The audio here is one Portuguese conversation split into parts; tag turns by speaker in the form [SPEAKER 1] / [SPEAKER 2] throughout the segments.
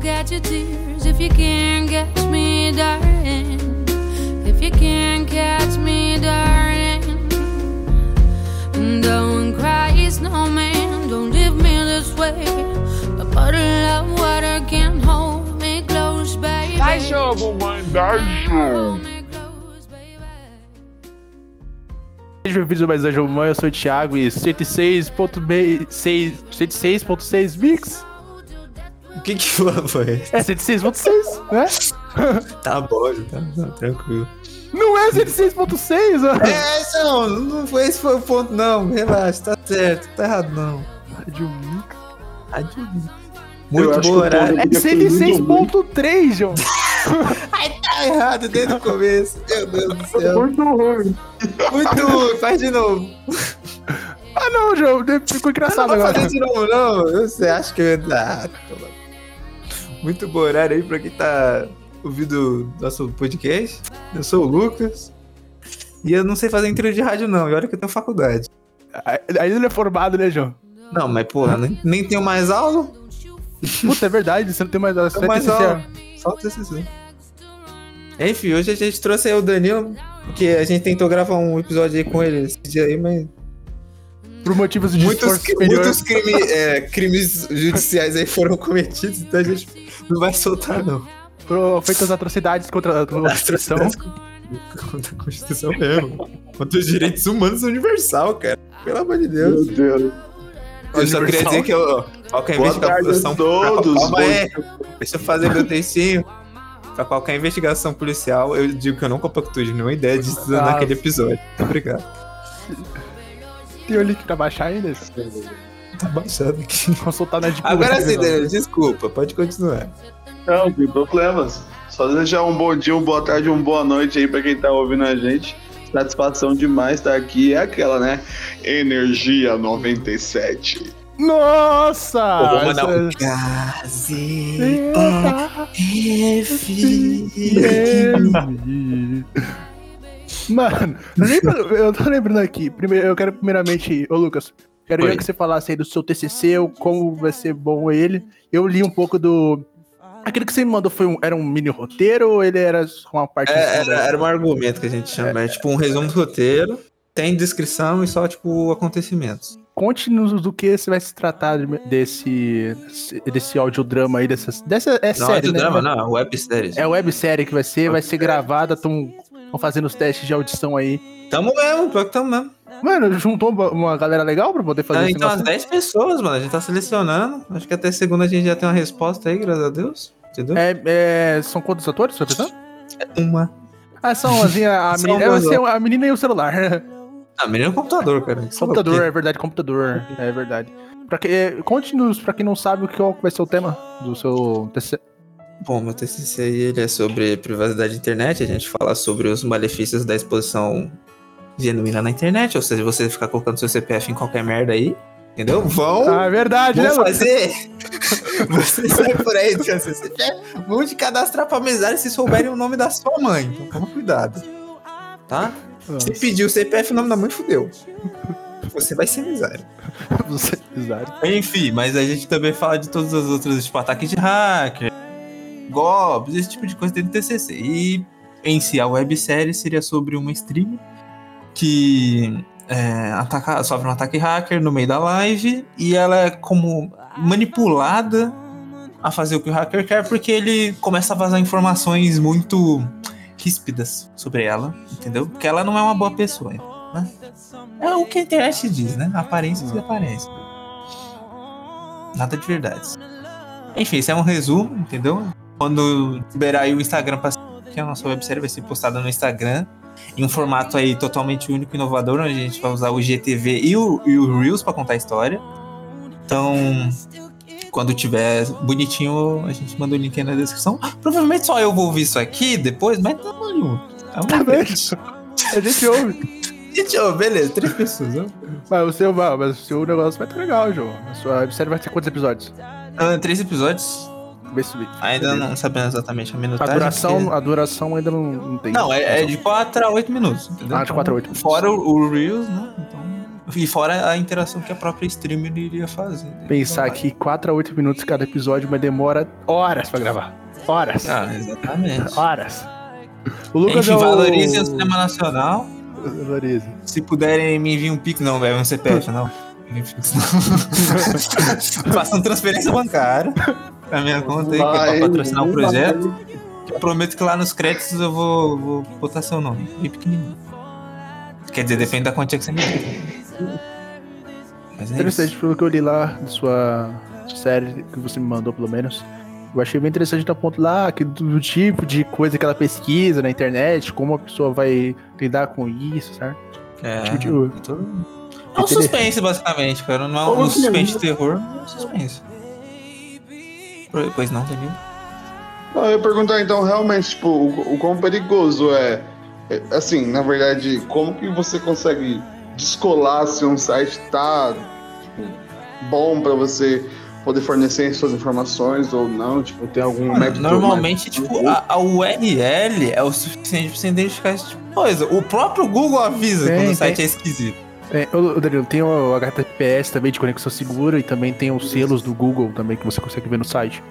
[SPEAKER 1] get your tears if you can't catch me, darling. If you can't catch me, darling. Don't cry, snowman, don't leave me this way. A bottle of water can hold me close, baby.
[SPEAKER 2] Dá jogo, mãe, dá jogo.
[SPEAKER 1] Hold me close, baby.
[SPEAKER 3] Sejam bem-vindos a mais um Jogo Mãe, eu sou o Thiago e 106.6 106.6 mix?
[SPEAKER 4] O que que foi?
[SPEAKER 3] É 106.6, né?
[SPEAKER 4] Tá bom, já tá, tá tranquilo.
[SPEAKER 3] Não é 106.6? ó.
[SPEAKER 4] É, esse não, não foi, esse foi o ponto, não. Relaxa, tá certo, tá errado, não.
[SPEAKER 3] Rádio Mix.
[SPEAKER 4] Rádio Mix.
[SPEAKER 2] Eu
[SPEAKER 4] Muito
[SPEAKER 2] acho
[SPEAKER 4] bom
[SPEAKER 2] que o
[SPEAKER 4] horário.
[SPEAKER 2] Paulo-
[SPEAKER 3] É 106.3, João.
[SPEAKER 4] Tá errado desde o começo. Meu Deus do céu.
[SPEAKER 2] Muito ruim.
[SPEAKER 4] Muito ruim, faz de novo.
[SPEAKER 3] Ah não, João, ficou
[SPEAKER 4] Não
[SPEAKER 3] engraçado
[SPEAKER 4] vou
[SPEAKER 3] agora.
[SPEAKER 4] fazer de novo, não. Você acha que eu ia dar. Ah, toma. Muito bom horário aí pra quem tá ouvindo nosso podcast. Eu sou o Lucas. E eu não sei fazer intro de rádio, não. E olha que eu tenho faculdade.
[SPEAKER 3] Ainda ele é formado, né, João?
[SPEAKER 4] Não, mas porra, nem, nem tenho mais aula.
[SPEAKER 3] Puta, é verdade, você não tem mais hora.
[SPEAKER 4] Tenho mais aula. Só o TCC. Enfim, hoje a gente trouxe aí o Danilo, porque a gente tentou gravar um episódio aí com ele esse dia aí, mas.
[SPEAKER 3] Por motivos de
[SPEAKER 4] Muitos,
[SPEAKER 3] esforço
[SPEAKER 4] cri-
[SPEAKER 3] superior.
[SPEAKER 4] muitos crime- é, crimes judiciais aí foram cometidos, então a gente não vai soltar, não.
[SPEAKER 3] Pro- Feitas atrocidades contra a Constituição.
[SPEAKER 4] Atrocidades Contra a Constituição mesmo. Contra os direitos humanos universal, cara. Pelo amor de
[SPEAKER 2] Meu
[SPEAKER 4] Deus.
[SPEAKER 2] Deus.
[SPEAKER 4] Eu só queria dizer que eu. Ó, quem
[SPEAKER 2] Boa
[SPEAKER 4] investiga a
[SPEAKER 2] tarde a
[SPEAKER 4] produção.
[SPEAKER 2] todos.
[SPEAKER 4] Calma
[SPEAKER 2] Bom-
[SPEAKER 4] aí. um, é, Deixa eu fazer meu textinho. Pra qualquer investigação policial, eu digo que eu não compactuo de nenhuma ideia disso
[SPEAKER 3] Ah.
[SPEAKER 4] naquele episódio. Muito Obrigado.
[SPEAKER 3] Tem o link pra baixar ainda?
[SPEAKER 4] Tá baixado aqui.
[SPEAKER 3] Consultar na Deep Web, né,
[SPEAKER 4] Agora sim,
[SPEAKER 3] João.
[SPEAKER 4] Daniel, desculpa, pode continuar.
[SPEAKER 2] Não, tem problemas. Só desejar um bom dia, uma boa tarde, uma boa noite aí pra quem tá ouvindo a gente. Satisfação demais estar aqui. É aquela, né? Energia 97.
[SPEAKER 3] Nossa!
[SPEAKER 4] né? eu vou mandar um.
[SPEAKER 3] Essa-
[SPEAKER 4] Case.
[SPEAKER 3] Eita, Guilherme. Mano, lembra- eu tô lembrando aqui. Primeiro, eu quero primeiramente, ô Lucas, quero
[SPEAKER 4] Oi.
[SPEAKER 3] eu que você falasse aí do seu TCC, o como vai ser bom ele. Eu li um pouco do aquele que você me mandou foi um, era um mini roteiro ou ele era só uma parte?
[SPEAKER 4] É, era, era um argumento que a gente chama. É, tipo um resumo do roteiro. Tem descrição e só, tipo, acontecimentos.
[SPEAKER 3] Conte-nos do que você vai se tratar de- desse desse audiodrama aí dessas dessa é
[SPEAKER 4] não
[SPEAKER 3] série,
[SPEAKER 4] é do
[SPEAKER 3] né?
[SPEAKER 4] drama, não, é websérie.
[SPEAKER 3] É websérie que vai ser, vai ser gravada, estão fazendo os testes de audição aí.
[SPEAKER 4] Tamo mesmo, pior que tamo mesmo.
[SPEAKER 3] Mano, juntou uma- uma galera legal pra poder fazer
[SPEAKER 4] Ah,
[SPEAKER 3] esse
[SPEAKER 4] então as
[SPEAKER 3] negócio?
[SPEAKER 4] 10 pessoas, mano, a gente tá selecionando. Acho que até segunda a gente já tem uma resposta aí, graças a Deus. Entendeu?
[SPEAKER 3] É, é, são quantos atores, você tá pensando?
[SPEAKER 4] É, uma.
[SPEAKER 3] Ah, são assim, a, a
[SPEAKER 4] São
[SPEAKER 3] menina, é,
[SPEAKER 4] alguns,
[SPEAKER 3] assim, a menina e o celular.
[SPEAKER 4] Ah, menino é um computador, cara. Sei lá o
[SPEAKER 3] computador,
[SPEAKER 4] quê.
[SPEAKER 3] é verdade, computador. É verdade. Pra que, é, Conte-nos, pra quem não sabe, o que qual que vai ser o tema do seu TCC.
[SPEAKER 4] Bom, meu TCC aí, ele é sobre privacidade da internet. A gente fala sobre os malefícios da exposição genuína na internet. Ou seja, você ficar colocando seu CPF em qualquer merda aí. Entendeu? Tá. Vão.
[SPEAKER 3] Ah, é verdade, né,
[SPEAKER 4] Vão
[SPEAKER 3] mano?
[SPEAKER 4] Oh, fazer. Você sai por aí, tipo assim, seu CPF. Vão te cadastrar pra amizade se souberem o nome da sua mãe. Então toma cuidado. Tá? Se pedir o CPF e o nome da mãe, fudeu. Você vai ser miséria.
[SPEAKER 3] Ah, você- exato.
[SPEAKER 4] Enfim, mas a gente também fala de todas as outras, tipo, ataques de hacker, golpes, esse tipo de coisa dentro do TCC. E em si, a websérie seria sobre uma streamer que é, ataca, sofre um ataque hacker no meio da live e ela é como manipulada a fazer o que o hacker quer porque ele começa a vazar informações muito ríspidas sobre ela, entendeu? Porque ela não é uma boa pessoa, né? É o que a internet diz, né? Aparências e aparências. Nada de verdade. Enfim, esse é um resumo, entendeu? Quando liberar aí o Instagram pra que a nossa websérie vai ser postada no Instagram. Em um formato aí totalmente único e inovador, onde a gente vai usar o GTV e o, e o Reels pra contar a história. Então, quando tiver bonitinho, a gente manda o link aí na descrição. Ah, Provavelmente só eu vou ouvir isso aqui depois, mas tá junto.
[SPEAKER 3] Tá
[SPEAKER 4] Tá
[SPEAKER 3] bem.
[SPEAKER 4] bom.
[SPEAKER 3] A gente ouve.
[SPEAKER 4] Gente, ó, beleza, três pessoas. ó.
[SPEAKER 3] Mas o seu, mas o seu negócio vai estar legal, João. A sua websérie vai ter quantos episódios?
[SPEAKER 4] Ah, três episódios.
[SPEAKER 3] Vê se-
[SPEAKER 4] Ainda não sabemos exatamente a
[SPEAKER 3] A
[SPEAKER 4] minutagem. porque- é,
[SPEAKER 3] duração, a duração ainda não, não tem.
[SPEAKER 4] Não, é, é de 4 a 8 minutos, entendeu?
[SPEAKER 3] Ah, de 4 a 8 minutos.
[SPEAKER 4] Fora o, o Reels, né? Então, E fora a interação que a própria streamer iria fazer. né?
[SPEAKER 3] Pensar
[SPEAKER 4] Então,
[SPEAKER 3] que 4 a 8 minutos cada episódio, mas demora horas pra gravar. Horas.
[SPEAKER 4] Ah, exatamente.
[SPEAKER 3] Horas. O
[SPEAKER 4] A É gente
[SPEAKER 3] é o-
[SPEAKER 4] valoriza o cinema nacional.
[SPEAKER 3] Valorize.
[SPEAKER 4] Se puderem me enviar um pix, não, velho, um CPF, não. Me envia um pix, não. Façam transferência bancária pra minha conta aí, que é pra patrocinar o projeto. Eu prometo que lá nos créditos eu vou, vou botar seu nome, bem pequenininho. Quer dizer, depende da quantia que você me der. Mas é isso.
[SPEAKER 3] Interessante, pelo que eu li lá da sua série que você me mandou, pelo menos. Eu achei bem interessante do ponto lá, que do, do tipo de coisa que ela pesquisa na internet, como a pessoa vai lidar com isso, certo?
[SPEAKER 4] É,
[SPEAKER 3] Tipo de-
[SPEAKER 4] é tudo- é um suspense, basicamente, cara. Não é
[SPEAKER 3] assim,
[SPEAKER 4] um suspense
[SPEAKER 3] né?
[SPEAKER 4] de terror, é um suspense. Pois não, tá Danilo?
[SPEAKER 2] Não, eu ia perguntar então, realmente, tipo, o, o quão perigoso é, é, Assim, na verdade, como que você consegue descolar se um site tá tipo, bom pra você poder fornecer suas informações ou não? Tipo, tem algum
[SPEAKER 4] Mano,
[SPEAKER 2] método.
[SPEAKER 4] Normalmente,
[SPEAKER 2] mais-
[SPEAKER 4] tipo, a, a URL é o suficiente pra você identificar esse tipo de coisa. O próprio Google avisa
[SPEAKER 3] Tem,
[SPEAKER 4] quando o
[SPEAKER 3] tem.
[SPEAKER 4] site é esquisito.
[SPEAKER 3] É, ô, ô, Danilo, tem o HTTPS também de conexão segura e também tem os selos do Google também que você consegue ver no site.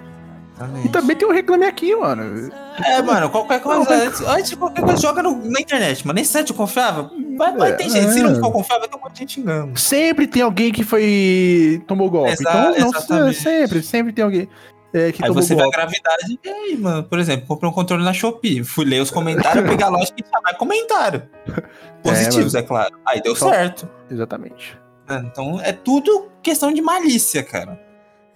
[SPEAKER 3] E também tem o Reclame Aqui, mano.
[SPEAKER 4] É, mano, qualquer coisa.
[SPEAKER 3] Qualquer-
[SPEAKER 4] Antes, antes de qualquer coisa, joga no- na internet, mano. Nesse site confiável, vai, vai ter gente. Se não
[SPEAKER 3] É.
[SPEAKER 4] for confiável, tem um monte de gente xingando.
[SPEAKER 3] Sempre tem alguém que foi. tomou golpe.
[SPEAKER 4] Exa-
[SPEAKER 3] então, não,
[SPEAKER 4] exatamente.
[SPEAKER 3] sempre, sempre tem alguém é, que
[SPEAKER 4] Aí
[SPEAKER 3] tomou
[SPEAKER 4] você vê a
[SPEAKER 3] golpe.
[SPEAKER 4] gravidade e aí, mano. Por exemplo, comprei um controle na Shopee. Fui ler os comentários, pegar a loja e chamar comentário. Positivos, é, claro. Aí deu
[SPEAKER 3] Só-
[SPEAKER 4] certo.
[SPEAKER 3] Exatamente.
[SPEAKER 4] né? Então é tudo questão de malícia, cara.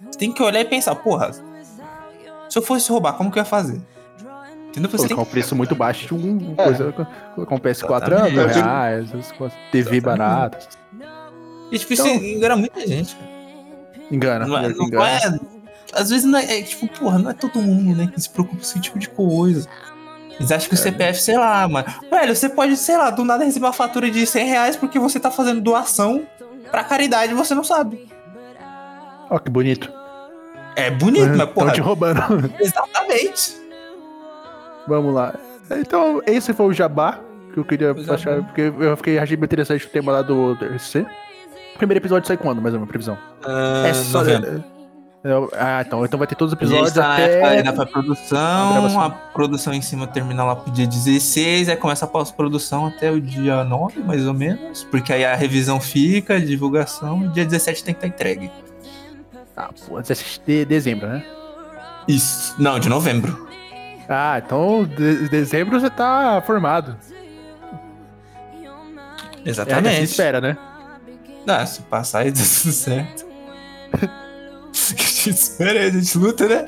[SPEAKER 4] Você tem que olhar e pensar, porra, se eu fosse roubar, como que eu ia fazer? Entendeu? Você tem
[SPEAKER 3] Colocar um
[SPEAKER 4] que...
[SPEAKER 3] preço muito baixo de um coisa. Colocar um PS4 a
[SPEAKER 4] Exatamente.
[SPEAKER 3] mil reais, essas coisas. TV
[SPEAKER 4] Exatamente.
[SPEAKER 3] barata.
[SPEAKER 4] E, tipo, isso engana muita gente, cara.
[SPEAKER 3] Engana,
[SPEAKER 4] Não é,
[SPEAKER 3] pior que
[SPEAKER 4] não
[SPEAKER 3] engana.
[SPEAKER 4] é- às vezes não é, é, tipo, porra, não é todo mundo, né, que se preocupa com esse tipo de coisa. Eles acham que o CPF, sei lá, mano. Velho, você pode, sei lá, do nada receber uma fatura de 100 reais porque você tá fazendo doação pra caridade e você não sabe.
[SPEAKER 3] Ó, que bonito.
[SPEAKER 4] É bonito, mas
[SPEAKER 3] Estão
[SPEAKER 4] porra,
[SPEAKER 3] te roubando.
[SPEAKER 4] exatamente.
[SPEAKER 3] Vamos lá. Então, esse foi o jabá que eu queria
[SPEAKER 4] Foi o
[SPEAKER 3] achar,
[SPEAKER 4] jabá.
[SPEAKER 3] porque eu fiquei achei bem interessante o tema lá do DRC. Primeiro episódio sai quando, mais ou menos, previsão?
[SPEAKER 4] Ah, novembro.
[SPEAKER 3] É, Ah, então, então vai ter todos os
[SPEAKER 4] A gente
[SPEAKER 3] episódios
[SPEAKER 4] tá na época
[SPEAKER 3] até...
[SPEAKER 4] ainda pra
[SPEAKER 3] a gravação.
[SPEAKER 4] produção, a produção em cima termina lá pro dia 16, aí começa a pós-produção até o dia 9, mais ou menos, porque aí a revisão fica, a divulgação, e dia 17 tem que estar entregue.
[SPEAKER 3] Ah, pô, 17 de dezembro, né?
[SPEAKER 4] Isso. Não, de novembro.
[SPEAKER 3] Ah, então de- dezembro você tá formado. É, a gente
[SPEAKER 4] Exatamente.
[SPEAKER 3] espera, né?
[SPEAKER 4] Ah, se passar aí tá tudo certo. a gente espera aí, a gente luta, né?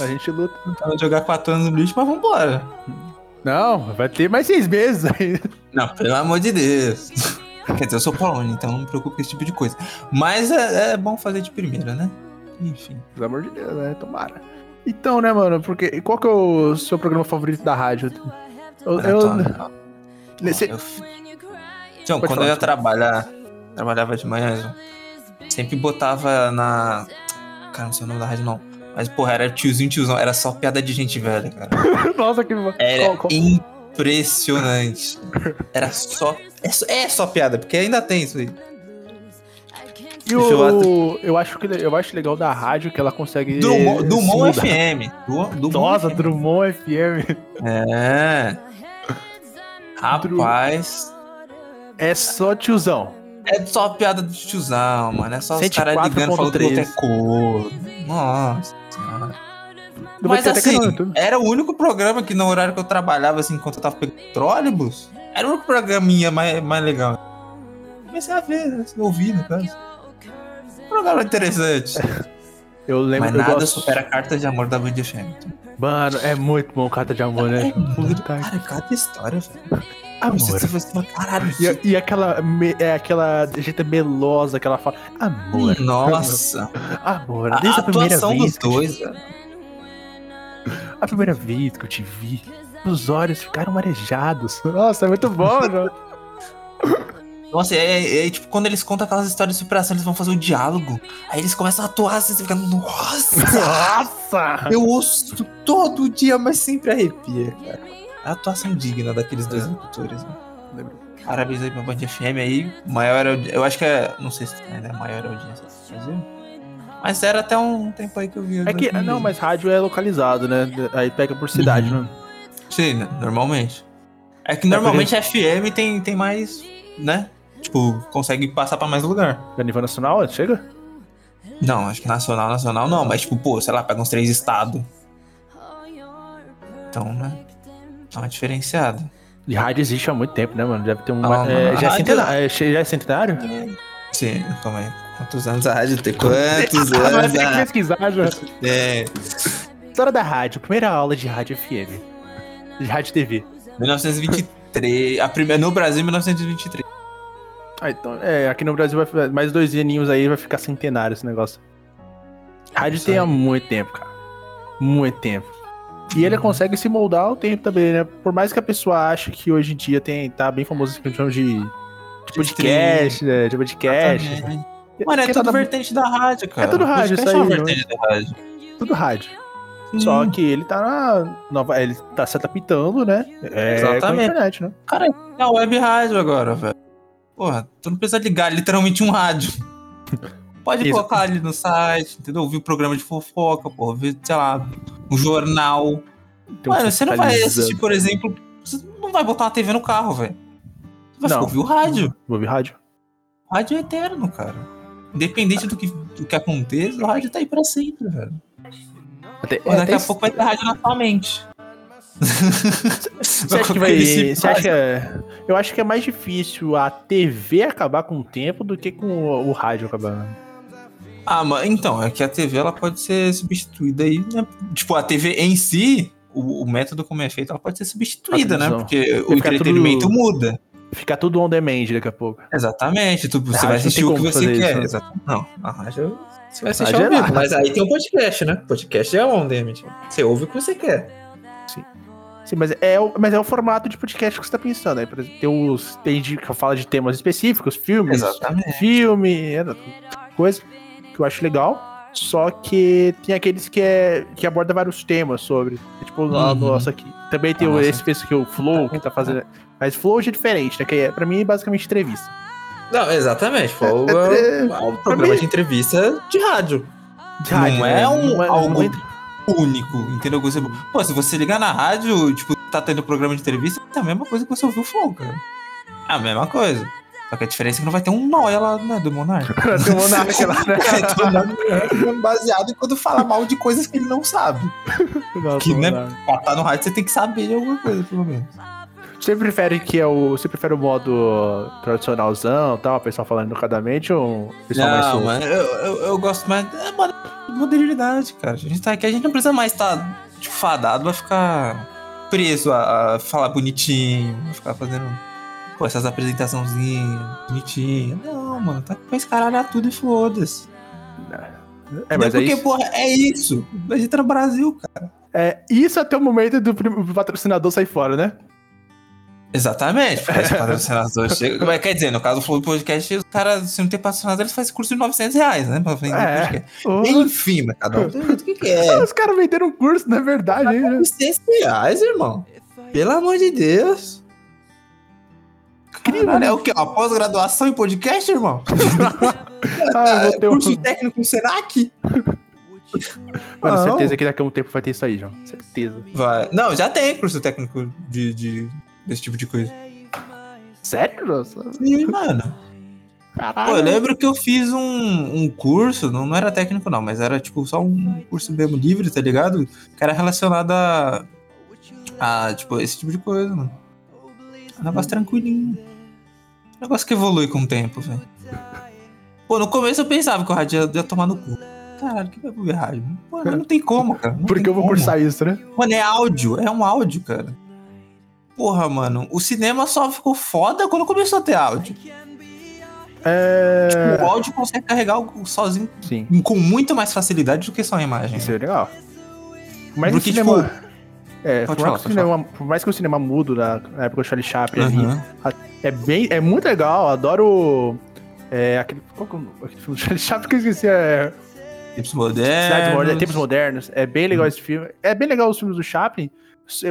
[SPEAKER 3] A gente luta.
[SPEAKER 4] Pra não jogar 4 anos no lixo, mas vambora.
[SPEAKER 3] Não, vai ter mais seis meses aí.
[SPEAKER 4] Não, pelo amor de Deus. Quer dizer, eu sou polônio, então não me preocupo com esse tipo de coisa. Mas é, é bom fazer de primeira, né? Enfim.
[SPEAKER 3] Pelo amor de Deus, né? Tomara. Então, né, mano, porque... Qual que é o seu programa favorito da rádio? Eu... eu...
[SPEAKER 4] maratona.
[SPEAKER 3] nesse-
[SPEAKER 4] Eu-
[SPEAKER 3] Pode
[SPEAKER 4] John, quando
[SPEAKER 3] falar,
[SPEAKER 4] eu ia
[SPEAKER 3] John.
[SPEAKER 4] trabalhar, trabalhava de manhã, John, sempre botava na. Cara, não sei o nome da rádio, não. Mas, porra, era tiozinho, tiozão. Era só piada de gente velha, cara.
[SPEAKER 3] Nossa, que...
[SPEAKER 4] Era
[SPEAKER 3] qual- qual-
[SPEAKER 4] impressionante. Era só. É, só- é só piada, porque ainda tem isso aí.
[SPEAKER 3] E
[SPEAKER 4] Deixa eu
[SPEAKER 3] o, eu, acho que, eu acho legal da rádio que ela consegue.
[SPEAKER 4] Drummond,
[SPEAKER 3] se
[SPEAKER 4] Drummond
[SPEAKER 3] mudar.
[SPEAKER 4] FM. Dru- Drummond
[SPEAKER 3] Nossa,
[SPEAKER 4] FM.
[SPEAKER 3] Drummond FM.
[SPEAKER 4] É. Rapaz.
[SPEAKER 3] É só tiozão.
[SPEAKER 4] É só piada do tiozão, mano. É só os caras
[SPEAKER 3] 104.3.
[SPEAKER 4] ligando falando que o outro é couro. Nossa. senhora.
[SPEAKER 3] Não vai
[SPEAKER 4] Mas
[SPEAKER 3] ter até
[SPEAKER 4] assim,
[SPEAKER 3] canal no YouTube.
[SPEAKER 4] era o único programa que no horário que eu trabalhava, assim, enquanto eu tava pegando ônibus, era o único programinha mais, mais legal. Comecei a ver, né, ouvir, no caso. Um Programa interessante.
[SPEAKER 3] Eu lembro
[SPEAKER 4] Mas
[SPEAKER 3] que eu
[SPEAKER 4] nada
[SPEAKER 3] gosto.
[SPEAKER 4] supera a carta de amor da Band FM.
[SPEAKER 3] Mano, é muito bom carta de amor,
[SPEAKER 4] É
[SPEAKER 3] né? Puta que
[SPEAKER 4] Cara, cada história, velho.
[SPEAKER 3] amor.
[SPEAKER 4] Ah, Você, você fala, caralho, isso-
[SPEAKER 3] E, e aquela, me, é aquela jeita melosa que ela fala. Amor,
[SPEAKER 4] Nossa,
[SPEAKER 3] amor.
[SPEAKER 4] a,
[SPEAKER 3] Desde a, primeira
[SPEAKER 4] atuação
[SPEAKER 3] vez.
[SPEAKER 4] dos
[SPEAKER 3] que eu te-
[SPEAKER 4] dois, velho.
[SPEAKER 3] a primeira vez que eu te vi, os olhos ficaram marejados. Nossa, é muito bom, mano.
[SPEAKER 4] Nossa, é, é- é, tipo, quando eles contam aquelas histórias de superação, eles vão fazer o diálogo. Aí eles começam a atuar, assim, você fica, nossa!
[SPEAKER 3] Nossa!
[SPEAKER 4] Eu ouço isso todo
[SPEAKER 3] É.
[SPEAKER 4] dia, mas sempre arrepia, cara. A atuação digna daqueles dois locutores. Né? Parabéns aí pra Band FM aí. Maior audi- Eu acho que é. Não sei se ainda é a maior audiência do Brasil. Mas era até um tempo aí que eu vi.
[SPEAKER 3] É que, ah, não, mas rádio é localizado, né? Aí pega por cidade,
[SPEAKER 4] Uhum.
[SPEAKER 3] né?
[SPEAKER 4] Sim, né? normalmente. É que normalmente FM tem, tem mais. né? Tipo, consegue passar pra mais lugar.
[SPEAKER 3] A É nível nacional, chega?
[SPEAKER 4] Não, acho que nacional, nacional não. Mas, tipo, pô, sei lá, pega uns três estados. Então, né? Dá uma diferenciada.
[SPEAKER 3] E rádio existe há muito tempo, né, mano? Deve ter um.
[SPEAKER 4] Ah,
[SPEAKER 3] é, já,
[SPEAKER 4] mano,
[SPEAKER 3] é
[SPEAKER 4] rádio-
[SPEAKER 3] centenário, é, che- já é centenário?
[SPEAKER 4] Sim, calma aí. Quantos anos a rádio tem? Quantos anos a É, rádio
[SPEAKER 3] pesquisar, já.
[SPEAKER 4] tem?
[SPEAKER 3] História da rádio, primeira aula de rádio FM. De rádio TV.
[SPEAKER 4] 1923. A primeira, no Brasil, 1923.
[SPEAKER 3] Ah, então, é, aqui no Brasil vai fi- mais dois aninhos aí vai ficar centenário esse negócio. Rádio
[SPEAKER 4] Isso
[SPEAKER 3] tem
[SPEAKER 4] aí.
[SPEAKER 3] há muito tempo, cara. Muito tempo. E ele consegue se moldar ao tempo também, né? Por mais que a pessoa ache que hoje em dia tem, tá bem famoso esse que chama de Tipo de podcast, né? De podcast.
[SPEAKER 4] Exatamente. Mano, é
[SPEAKER 3] Porque
[SPEAKER 4] tudo
[SPEAKER 3] tá-
[SPEAKER 4] vertente da rádio, cara.
[SPEAKER 3] tudo rádio,
[SPEAKER 4] Podcast
[SPEAKER 3] isso
[SPEAKER 4] é uma
[SPEAKER 3] aí,
[SPEAKER 4] vertente da rádio.
[SPEAKER 3] tudo rádio. Só
[SPEAKER 4] Hum,
[SPEAKER 3] que ele tá na nova, ele tá se adaptando, né? É, Com a
[SPEAKER 4] Exatamente.
[SPEAKER 3] internet, né?
[SPEAKER 4] Cara, é a web rádio agora, velho. Porra, tu não precisa ligar literalmente um rádio. Pode
[SPEAKER 3] Isso.
[SPEAKER 4] colocar ali no site, entendeu? Ouvir um programa de fofoca, porra, ouvir, sei lá, um jornal.
[SPEAKER 3] Tem um
[SPEAKER 4] Mano, você não vai
[SPEAKER 3] fiscalizando.
[SPEAKER 4] assistir, por exemplo, você não vai botar uma TV no carro, velho. Você Vai
[SPEAKER 3] Não.
[SPEAKER 4] ficar ouvir o rádio.
[SPEAKER 3] Vou ouvir rádio.
[SPEAKER 4] O rádio é eterno, cara. Independente do que, do que aconteça, o rádio tá aí pra sempre, velho.
[SPEAKER 3] Até,
[SPEAKER 4] Pô, daqui
[SPEAKER 3] até
[SPEAKER 4] a pouco vai ter rádio na sua mente.
[SPEAKER 3] Você acha que vai. Você acha que é- eu acho que é mais difícil a TV acabar com o tempo do que com o, o rádio acabar. né?
[SPEAKER 4] Ah, mas então, é que a TV ela pode ser substituída aí, né? Tipo, a TV em si, o, o método como é feito, ela pode ser substituída,
[SPEAKER 3] A
[SPEAKER 4] né?
[SPEAKER 3] televisão.
[SPEAKER 4] Porque o
[SPEAKER 3] Vai ficar
[SPEAKER 4] entretenimento
[SPEAKER 3] tudo-
[SPEAKER 4] muda.
[SPEAKER 3] Ficar tudo on demand daqui a pouco.
[SPEAKER 4] Exatamente. Tu, você
[SPEAKER 3] rádio
[SPEAKER 4] vai
[SPEAKER 3] não
[SPEAKER 4] assistir
[SPEAKER 3] tem
[SPEAKER 4] o que
[SPEAKER 3] como
[SPEAKER 4] você
[SPEAKER 3] fazer isso,
[SPEAKER 4] quer.
[SPEAKER 3] né?
[SPEAKER 4] Exatamente. Não, a rádio. Você vai assistir
[SPEAKER 3] Rádio
[SPEAKER 4] ao
[SPEAKER 3] é
[SPEAKER 4] vivo.
[SPEAKER 3] lá.
[SPEAKER 4] Mas aí tem o podcast, né? Podcast é on demand. Você ouve o que você quer.
[SPEAKER 3] Sim, mas é, o, mas é o formato de podcast que você tá pensando. Aí, por exemplo, tem os. Tem de, que fala de temas específicos, filmes.
[SPEAKER 4] Exatamente.
[SPEAKER 3] Filme, é, coisa que eu acho legal. Só que tem aqueles que, é, que aborda vários temas sobre. É tipo, a
[SPEAKER 4] Uhum.
[SPEAKER 3] nossa aqui. Também tem
[SPEAKER 4] A
[SPEAKER 3] o-
[SPEAKER 4] nossa.
[SPEAKER 3] esse esse que o Flow que tá fazendo. Mas Flow hoje é diferente, né? Que é, pra mim é basicamente entrevista.
[SPEAKER 4] Não, exatamente. Foi o,
[SPEAKER 3] é-
[SPEAKER 4] é um programa de entrevista de rádio.
[SPEAKER 3] Rádio,
[SPEAKER 4] Não
[SPEAKER 3] né?
[SPEAKER 4] é um
[SPEAKER 3] Não
[SPEAKER 4] algo
[SPEAKER 3] não entra-
[SPEAKER 4] único, entendeu? Você- Pô, se você ligar na rádio, tipo, tá tendo programa de entrevista, é a mesma coisa que você ouviu o Flow, cara. É a mesma coisa. Só que a diferença é que não vai ter um nóia lá né, do Monark.
[SPEAKER 3] Tem um monarca lá, né?
[SPEAKER 4] É, todo mundo baseado em quando fala mal de coisas que ele não sabe.
[SPEAKER 3] Não,
[SPEAKER 4] Que,
[SPEAKER 3] tem um
[SPEAKER 4] né?
[SPEAKER 3] monarca.
[SPEAKER 4] Pra tá no rádio, você tem que saber de alguma coisa, pelo menos.
[SPEAKER 3] Você prefere que é o. Você prefere o modo tradicionalzão e tal, o pessoal falando educadamente ou o pessoal mais solto?
[SPEAKER 4] mano, eu, eu, eu gosto mais é, mano, modernidade, cara. A gente tá aqui, a gente não precisa mais estar tipo, fadado a ficar preso a, a falar bonitinho, a ficar fazendo pô, essas apresentaçãozinhas bonitinhas. Não, mano, tá com esse caralho tudo e foda-se.
[SPEAKER 3] É, mas é
[SPEAKER 4] porque,
[SPEAKER 3] isso.
[SPEAKER 4] porra, é isso. A gente tá no Brasil, cara.
[SPEAKER 3] É, isso até o momento do prim- do patrocinador sair fora, né?
[SPEAKER 4] Exatamente, porque esse patrocinador chega. Mas quer dizer, no caso do podcast, os caras, se não tem patrocinador, eles fazem curso de 900 reais, né? Pra vender
[SPEAKER 3] É.
[SPEAKER 4] podcast.
[SPEAKER 3] Ô,
[SPEAKER 4] Enfim, mas cada um tem o que quer.
[SPEAKER 3] Os caras venderam um curso, na verdade. hein, né?
[SPEAKER 4] 600 reais, irmão. Pelo amor de Deus. Caralho, é o quê? Uma pós-graduação em podcast, irmão?
[SPEAKER 3] Ah, eu vou ter um-
[SPEAKER 4] é Curso técnico no Senac?
[SPEAKER 3] Mano,
[SPEAKER 4] Não.
[SPEAKER 3] certeza que daqui a um tempo vai ter isso aí, João. Certeza.
[SPEAKER 4] Vai. Não, já tem curso técnico de, de- desse tipo de coisa.
[SPEAKER 3] Sério, nossa?
[SPEAKER 4] Sim, mano. Pô, eu
[SPEAKER 3] Caralho.
[SPEAKER 4] lembro que eu fiz um, um curso, não, não era técnico não, mas era tipo só um curso mesmo livre, tá ligado? Que era relacionado a, a tipo, esse tipo de coisa, mano. Um negócio tranquilinho. Um negócio que evolui com o tempo, velho. Pô, no começo eu pensava que o rádio ia, ia tomar no cu. Caralho, que vai pro rádio? Pô, mas não tem como, cara. não
[SPEAKER 3] Porque
[SPEAKER 4] tem
[SPEAKER 3] eu vou
[SPEAKER 4] como.
[SPEAKER 3] cursar isso, né?
[SPEAKER 4] Mano, é áudio, é um áudio, cara. Porra, mano, o cinema só ficou foda quando começou a ter áudio.
[SPEAKER 3] É.
[SPEAKER 4] O áudio consegue carregar o- sozinho
[SPEAKER 3] Sim.
[SPEAKER 4] com muito mais facilidade do que só a imagem.
[SPEAKER 3] Isso é legal. Por mais
[SPEAKER 4] Porque,
[SPEAKER 3] que o cinema. é, por, mais
[SPEAKER 4] pode falar,
[SPEAKER 3] que o
[SPEAKER 4] pode
[SPEAKER 3] cinema por mais que o cinema mudo na, na época do Charlie Chaplin ali,
[SPEAKER 4] Aham.
[SPEAKER 3] é bem. É muito legal, adoro. É, aquele, qual que é o nome? aquele filme do Charlie Chaplin que eu esqueci é.
[SPEAKER 4] Tempos
[SPEAKER 3] Cidades
[SPEAKER 4] modernos.
[SPEAKER 3] é Modernas, Tempos Modernos. É bem legal esse filme. É bem legal os filmes do Chaplin.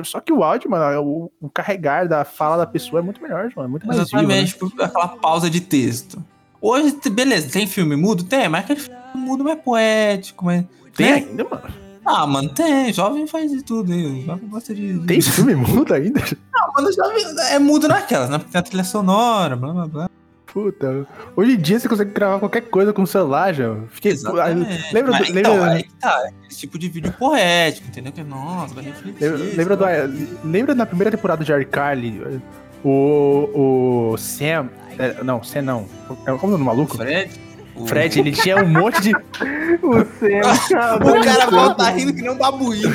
[SPEAKER 3] Só que o áudio, mano, é o, o carregar da fala da pessoa é muito melhor, mano. É muito mais vivo, né?
[SPEAKER 4] Exatamente, tipo, aquela pausa de texto. Hoje, t- beleza, tem filme mudo? Tem, mas aquele filme mudo mais poético, mas.
[SPEAKER 3] Tem
[SPEAKER 4] né?
[SPEAKER 3] ainda, mano?
[SPEAKER 4] Ah, mano, tem. Jovem faz de tudo, hein? Jovem gosta de.
[SPEAKER 3] Tem filme mudo ainda?
[SPEAKER 4] Ah, mano, jovem é mudo naquelas, né? Porque tem a trilha sonora, blá blá blá.
[SPEAKER 3] Puta. Hoje em dia você consegue gravar qualquer coisa com o celular, já. Fiquei.
[SPEAKER 4] Exatamente.
[SPEAKER 3] Lembra,
[SPEAKER 4] Mas,
[SPEAKER 3] do-
[SPEAKER 4] então,
[SPEAKER 3] lembra-
[SPEAKER 4] aí que tá. Esse tipo de vídeo poético, entendeu? Que, nossa, vai refletir.
[SPEAKER 3] Lembra, lembra, do, lembra na primeira temporada de iCarly, o, o Sam. é, Não, Sam não. É, Como é o nome do maluco?
[SPEAKER 4] Fred? O
[SPEAKER 3] Fred, ele tinha um monte de.
[SPEAKER 5] O Sam, cara.
[SPEAKER 4] O cara volta tá rindo que nem um babuíno.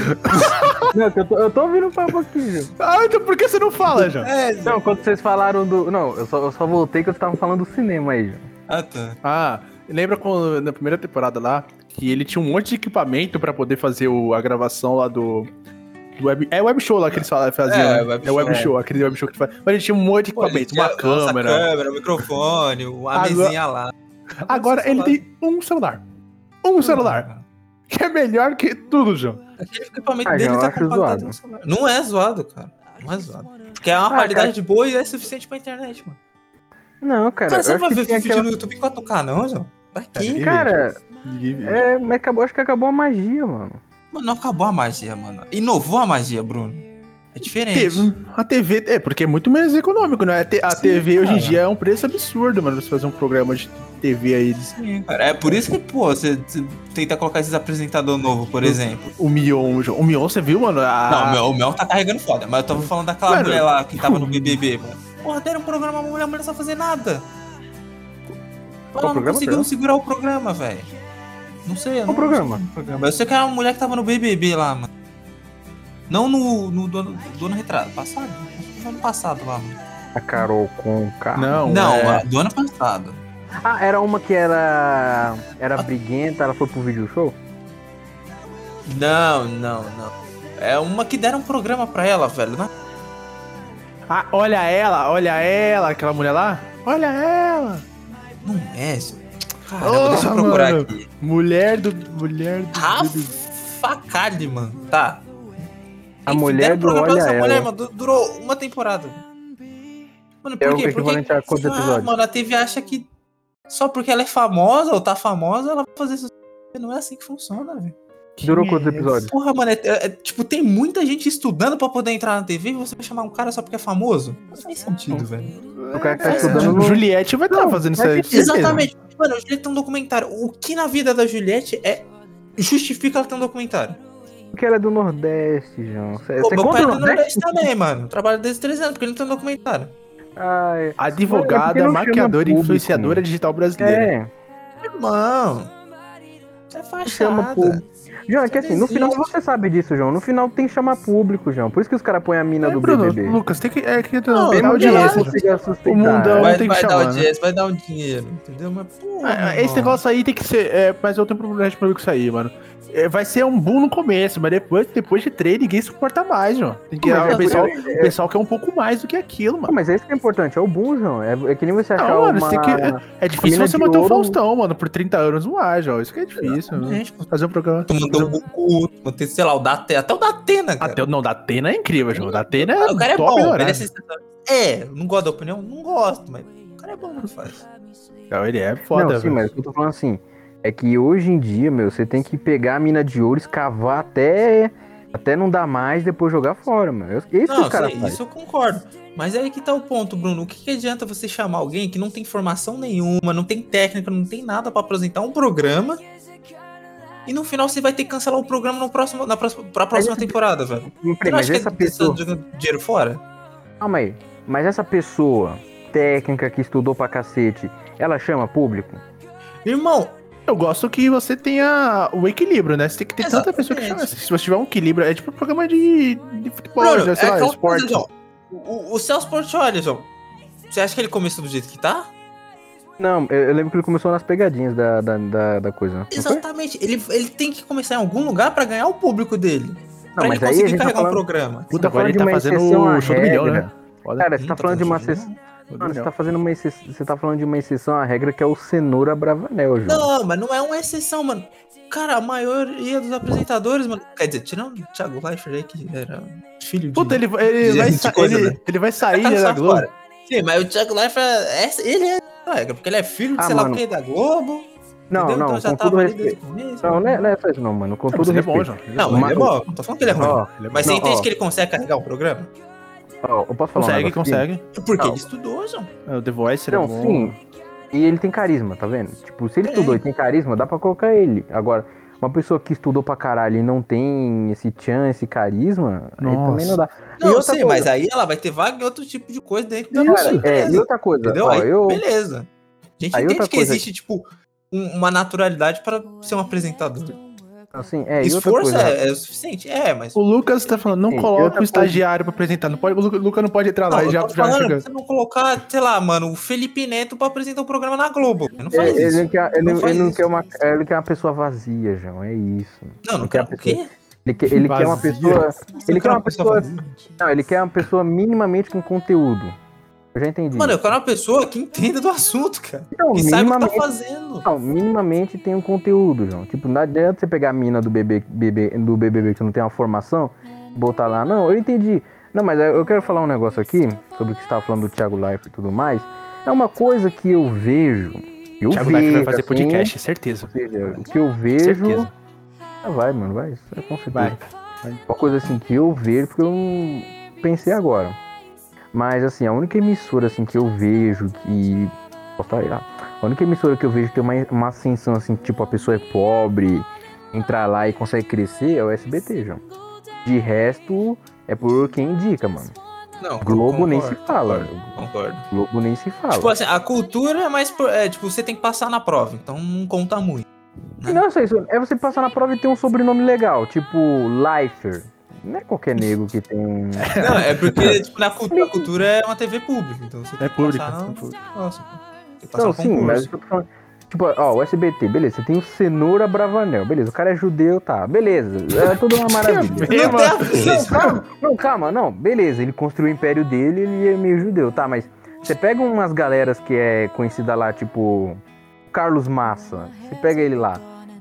[SPEAKER 5] Não, que eu, tô, eu tô ouvindo o papo aqui, Ju.
[SPEAKER 3] Ah, então por que você não fala, já?
[SPEAKER 4] É.
[SPEAKER 5] Não, quando vocês falaram do. Não, eu só, eu só voltei que vocês estavam falando do cinema aí, Ju.
[SPEAKER 4] Ah, tá.
[SPEAKER 3] Ah, lembra quando na primeira temporada lá, que ele tinha um monte de equipamento pra poder fazer o- a gravação lá do. do web, é web show lá que eles fala- faziam.
[SPEAKER 4] É,
[SPEAKER 3] né?
[SPEAKER 4] web
[SPEAKER 3] é web
[SPEAKER 4] show.
[SPEAKER 3] show, aquele web show que faz. Mas ele tinha um monte de
[SPEAKER 4] Pô, ele
[SPEAKER 3] equipamento,
[SPEAKER 4] tinha-
[SPEAKER 3] uma
[SPEAKER 4] nossa,
[SPEAKER 3] câmera.
[SPEAKER 4] câmera, microfone, uma
[SPEAKER 3] Agora-
[SPEAKER 4] mesinha lá.
[SPEAKER 3] Agora ele tem um celular. Um celular. Que é melhor que tudo, João.
[SPEAKER 4] Aquele equipamento
[SPEAKER 5] Ah,
[SPEAKER 4] dele
[SPEAKER 5] eu
[SPEAKER 4] tá
[SPEAKER 5] acho
[SPEAKER 4] compactado
[SPEAKER 5] zoado.
[SPEAKER 4] no celular. Não é zoado, cara. Não é zoado. Porque é uma
[SPEAKER 5] Ah,
[SPEAKER 4] qualidade boa e é suficiente pra internet, mano.
[SPEAKER 5] Não, cara.
[SPEAKER 4] Cara, você
[SPEAKER 5] eu
[SPEAKER 4] não vai
[SPEAKER 5] acho
[SPEAKER 4] ver
[SPEAKER 5] que tinha
[SPEAKER 4] vídeo
[SPEAKER 5] aquela...
[SPEAKER 4] no YouTube em 4K, não, João? Pra quê?
[SPEAKER 3] Ninguém
[SPEAKER 4] tipo
[SPEAKER 5] Cara,
[SPEAKER 3] Ninguém
[SPEAKER 4] assim?
[SPEAKER 3] viu.
[SPEAKER 5] é, mas acabou, acho que acabou a magia, mano.
[SPEAKER 4] Mano, não acabou a magia, mano. Inovou a magia, Bruno. É diferente.
[SPEAKER 3] Teve- um a TV, é, porque é muito menos econômico, né? A, te- a TV hoje em
[SPEAKER 4] cara.
[SPEAKER 3] dia é um preço absurdo, mano, você fazer um programa de TV aí,
[SPEAKER 4] Sim, cara. É por isso que, pô, você você tenta colocar esses apresentador novo,
[SPEAKER 3] um
[SPEAKER 4] por exemplo.
[SPEAKER 3] o Mion, o João. o Mion, Um você viu, mano? A-
[SPEAKER 4] Não, o Mel, o Mel tá carregando foda, mas eu tava falando daquela
[SPEAKER 3] Mano.
[SPEAKER 4] mulher lá que tava no BBB, mano. Porra, deram um programa a mulher, a mulher não sabe fazer nada. Ela não
[SPEAKER 3] programa,
[SPEAKER 4] conseguiu
[SPEAKER 3] Fernando?
[SPEAKER 4] segurar o programa, velho. Não sei, eu
[SPEAKER 5] Qual
[SPEAKER 4] não
[SPEAKER 5] programa?
[SPEAKER 4] sei o programa. Eu sei que era uma mulher que tava no BBB lá, mano. Não no, no dono, dono retrato, passado. No ano passado lá, mano.
[SPEAKER 5] A Carol com o carro.
[SPEAKER 3] Não,
[SPEAKER 4] Não,
[SPEAKER 3] é-
[SPEAKER 4] do ano passado.
[SPEAKER 5] Ah, era uma que era. Era briguenta, ela foi pro vídeo show?
[SPEAKER 4] Não, não, não. É uma que deram um programa pra ela, velho. Não é?
[SPEAKER 3] Ah, olha ela, olha ela, aquela mulher lá. Olha ela.
[SPEAKER 4] Não é, isso. Caramba,
[SPEAKER 3] Porra,
[SPEAKER 4] deixa eu procurar
[SPEAKER 3] mano.
[SPEAKER 4] aqui.
[SPEAKER 3] Mulher do mulher do
[SPEAKER 4] Rafa Kalimann, tá.
[SPEAKER 5] A
[SPEAKER 4] Enfim, deram
[SPEAKER 5] mulher do
[SPEAKER 4] programa pra
[SPEAKER 5] Olha
[SPEAKER 4] essa
[SPEAKER 5] Ela.
[SPEAKER 4] mulher, mano, du- durou uma temporada. Mano, por
[SPEAKER 5] É o
[SPEAKER 4] quê?
[SPEAKER 5] equivalente a quantos
[SPEAKER 4] Ah,
[SPEAKER 5] episódios?
[SPEAKER 4] mano, a TV acha que só porque ela é famosa ou tá famosa, ela vai fazer isso. Não é assim que funciona, velho.
[SPEAKER 5] Durou
[SPEAKER 3] Quem é
[SPEAKER 5] quantos episódios?
[SPEAKER 4] Porra, mano, é- é- é- tipo, tem muita gente estudando pra poder entrar na TV e você vai chamar um cara só porque é famoso? Não faz sentido, velho.
[SPEAKER 5] O cara que tá
[SPEAKER 4] É,
[SPEAKER 5] estudando
[SPEAKER 3] Ju-
[SPEAKER 5] no.
[SPEAKER 3] Juliette vai estar
[SPEAKER 5] Não,
[SPEAKER 3] fazendo isso
[SPEAKER 5] mas
[SPEAKER 3] aí.
[SPEAKER 5] que-
[SPEAKER 3] com certeza.
[SPEAKER 4] Exatamente. Mano, a Juliette tem um documentário. O que na vida da Juliette é. Justifica ela ter um documentário.
[SPEAKER 5] que ela é do Nordeste, João. Você
[SPEAKER 4] Pô,
[SPEAKER 5] você
[SPEAKER 4] meu pai é
[SPEAKER 5] conta É, o
[SPEAKER 4] não Nordeste
[SPEAKER 5] Nordeste?
[SPEAKER 4] também, mano. Trabalha desde três anos, porque ele não tem um documentário.
[SPEAKER 5] Ai, É porque
[SPEAKER 3] Advogada,
[SPEAKER 5] não chama
[SPEAKER 3] maquiadora e
[SPEAKER 5] público,
[SPEAKER 3] influenciadora
[SPEAKER 5] mano.
[SPEAKER 3] digital brasileira.
[SPEAKER 5] é.
[SPEAKER 4] Irmão. É
[SPEAKER 5] Chama
[SPEAKER 4] fachada.
[SPEAKER 5] público. João, é que
[SPEAKER 4] Isso
[SPEAKER 5] assim,
[SPEAKER 4] não
[SPEAKER 5] no final
[SPEAKER 4] existe.
[SPEAKER 5] você sabe disso, João. No final tem que chamar público, João. Por isso que os caras põem a mina
[SPEAKER 3] É,
[SPEAKER 5] né, do
[SPEAKER 3] Bruno,
[SPEAKER 5] BBB.
[SPEAKER 3] Lucas, tem que. É que
[SPEAKER 4] Não,
[SPEAKER 3] tem
[SPEAKER 5] Mesmo que ela
[SPEAKER 3] audiência.
[SPEAKER 5] consiga sustentar.
[SPEAKER 3] mundão-
[SPEAKER 4] Vai,
[SPEAKER 3] tem que
[SPEAKER 4] vai dar
[SPEAKER 3] chamar, né?
[SPEAKER 4] audiência, vai dar um dinheiro, entendeu? Mas, pô.
[SPEAKER 3] Ah, Esse
[SPEAKER 4] irmão.
[SPEAKER 3] negócio aí tem que ser. é, mas eu tenho problema de comigo com isso aí, mano. É, vai ser um boom no começo, mas depois, depois de três, ninguém suporta mais, mano. Tem que,
[SPEAKER 5] Não, mas
[SPEAKER 3] o,
[SPEAKER 5] é-
[SPEAKER 3] pessoal,
[SPEAKER 5] é-
[SPEAKER 3] o pessoal quer um pouco mais do que aquilo,
[SPEAKER 5] Pô,
[SPEAKER 3] mano.
[SPEAKER 5] mas é isso que é importante, é o boom, João. É, é que nem você achar
[SPEAKER 3] Não, mano,
[SPEAKER 5] uma...
[SPEAKER 3] você tem que- É difícil
[SPEAKER 5] Mina
[SPEAKER 3] você
[SPEAKER 5] de
[SPEAKER 3] manter o
[SPEAKER 5] ouro.
[SPEAKER 3] Faustão, mano, por 30 anos no ar, João. Isso que é difícil. mano.
[SPEAKER 4] Gente, pô,
[SPEAKER 3] Fazer um programa.
[SPEAKER 4] tu mandou o Goku, tu mantém, sei lá, o Datena. Até o Datena, cara.
[SPEAKER 3] Até, o- não, da Atena é incrível, João. Da Atena é.
[SPEAKER 4] o cara é
[SPEAKER 3] top
[SPEAKER 4] bom,
[SPEAKER 3] do horário.
[SPEAKER 4] merece É, não gosto da opinião? Não gosto, mas o cara é bom no que faz.
[SPEAKER 3] Não, ele é foda,
[SPEAKER 5] Não, sim,
[SPEAKER 3] velho.
[SPEAKER 5] mas o que eu tô falando assim, é que hoje em dia, meu, você tem que pegar a mina de ouro, escavar até, até não dar mais, depois jogar fora, mano. Isso que
[SPEAKER 4] Não,
[SPEAKER 5] os caras
[SPEAKER 4] isso-
[SPEAKER 5] fazem.
[SPEAKER 4] isso eu concordo. Mas aí que tá o ponto, Bruno. O que, que adianta você chamar alguém que não tem formação nenhuma, não tem técnica, não tem nada pra apresentar um programa e no final você vai ter que cancelar o programa no próximo, na próxima, pra próxima temporada, velho?
[SPEAKER 5] Mas,
[SPEAKER 4] Você não
[SPEAKER 5] mas
[SPEAKER 3] é
[SPEAKER 4] acha que
[SPEAKER 5] essa
[SPEAKER 4] essa pessoa
[SPEAKER 5] pessoa...
[SPEAKER 4] jogando um dinheiro fora?
[SPEAKER 5] Calma aí. Mas essa pessoa técnica que estudou pra cacete, ela chama público?
[SPEAKER 4] Irmão,
[SPEAKER 3] Eu gosto que você tenha o equilíbrio, né? Você tem que ter tanta
[SPEAKER 4] Exatamente.
[SPEAKER 3] pessoa que chama. Se você tiver um equilíbrio, é tipo um programa de, de futebol,
[SPEAKER 4] Bruno,
[SPEAKER 3] né?
[SPEAKER 4] é
[SPEAKER 3] sei lá,
[SPEAKER 4] aquela
[SPEAKER 3] esporte.
[SPEAKER 4] coisa, João. O, o Celso Portiolli, João. Você acha que ele começou do jeito que tá?
[SPEAKER 5] Não, eu, eu lembro que ele começou nas pegadinhas da, da, da, da coisa. né? não foi?
[SPEAKER 4] Exatamente. Ele, ele tem que começar em algum lugar pra ganhar o público dele. pra
[SPEAKER 5] mas
[SPEAKER 4] ele
[SPEAKER 5] aí a
[SPEAKER 4] conseguir
[SPEAKER 5] gente tá
[SPEAKER 4] carregar um
[SPEAKER 5] falando-
[SPEAKER 4] programa.
[SPEAKER 3] Puta,
[SPEAKER 5] falando
[SPEAKER 3] agora ele
[SPEAKER 5] de
[SPEAKER 3] tá
[SPEAKER 5] uma
[SPEAKER 3] fazendo
[SPEAKER 5] exceção à
[SPEAKER 3] o show do milhão,
[SPEAKER 5] regra.
[SPEAKER 3] né? Foda.
[SPEAKER 5] Cara, você tá falando de uma
[SPEAKER 4] sessão.
[SPEAKER 5] exceção.
[SPEAKER 3] Show do
[SPEAKER 5] Mano, você
[SPEAKER 3] milhão.
[SPEAKER 5] tá fazendo uma exceção. Você tá falando de uma exceção à regra que é o cenoura bravanel, João.
[SPEAKER 4] Não, mas não é uma exceção, mano. Cara, a maioria dos apresentadores, mano. Quer dizer, tirando o Thiago Leifert aí, que era filho
[SPEAKER 3] Puta,
[SPEAKER 4] de...
[SPEAKER 3] ele, ele,
[SPEAKER 4] de
[SPEAKER 3] vai,
[SPEAKER 4] gente
[SPEAKER 3] sa-
[SPEAKER 4] coisa,
[SPEAKER 3] ele,
[SPEAKER 4] né?
[SPEAKER 3] ele vai sair
[SPEAKER 4] Tá no
[SPEAKER 3] né, da
[SPEAKER 4] saco
[SPEAKER 3] Globo.
[SPEAKER 4] fora. Sim, mas o Chuck Liefeld, é- ele é da regra, porque ele é filho de
[SPEAKER 5] Ah,
[SPEAKER 4] sei lá
[SPEAKER 5] mano.
[SPEAKER 4] o que da Globo.
[SPEAKER 5] Não,
[SPEAKER 4] entendeu?
[SPEAKER 5] não,
[SPEAKER 4] então já
[SPEAKER 5] com todo
[SPEAKER 4] tava ali
[SPEAKER 5] respeito.
[SPEAKER 4] desde o começo.
[SPEAKER 5] Não, não é, não é só isso não, mano. Com
[SPEAKER 3] Não,
[SPEAKER 5] todo
[SPEAKER 3] mas ele é
[SPEAKER 5] respeito.
[SPEAKER 3] bom, João. Ele é
[SPEAKER 4] Não,
[SPEAKER 3] bom.
[SPEAKER 4] mas ele é
[SPEAKER 5] Marcos-
[SPEAKER 4] bom. Não tô falando que ele é ruim.
[SPEAKER 5] Ó,
[SPEAKER 3] Ele é bom.
[SPEAKER 4] mas você
[SPEAKER 5] não,
[SPEAKER 4] entende
[SPEAKER 5] ó.
[SPEAKER 4] que ele consegue carregar o programa?
[SPEAKER 5] ó, eu posso falar um
[SPEAKER 3] Consegue,
[SPEAKER 5] negócio aqui?
[SPEAKER 3] consegue.
[SPEAKER 4] Porque
[SPEAKER 5] Não.
[SPEAKER 4] ele estudou, João.
[SPEAKER 3] Ah, O The Voice era
[SPEAKER 5] Não,
[SPEAKER 3] bom.
[SPEAKER 5] sim. E ele tem carisma, tá vendo? Tipo, se ele
[SPEAKER 4] Tem.
[SPEAKER 5] estudou e tem carisma, dá pra colocar ele. Agora, uma pessoa que estudou pra caralho e não tem esse tchan, esse carisma, aí
[SPEAKER 3] Nossa.
[SPEAKER 5] também não dá. E
[SPEAKER 4] Não, eu
[SPEAKER 5] outra
[SPEAKER 4] sei,
[SPEAKER 5] coisa,
[SPEAKER 4] mas aí ela vai ter vaga e outro tipo de coisa dentro da
[SPEAKER 3] Isso,
[SPEAKER 4] nossa
[SPEAKER 5] Cara, é,
[SPEAKER 4] empresa,
[SPEAKER 5] e outra coisa,
[SPEAKER 4] Entendeu?
[SPEAKER 5] ó,
[SPEAKER 4] aí,
[SPEAKER 5] eu,
[SPEAKER 4] beleza. A gente
[SPEAKER 5] Aí
[SPEAKER 4] entende
[SPEAKER 5] outra
[SPEAKER 4] que
[SPEAKER 5] coisa-
[SPEAKER 4] existe, tipo, um- uma naturalidade pra ser um apresentador.
[SPEAKER 5] assim, é, e outra
[SPEAKER 4] Esforço
[SPEAKER 5] coisa,
[SPEAKER 4] é, é o suficiente? É, mas.
[SPEAKER 3] O Lucas tá falando, não
[SPEAKER 5] Sim,
[SPEAKER 3] coloca
[SPEAKER 5] outra
[SPEAKER 3] o
[SPEAKER 5] coisa.
[SPEAKER 3] estagiário pra apresentar. Não pode, o Lu- o Lucas não pode entrar lá
[SPEAKER 4] Não,
[SPEAKER 3] e
[SPEAKER 4] eu
[SPEAKER 3] já,
[SPEAKER 4] tô
[SPEAKER 3] já
[SPEAKER 4] falando pra
[SPEAKER 3] fica.
[SPEAKER 4] você não colocar, sei lá, mano, o Felipe Neto pra apresentar o programa na Globo. Eu não
[SPEAKER 5] É,
[SPEAKER 4] faz
[SPEAKER 5] ele,
[SPEAKER 4] isso.
[SPEAKER 5] não quer, ele,
[SPEAKER 4] Não
[SPEAKER 5] ele
[SPEAKER 4] faz
[SPEAKER 5] não
[SPEAKER 4] isso.
[SPEAKER 5] quer uma, ele quer uma pessoa vazia, João, é isso.
[SPEAKER 4] Não, não
[SPEAKER 5] não quer
[SPEAKER 4] quero. O quê?
[SPEAKER 5] Ele quer, ele quer uma
[SPEAKER 3] Vazia.
[SPEAKER 5] pessoa. Ele quer uma pessoa.
[SPEAKER 4] vazia.
[SPEAKER 5] Não, ele quer uma pessoa minimamente com conteúdo. Eu já entendi.
[SPEAKER 4] Mano, eu quero uma pessoa que entenda do assunto, cara.
[SPEAKER 5] Então,
[SPEAKER 4] Que saiba o que tá
[SPEAKER 5] minimamente-
[SPEAKER 4] fazendo.
[SPEAKER 5] Não, minimamente tem um conteúdo, João. Tipo, não adianta você pegar a mina do, bebê, bebê, do BBB que você não tem uma formação, botar lá. Não, eu entendi. Não, mas eu quero falar um negócio aqui, sobre o que você estava falando do Thiago Life e tudo mais. É uma coisa que eu vejo. Eu
[SPEAKER 3] Thiago
[SPEAKER 5] vejo,
[SPEAKER 3] Leifert vai fazer
[SPEAKER 5] assim,
[SPEAKER 3] podcast, certeza.
[SPEAKER 5] Ou seja, o que eu vejo.
[SPEAKER 3] Certeza.
[SPEAKER 5] Ah, vai, mano, vai. isso é Com certeza.
[SPEAKER 3] Vai.
[SPEAKER 5] Uma coisa assim que eu vejo, porque eu não pensei agora. Mas assim, a única emissora assim que eu vejo que. Posso tá aí, lá. A única emissora que eu vejo que tem uma, uma ascensão assim, tipo, a pessoa é pobre, entrar lá e consegue crescer é o SBT, João. De resto, é por quem indica, mano.
[SPEAKER 4] Não,
[SPEAKER 5] Globo nem se
[SPEAKER 4] concordo,
[SPEAKER 5] fala.
[SPEAKER 4] Concordo. concordo.
[SPEAKER 5] Globo nem se fala.
[SPEAKER 4] Tipo assim, a cultura é mais. por- É, tipo, você tem que passar na prova, então não conta muito. né?
[SPEAKER 5] Não, isso é isso. É você passar na prova e ter um sobrenome legal, tipo Lifer. Não é qualquer nego que tem. um-
[SPEAKER 4] Não, é porque, tipo, na cultura, a cultura é uma TV pública, então você
[SPEAKER 3] É
[SPEAKER 4] tem que
[SPEAKER 3] público.
[SPEAKER 4] passar
[SPEAKER 3] é
[SPEAKER 4] na-
[SPEAKER 3] público.
[SPEAKER 4] Nossa, tem que passar
[SPEAKER 5] Não,
[SPEAKER 4] no
[SPEAKER 5] sim,
[SPEAKER 4] concurso.
[SPEAKER 5] mas eu tô falando. Tipo, ó, o SBT, beleza, você tem o Cenoura Bravanel, beleza, o cara é judeu, tá, beleza, é tudo uma maravilha.
[SPEAKER 3] Ei,
[SPEAKER 4] Não tem a
[SPEAKER 3] mano,
[SPEAKER 4] ver,
[SPEAKER 5] Não, calma, não, calma, não, beleza, ele construiu o império dele, ele é meio judeu, tá, mas você pega umas galeras que é conhecida lá, tipo, Carlos Massa, você pega ele lá,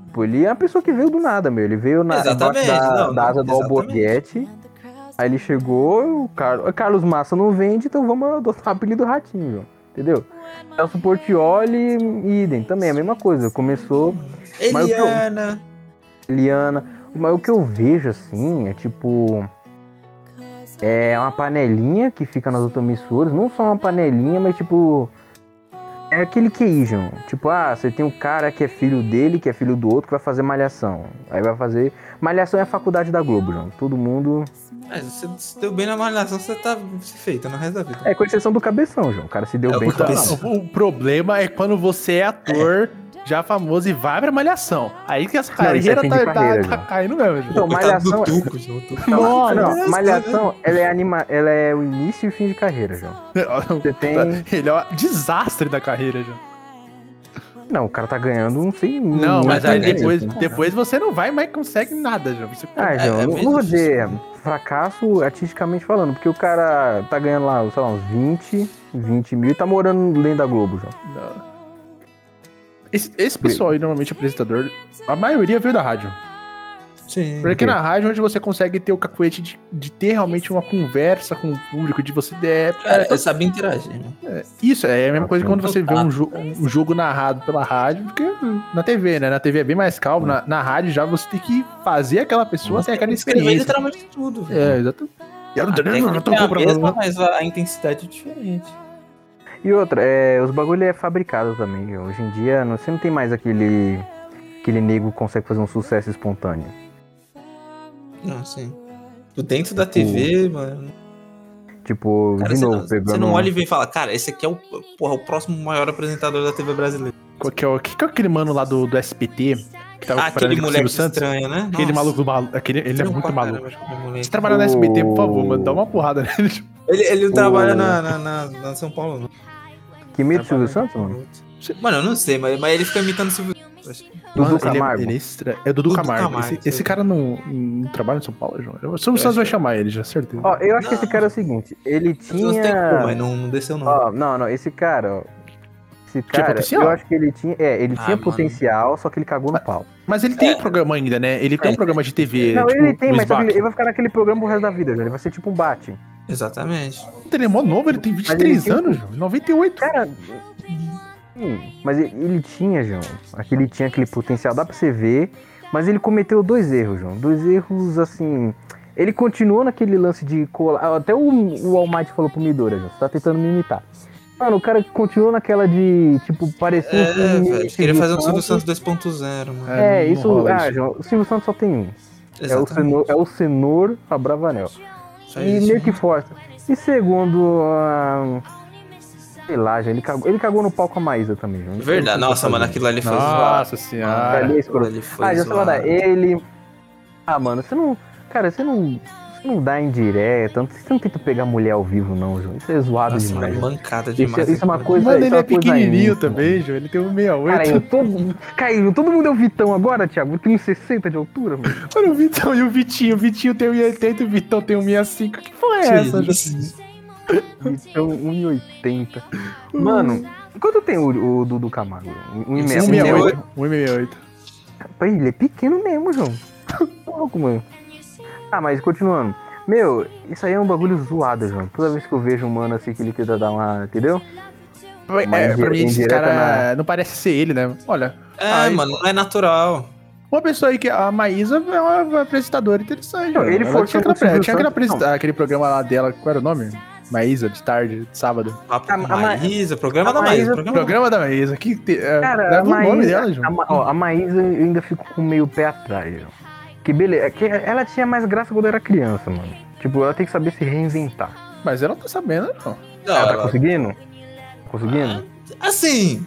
[SPEAKER 5] tipo, ele é uma pessoa que veio do nada, meu, ele veio na embaixo
[SPEAKER 4] Exatamente,
[SPEAKER 5] da,
[SPEAKER 4] não,
[SPEAKER 5] da asa do
[SPEAKER 4] exatamente.
[SPEAKER 5] Alborguete, aí ele chegou, o Car- Carlos Massa não vende, então vamos adotar o apelido Ratinho, meu, entendeu? Celso Portioli, idem, também é a mesma coisa, começou assim, mas o que eu-
[SPEAKER 4] Eliana.
[SPEAKER 5] Liana. Mas o que eu vejo assim é tipo. É uma panelinha que fica nas outras emissoras. Não só uma panelinha, mas tipo. É aquele QI, João. Tipo, ah, você tem um cara que é filho dele, que é filho do outro, que vai fazer malhação. Aí vai fazer. Malhação é a faculdade da Globo, João. Todo mundo.
[SPEAKER 4] Mas você se deu bem na malhação, você tá feita no resto da vida.
[SPEAKER 5] É, com exceção do cabeção, João. O cara se deu
[SPEAKER 4] É, o
[SPEAKER 5] bem.
[SPEAKER 3] Tá,
[SPEAKER 5] tá lá.
[SPEAKER 4] cabeção.
[SPEAKER 3] o, o problema é quando você é ator já famoso e vai pra malhação. Aí que essa
[SPEAKER 5] Não, isso é
[SPEAKER 3] carreira,
[SPEAKER 5] fim
[SPEAKER 3] tá,
[SPEAKER 5] de
[SPEAKER 3] tá-
[SPEAKER 5] carreira,
[SPEAKER 3] tá
[SPEAKER 5] já.
[SPEAKER 3] caindo mesmo. gente.
[SPEAKER 5] Então,
[SPEAKER 4] Coitado
[SPEAKER 5] malhação.
[SPEAKER 4] do Tuco, João, o Tuco. tá
[SPEAKER 5] Não,
[SPEAKER 3] Nossa.
[SPEAKER 5] Então, tipo, não, malhação, ela é, anima... ela é o início e o fim de carreira, João. Você tem.
[SPEAKER 4] Tá.
[SPEAKER 3] Ele é um desastre da carreira já.
[SPEAKER 5] Não, o cara tá ganhando, não é sei.
[SPEAKER 3] Não,
[SPEAKER 5] muito
[SPEAKER 3] mas aí
[SPEAKER 5] dinheiro. assim.
[SPEAKER 3] depois, depois você não vai mais consegue nada já. Você
[SPEAKER 5] né? Ah,
[SPEAKER 4] É,
[SPEAKER 5] João,
[SPEAKER 4] é
[SPEAKER 5] não-
[SPEAKER 4] meio
[SPEAKER 5] não vou
[SPEAKER 4] difícil.
[SPEAKER 5] dizer fracasso artisticamente falando, porque o cara tá ganhando lá, sei lá, uns 20, 20 mil e tá morando dentro da Globo, João.
[SPEAKER 3] Não. Esse, esse pessoal aí, normalmente apresentador, a maioria veio da rádio.
[SPEAKER 4] Sim.
[SPEAKER 3] Porque na rádio é onde você consegue ter o cacuete de, de ter realmente uma conversa com o público, de você. É,
[SPEAKER 4] Cara, eu sabia interagir, né?
[SPEAKER 3] isso, é a mesma coisa que quando você vê um, jo- um jogo narrado pela rádio, porque na TV, né? Na TV é bem mais calmo, na, na rádio já você tem que fazer aquela pessoa ter aquela
[SPEAKER 4] Escrever
[SPEAKER 3] experiência.
[SPEAKER 4] literalmente tudo. velho.
[SPEAKER 3] É, exato.
[SPEAKER 4] A técnica é a mesma, mas a a intensidade é diferente.
[SPEAKER 5] E outra, é, os bagulho é fabricado também. João. Hoje em dia não, você não tem mais aquele. Aquele nego que consegue fazer um sucesso espontâneo.
[SPEAKER 4] Não, sim. Do dentro da TV, mano.
[SPEAKER 5] Tipo,
[SPEAKER 4] Cara,
[SPEAKER 5] de
[SPEAKER 4] você,
[SPEAKER 5] novo,
[SPEAKER 4] não,
[SPEAKER 5] pegando.
[SPEAKER 4] você não olha e vê e fala, cara, esse aqui é o, porra, o próximo maior apresentador da TV brasileira.
[SPEAKER 3] Qual que é, o, que que é aquele mano lá do, do SPT que tava
[SPEAKER 4] Ah,
[SPEAKER 3] comparando
[SPEAKER 4] aquele
[SPEAKER 3] com É o Silvio
[SPEAKER 4] moleque
[SPEAKER 3] Santos?
[SPEAKER 4] estranho, né?
[SPEAKER 3] Aquele
[SPEAKER 4] Nossa,
[SPEAKER 3] maluco maluco. Aquele, ele é
[SPEAKER 4] estranho
[SPEAKER 3] muito
[SPEAKER 4] pra
[SPEAKER 3] maluco.
[SPEAKER 4] caramba, aquele
[SPEAKER 3] Se
[SPEAKER 4] moleque.
[SPEAKER 3] trabalhar no SBT, por favor, mano, dá uma porrada nele.
[SPEAKER 4] Ele, ele
[SPEAKER 5] O-
[SPEAKER 4] trabalha na, na, na- na São Paulo. né? não.
[SPEAKER 5] Que medo do Silvio
[SPEAKER 4] Trabalha
[SPEAKER 5] Santos, mano?
[SPEAKER 4] Mano, eu não sei, mas, mas ele fica imitando o Silvio Santos.
[SPEAKER 5] Dudu
[SPEAKER 3] ele
[SPEAKER 5] Camargo.
[SPEAKER 3] É, ele é, estra- é o Dudu
[SPEAKER 4] Dudu
[SPEAKER 3] Camargo.
[SPEAKER 4] Camargo,
[SPEAKER 3] esse, esse
[SPEAKER 4] sim.
[SPEAKER 3] cara não, não trabalha em São Paulo, João. O Silvio
[SPEAKER 4] Eu
[SPEAKER 3] Santos vai
[SPEAKER 4] acho-
[SPEAKER 3] chamar ele, já certeza.
[SPEAKER 5] É, Ó, eu acho que
[SPEAKER 4] Não.
[SPEAKER 5] esse cara é o seguinte, ele
[SPEAKER 4] Não tem
[SPEAKER 5] tinha. Ah.
[SPEAKER 4] como, né? mas não, não desceu não.
[SPEAKER 5] Ó, não, não, esse cara, ó. Esse cara,
[SPEAKER 3] potencial.
[SPEAKER 5] eu acho que ele tinha. É, ele
[SPEAKER 4] Ah,
[SPEAKER 5] tinha
[SPEAKER 4] mano.
[SPEAKER 5] potencial, só que ele cagou no pau.
[SPEAKER 3] Mas ele tem um programa ainda, né? Ele tem um programa de TV.
[SPEAKER 5] é. Não,
[SPEAKER 3] tipo,
[SPEAKER 5] ele tem,
[SPEAKER 3] no
[SPEAKER 5] mas sabe,
[SPEAKER 3] SBAC.
[SPEAKER 5] ele ele vai ficar naquele programa pro resto da vida, velho. Ele vai ser tipo um Batman.
[SPEAKER 4] Exatamente.
[SPEAKER 3] Ele é mó novo, ele tem 23
[SPEAKER 5] tem- um É,
[SPEAKER 3] anos, João. 98.
[SPEAKER 5] Cara. Sim, mas ele, ele tinha, João. Aquele tinha aquele potencial, dá pra você ver. Mas ele cometeu dois erros, João. Dois erros assim. Ele continuou naquele lance de colar. ah, Até o, o Almighty falou pro Midora, João. Você tá tentando me imitar. Mano, o cara continuou naquela de, tipo, parecer
[SPEAKER 4] É, velho.
[SPEAKER 5] Nietzsche
[SPEAKER 4] Queria
[SPEAKER 5] do
[SPEAKER 4] fazer um Silvio
[SPEAKER 5] Santos.
[SPEAKER 4] Santos 2.0, mano.
[SPEAKER 5] É,
[SPEAKER 3] não
[SPEAKER 5] isso.
[SPEAKER 3] rola
[SPEAKER 5] Ah, João, o Silvio Santos só tem um. É o,
[SPEAKER 4] Exatamente.
[SPEAKER 5] senor, é o senor Abravanel.
[SPEAKER 4] Só
[SPEAKER 5] E
[SPEAKER 4] É isso. né?
[SPEAKER 5] meio que força. E segundo, ah, sei lá, já, ele cagou, ele cagou no pau com a Maísa também. João.
[SPEAKER 4] Verdade. Nossa, mano, aquilo ali foi zoado.
[SPEAKER 3] Nossa senhora.
[SPEAKER 5] Ali é escroto.
[SPEAKER 4] Ele foi
[SPEAKER 5] Ah, já sei lá,
[SPEAKER 4] zoado.
[SPEAKER 5] ele... Ah, mano, você não... Cara, você não... Você não dá indireta, você não tenta pegar mulher ao vivo, não, João. Isso é zoado
[SPEAKER 4] Nossa,
[SPEAKER 5] demais.
[SPEAKER 4] mano,
[SPEAKER 5] João.
[SPEAKER 4] mancada
[SPEAKER 5] Isso,
[SPEAKER 4] demais.
[SPEAKER 5] é- isso é uma
[SPEAKER 4] aquilo.
[SPEAKER 5] coisa...
[SPEAKER 3] Mano,
[SPEAKER 5] isso
[SPEAKER 3] ele
[SPEAKER 5] é
[SPEAKER 3] é
[SPEAKER 5] uma coisa
[SPEAKER 3] pequenininho
[SPEAKER 5] íntima.
[SPEAKER 3] também, João. Ele tem 1,68.
[SPEAKER 5] Cara, eu todo... Caiu, todo mundo é o Vitão agora, Thiago? Eu tenho 60 de altura, mano.
[SPEAKER 3] Olha o Vitão e o Vitinho. O Vitinho tem 1,80 e o Vitão tem 1,65. Que porra é essa, João?
[SPEAKER 4] Isso.
[SPEAKER 5] Então, 1,80. Mano, quanto tem o, o Dudu Camargo? 1,68.
[SPEAKER 3] 1,68. 1,68.
[SPEAKER 5] Pô, Ele é pequeno mesmo, João. Tá Louco, mano. Ah, mas continuando. Meu, isso aí é um bagulho zoado, João. Toda vez que eu vejo um mano assim que ele tenta dar uma. Entendeu?
[SPEAKER 3] É, pra mim, esse
[SPEAKER 5] indireta
[SPEAKER 3] cara não parece ser ele, né? Olha,
[SPEAKER 4] É,
[SPEAKER 3] Ai.
[SPEAKER 4] mano, não é natural.
[SPEAKER 3] uma pessoa aí que. A Maísa é uma apresentadora interessante.
[SPEAKER 5] Não,
[SPEAKER 3] né?
[SPEAKER 5] ele
[SPEAKER 3] Ela
[SPEAKER 5] forçou
[SPEAKER 3] tinha,
[SPEAKER 5] o
[SPEAKER 3] aquela,
[SPEAKER 5] Silvio
[SPEAKER 3] tinha aquela
[SPEAKER 5] Santos,
[SPEAKER 3] apresenta- aquele programa lá dela. Qual era o nome? Maísa, de tarde, de sábado.
[SPEAKER 4] Papo
[SPEAKER 5] A-
[SPEAKER 4] com
[SPEAKER 5] a Ma-
[SPEAKER 4] Maísa, programa
[SPEAKER 5] a
[SPEAKER 4] da Maísa.
[SPEAKER 5] Maísa-
[SPEAKER 4] programa-
[SPEAKER 3] Programa da Maísa. Que te, é,
[SPEAKER 5] Cara, a
[SPEAKER 3] leva o nome
[SPEAKER 5] Maísa,
[SPEAKER 3] dela, João.
[SPEAKER 5] a, Ma- ó, a Maísa eu ainda fico com meio pé atrás, João. Que beleza. é que ela tinha mais graça quando era criança, mano. Tipo, ela tem que saber se reinventar.
[SPEAKER 3] Mas ela não tá sabendo, não.
[SPEAKER 4] Não,
[SPEAKER 5] Ela tá
[SPEAKER 4] Ah, ela-
[SPEAKER 5] conseguindo? Conseguindo?
[SPEAKER 4] Assim.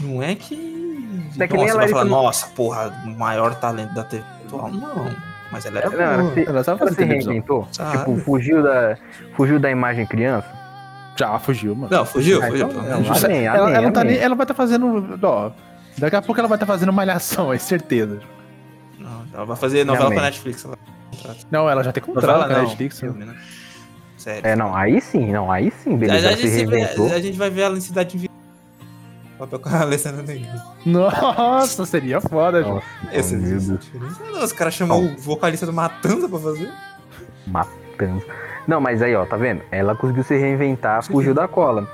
[SPEAKER 4] Não é que.
[SPEAKER 5] É que nem
[SPEAKER 4] nossa, vai
[SPEAKER 5] a Larissa
[SPEAKER 4] falar,
[SPEAKER 5] não-
[SPEAKER 4] nossa, porra, o maior talento da TV atual. Não. Mas Ah, ela
[SPEAKER 5] Não,
[SPEAKER 4] era.
[SPEAKER 5] ela se,
[SPEAKER 3] Ela sabe fazer
[SPEAKER 5] ela se
[SPEAKER 3] televisão.
[SPEAKER 5] reinventou.
[SPEAKER 4] Sabe?
[SPEAKER 5] Tipo, fugiu da, fugiu da imagem criança.
[SPEAKER 3] Já fugiu, mano.
[SPEAKER 4] Não, fugiu,
[SPEAKER 5] Ah,
[SPEAKER 4] fugiu.
[SPEAKER 5] então,
[SPEAKER 4] pelo
[SPEAKER 5] não,
[SPEAKER 4] menos.
[SPEAKER 5] mas- Amém,
[SPEAKER 3] ela,
[SPEAKER 5] amém,
[SPEAKER 3] ela não tá
[SPEAKER 5] amém.
[SPEAKER 3] nem- ela vai estar fazendo. Ó, daqui a pouco ela vai estar fazendo malhação, é certeza.
[SPEAKER 4] Não, ela vai fazer novela
[SPEAKER 5] Amém.
[SPEAKER 4] pra Netflix. Ela...
[SPEAKER 3] Não, ela já tem
[SPEAKER 4] Novela
[SPEAKER 3] contrato com a
[SPEAKER 4] não.
[SPEAKER 3] Netflix. né?
[SPEAKER 4] filme, né? Sério.
[SPEAKER 5] É, não, aí sim, não, aí sim, beleza,
[SPEAKER 4] a,
[SPEAKER 5] ela se
[SPEAKER 4] gente se vê-
[SPEAKER 5] reinventou.
[SPEAKER 4] a gente vai ver ela em Cidade Invisível. Papel com a Alessandra Negri.
[SPEAKER 3] Nossa, seria foda, João.
[SPEAKER 5] Nossa,
[SPEAKER 4] Esse- é
[SPEAKER 5] meu
[SPEAKER 4] esse-
[SPEAKER 5] Deus,
[SPEAKER 4] Não, Os caras chamam o vocalista do Matanza pra fazer.
[SPEAKER 5] matança. Não, mas aí, ó, tá vendo? Ela conseguiu se reinventar, fugiu da cola.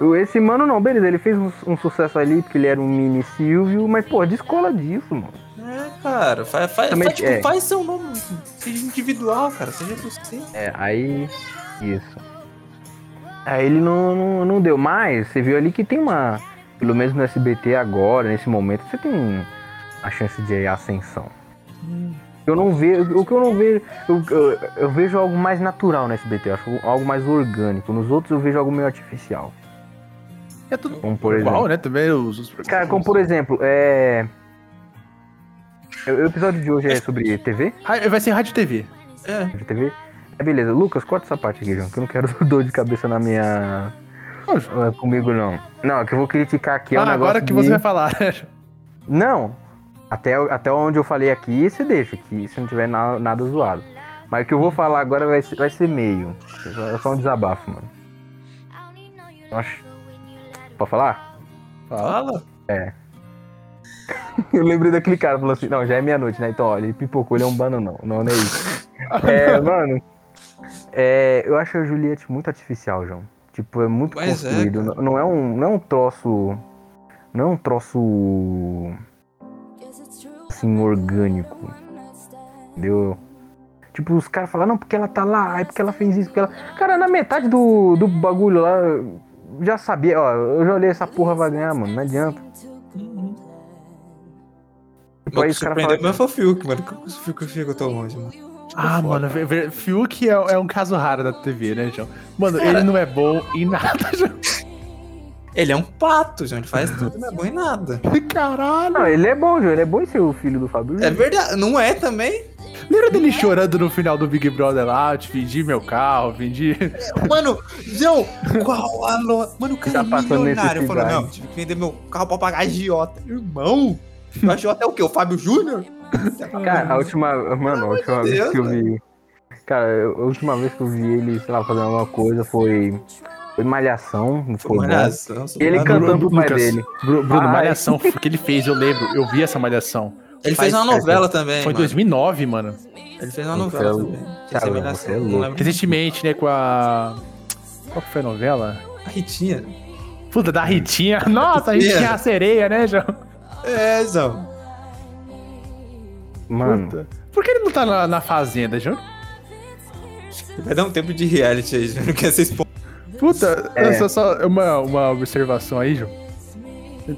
[SPEAKER 5] O- Esse mano não, beleza, ele fez um, um sucesso ali, porque ele era um mini Silvio, mas, pô, descola disso, mano.
[SPEAKER 4] É, cara, faz, faz,
[SPEAKER 5] Também
[SPEAKER 4] faz, tipo,
[SPEAKER 5] é.
[SPEAKER 4] faz seu nome, seja individual, cara, seja você.
[SPEAKER 5] É, aí. Isso. Aí É, ele não, não, não deu mais. Você viu ali que tem uma. Pelo menos no SBT agora, nesse momento, você tem a chance de ascensão. Eu não vejo. O que eu não vejo. Eu, eu, eu vejo algo mais natural no SBT, eu acho algo mais orgânico. Nos outros eu vejo algo meio artificial.
[SPEAKER 3] É tudo
[SPEAKER 5] Como por exemplo.
[SPEAKER 3] igual, né? Também os, os
[SPEAKER 5] Cara, como por exemplo, é. O episódio de hoje é sobre TV?
[SPEAKER 3] Ra- Vai ser rádio e TV.
[SPEAKER 4] É,
[SPEAKER 5] De TV? É, beleza, Lucas, corta essa parte aqui, João, que eu não quero dor de cabeça na minha.
[SPEAKER 3] Ô, João.
[SPEAKER 5] Não é comigo, não. Não, é que eu vou criticar aqui. é um
[SPEAKER 3] Ah, agora
[SPEAKER 5] negócio
[SPEAKER 3] que você
[SPEAKER 5] de-
[SPEAKER 3] vai falar.
[SPEAKER 5] Não! Até, até onde eu falei aqui, você deixa, que se não tiver na- nada zoado. Mas o que eu vou falar agora vai, ser- vai ser meio. É só um desabafo, mano. Eu acho. Pode falar?
[SPEAKER 4] fala.
[SPEAKER 5] Eu lembrei daquele cara que falou assim: não, já é meia-noite, né? Então, olha, ele pipocou, ele é um bananão. Não, não é isso. é, mano. é, eu acho a Juliette muito artificial, João. Tipo, é muito
[SPEAKER 4] Mas é,
[SPEAKER 5] construído. não, não é um, não é um troço. Não é um troço. assim, orgânico. Entendeu? Tipo, os caras falam, não, porque ela tá lá, ai, porque ela fez isso, porque ela. Cara, na metade do, do bagulho lá, eu já sabia, ó, eu já olhei essa porra vai ganhar, mano, não adianta. Tipo, aí
[SPEAKER 4] Mas
[SPEAKER 5] os caras
[SPEAKER 4] surpreendeu,
[SPEAKER 5] falam.
[SPEAKER 4] mas foi o Fiuk, mano. Como que o Fiuk chegou tão longe, mano?
[SPEAKER 3] ah, mano, ver- ver- Fiuk é, é um caso raro da TV, né, João? Mano, ele não é bom em nada, João.
[SPEAKER 4] Ele é um pato, gente, faz tudo, não é bom em nada.
[SPEAKER 3] Caralho.
[SPEAKER 5] Não, ele é bom, João, ele é bom em ser o filho do Fábio.
[SPEAKER 4] É verdade, não é também?
[SPEAKER 3] Lembra dele chorando no final do Big Brother lá? Eu te vendi meu carro, vendi.
[SPEAKER 4] Mano, João, qual a lo... Mano, o cara
[SPEAKER 5] Tá
[SPEAKER 4] é
[SPEAKER 5] passando
[SPEAKER 4] milionário. Falou,
[SPEAKER 5] necessidade.
[SPEAKER 4] não, tive que vender meu carro pra pagar agiota. Irmão, o agiota é o quê? O Fábio Júnior?
[SPEAKER 5] Cara, a última. Mano, a última
[SPEAKER 4] de
[SPEAKER 5] vez
[SPEAKER 4] Deus,
[SPEAKER 5] que eu vi. Cara, eu- a última vez que eu vi ele, sei lá, fazendo alguma coisa foi. Foi Malhação, não foi? bom.
[SPEAKER 4] Malhação,
[SPEAKER 5] Ele
[SPEAKER 4] Malhação.
[SPEAKER 5] cantando pro pai
[SPEAKER 3] Lucas,
[SPEAKER 5] dele.
[SPEAKER 3] Bru- Bruno,
[SPEAKER 5] Ai.
[SPEAKER 3] Malhação, o que ele fez, eu lembro. Eu vi essa Malhação.
[SPEAKER 4] Ele fez uma
[SPEAKER 5] Faz-
[SPEAKER 4] novela também.
[SPEAKER 3] Foi em
[SPEAKER 4] É, mano.
[SPEAKER 3] 2009, mano.
[SPEAKER 4] Ele fez uma
[SPEAKER 5] Você
[SPEAKER 4] novela
[SPEAKER 5] é
[SPEAKER 4] também.
[SPEAKER 5] louco.
[SPEAKER 4] Tinha que ser
[SPEAKER 5] Cara,
[SPEAKER 4] melhor
[SPEAKER 5] você é
[SPEAKER 4] assim,
[SPEAKER 5] louco.
[SPEAKER 4] não lembro.
[SPEAKER 3] Recentemente, né, com a. Qual que foi a novela?
[SPEAKER 4] A Ritinha.
[SPEAKER 3] Puta, da Ritinha. Nossa, a Ritinha é a sereia, né, João?
[SPEAKER 4] É, Zão.
[SPEAKER 5] Mano,
[SPEAKER 3] Puta. Por que ele não tá na, na fazenda, João?
[SPEAKER 4] Vai dar um tempo de reality aí, João. Não quer ser exposto.
[SPEAKER 3] Puta,
[SPEAKER 5] É.
[SPEAKER 3] só, só uma, uma observação aí, João.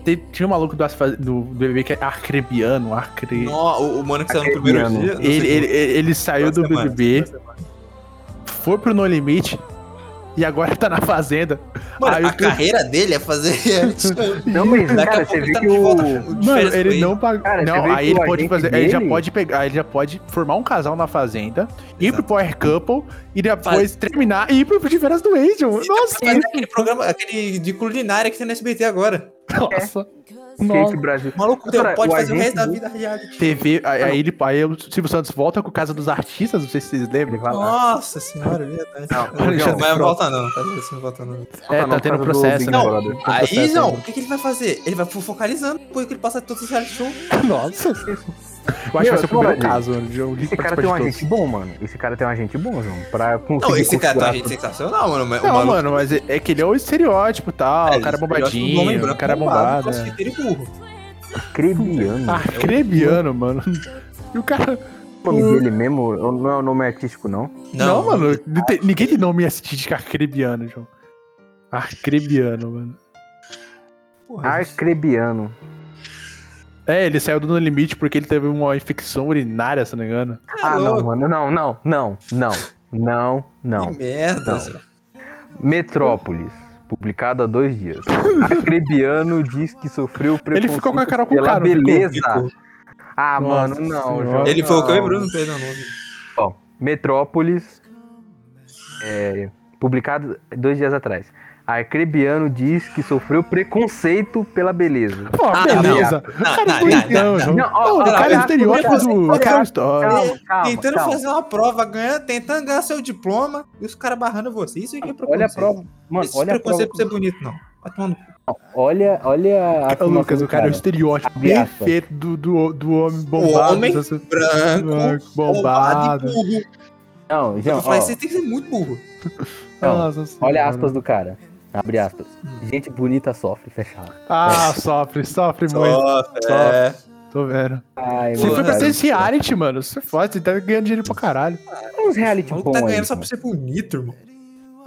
[SPEAKER 3] Tem- tinha um maluco do, asfa- do, do BBB que é arcrebiano, arcre...
[SPEAKER 4] Nó, O, o mano que saiu no
[SPEAKER 5] Aquele
[SPEAKER 4] primeiro
[SPEAKER 5] ano.
[SPEAKER 4] dia. não sei
[SPEAKER 3] Ele, ele, ele- ele saiu
[SPEAKER 4] duas
[SPEAKER 3] do
[SPEAKER 4] semanas,
[SPEAKER 3] BBB,
[SPEAKER 4] duas
[SPEAKER 3] foi pro No Limite e agora tá na Fazenda.
[SPEAKER 4] Mano,
[SPEAKER 3] Aí
[SPEAKER 4] a
[SPEAKER 3] o que-
[SPEAKER 4] carreira dele é fazer reality show.
[SPEAKER 5] não, mas,
[SPEAKER 4] Daqui
[SPEAKER 5] cara,
[SPEAKER 4] a pouco
[SPEAKER 5] você
[SPEAKER 4] ele
[SPEAKER 5] vê
[SPEAKER 4] tá
[SPEAKER 5] que
[SPEAKER 4] de volta
[SPEAKER 5] o.
[SPEAKER 4] de
[SPEAKER 3] Mano,
[SPEAKER 4] férias com
[SPEAKER 3] ele não paga.
[SPEAKER 5] Cara, você vê
[SPEAKER 3] não,
[SPEAKER 5] que
[SPEAKER 3] aí ele
[SPEAKER 5] o
[SPEAKER 3] pode
[SPEAKER 5] agente
[SPEAKER 3] fazer. Ele já
[SPEAKER 5] dele-
[SPEAKER 3] pode pegar, ele já pode formar um casal na fazenda, ir pro Power Couple e depois
[SPEAKER 4] Faz-
[SPEAKER 3] terminar e ir pro de veras do Angel. Nossa,
[SPEAKER 4] Mas é aquele programa, aquele de culinária que tem no SBT agora.
[SPEAKER 3] nossa. é
[SPEAKER 5] Gente,
[SPEAKER 3] Nossa.
[SPEAKER 5] Brasil.
[SPEAKER 4] O maluco
[SPEAKER 5] Cara,
[SPEAKER 4] teu, pode
[SPEAKER 5] o
[SPEAKER 4] fazer o
[SPEAKER 5] agente
[SPEAKER 4] resto da
[SPEAKER 5] do-
[SPEAKER 4] vida reality.
[SPEAKER 3] TV, aí, aí ele, aí o Silvio Santos volta com o Casa dos Artistas, não sei se vocês
[SPEAKER 5] Ele
[SPEAKER 3] lembram.
[SPEAKER 5] vai lá.
[SPEAKER 4] Nossa senhora, é verdade.
[SPEAKER 5] Ah, tá. Não,
[SPEAKER 4] Não,
[SPEAKER 3] Alexandre
[SPEAKER 4] mas
[SPEAKER 3] Frota.
[SPEAKER 4] volta não, tá vendo? Não volta não.
[SPEAKER 3] É,
[SPEAKER 5] não,
[SPEAKER 3] tá
[SPEAKER 5] por
[SPEAKER 3] tendo
[SPEAKER 5] causa do
[SPEAKER 3] processo,
[SPEAKER 5] Big
[SPEAKER 3] né?
[SPEAKER 5] Brother.
[SPEAKER 3] Tem processo
[SPEAKER 4] Aí, João,
[SPEAKER 3] ainda.
[SPEAKER 4] o que, que ele vai fazer? Ele vai fo- focalizando depois que ele passa todos os reality shows.
[SPEAKER 3] Nossa. Eu acho que
[SPEAKER 5] Meu,
[SPEAKER 3] vai ser o
[SPEAKER 5] eu tô
[SPEAKER 3] primeiro
[SPEAKER 5] olhando.
[SPEAKER 3] caso, né, João.
[SPEAKER 5] Esse cara tem um agente bom, mano. Esse cara tem um agente bom, João. Pra conseguir.
[SPEAKER 4] Não, esse cara tá
[SPEAKER 5] configurar
[SPEAKER 4] gente
[SPEAKER 5] tudo.
[SPEAKER 4] sensacional, mano. mas o
[SPEAKER 3] Não,
[SPEAKER 4] maluco-
[SPEAKER 3] mano, mas é, é que ele é o É, estereótipo e tal, o cara
[SPEAKER 4] esse filósofo do homem
[SPEAKER 3] bombadinho, o
[SPEAKER 4] branco
[SPEAKER 3] cara bombado.
[SPEAKER 5] é.
[SPEAKER 3] né? Ah,
[SPEAKER 4] crossfiteiro e burro.
[SPEAKER 5] Crebiano.
[SPEAKER 3] Arcrebiano, mano. E o cara.
[SPEAKER 5] o nome dele mesmo eu- não é o nome artístico, não.
[SPEAKER 3] Não, mano, não tem- ninguém de nome assiste Arcrebiano, João. Arcrebiano, mano.
[SPEAKER 4] porra,
[SPEAKER 5] Arcrebiano.
[SPEAKER 3] É, ele saiu do No Limite porque ele teve uma infecção urinária, se não me engano.
[SPEAKER 5] Ah, não,
[SPEAKER 4] louco.
[SPEAKER 5] mano. Não, não, não, não, não, não.
[SPEAKER 4] Que merda,
[SPEAKER 5] Não.
[SPEAKER 4] Zé.
[SPEAKER 5] Metrópolis. Publicado há dois dias. Arcrebiano diz que sofreu preconceito
[SPEAKER 3] Ele ficou com a Carol com
[SPEAKER 5] pela
[SPEAKER 3] cara.
[SPEAKER 5] beleza. Ah,
[SPEAKER 3] Nossa
[SPEAKER 5] mano, não,
[SPEAKER 3] senhora.
[SPEAKER 5] João.
[SPEAKER 4] Ele foi o que eu e
[SPEAKER 5] não.
[SPEAKER 4] o Bruno fez, não, não. ouvi.
[SPEAKER 5] Ó, Metrópolis, é, publicado dois dias atrás. Arcrebiano diz que sofreu preconceito pela beleza.
[SPEAKER 3] Pô,
[SPEAKER 4] Ah,
[SPEAKER 3] beleza.
[SPEAKER 4] não,
[SPEAKER 3] O cara é
[SPEAKER 4] não, não,
[SPEAKER 3] bonitão,
[SPEAKER 4] não,
[SPEAKER 3] João.
[SPEAKER 5] não, ó,
[SPEAKER 3] Não, O
[SPEAKER 4] olha lá,
[SPEAKER 3] cara é
[SPEAKER 5] olha lá,
[SPEAKER 3] estereótipo
[SPEAKER 5] olha lá,
[SPEAKER 3] do
[SPEAKER 5] olha lá.
[SPEAKER 3] Aquela História.
[SPEAKER 5] Calma, calma,
[SPEAKER 4] tentando
[SPEAKER 5] calma.
[SPEAKER 4] fazer uma prova, ganhando, tentando ganhar seu diploma, e os caras barrando você. Isso aqui é preconceito.
[SPEAKER 5] Olha a prova. Mano,
[SPEAKER 4] Esse
[SPEAKER 5] olha a prova.
[SPEAKER 4] preconceito pra ser bonito, não. Tá Vai tomar no cu.
[SPEAKER 5] Olha, olha a
[SPEAKER 3] Ô,
[SPEAKER 5] afirmação
[SPEAKER 3] Lucas,
[SPEAKER 5] do
[SPEAKER 3] o cara é o estereótipo
[SPEAKER 5] Abre aspas.
[SPEAKER 3] perfeito do, do, do homem bombado. É,
[SPEAKER 4] homem
[SPEAKER 3] dessa-
[SPEAKER 4] branco,
[SPEAKER 3] bombado.
[SPEAKER 4] e burro.
[SPEAKER 5] Não,
[SPEAKER 4] Eu
[SPEAKER 5] João,
[SPEAKER 4] falei,
[SPEAKER 5] ó,
[SPEAKER 4] você tem que ser muito burro.
[SPEAKER 3] Nossa
[SPEAKER 5] olha
[SPEAKER 3] senhora.
[SPEAKER 5] aspas do cara. Abre aspas. Gente bonita sofre, fechado.
[SPEAKER 3] Ah, sofre, sofre muito.
[SPEAKER 4] Sofre,
[SPEAKER 3] é. Tô vendo.
[SPEAKER 5] Ai,
[SPEAKER 3] Você
[SPEAKER 4] Porra,
[SPEAKER 3] foi pra
[SPEAKER 5] cara,
[SPEAKER 3] ser esse reality, mano. Você é foda, você tá ganhando dinheiro pra caralho.
[SPEAKER 5] Uns reality
[SPEAKER 4] O
[SPEAKER 5] bons.
[SPEAKER 4] maluco tá
[SPEAKER 5] aí,
[SPEAKER 4] ganhando só
[SPEAKER 5] mano.
[SPEAKER 4] pra ser bonito, irmão.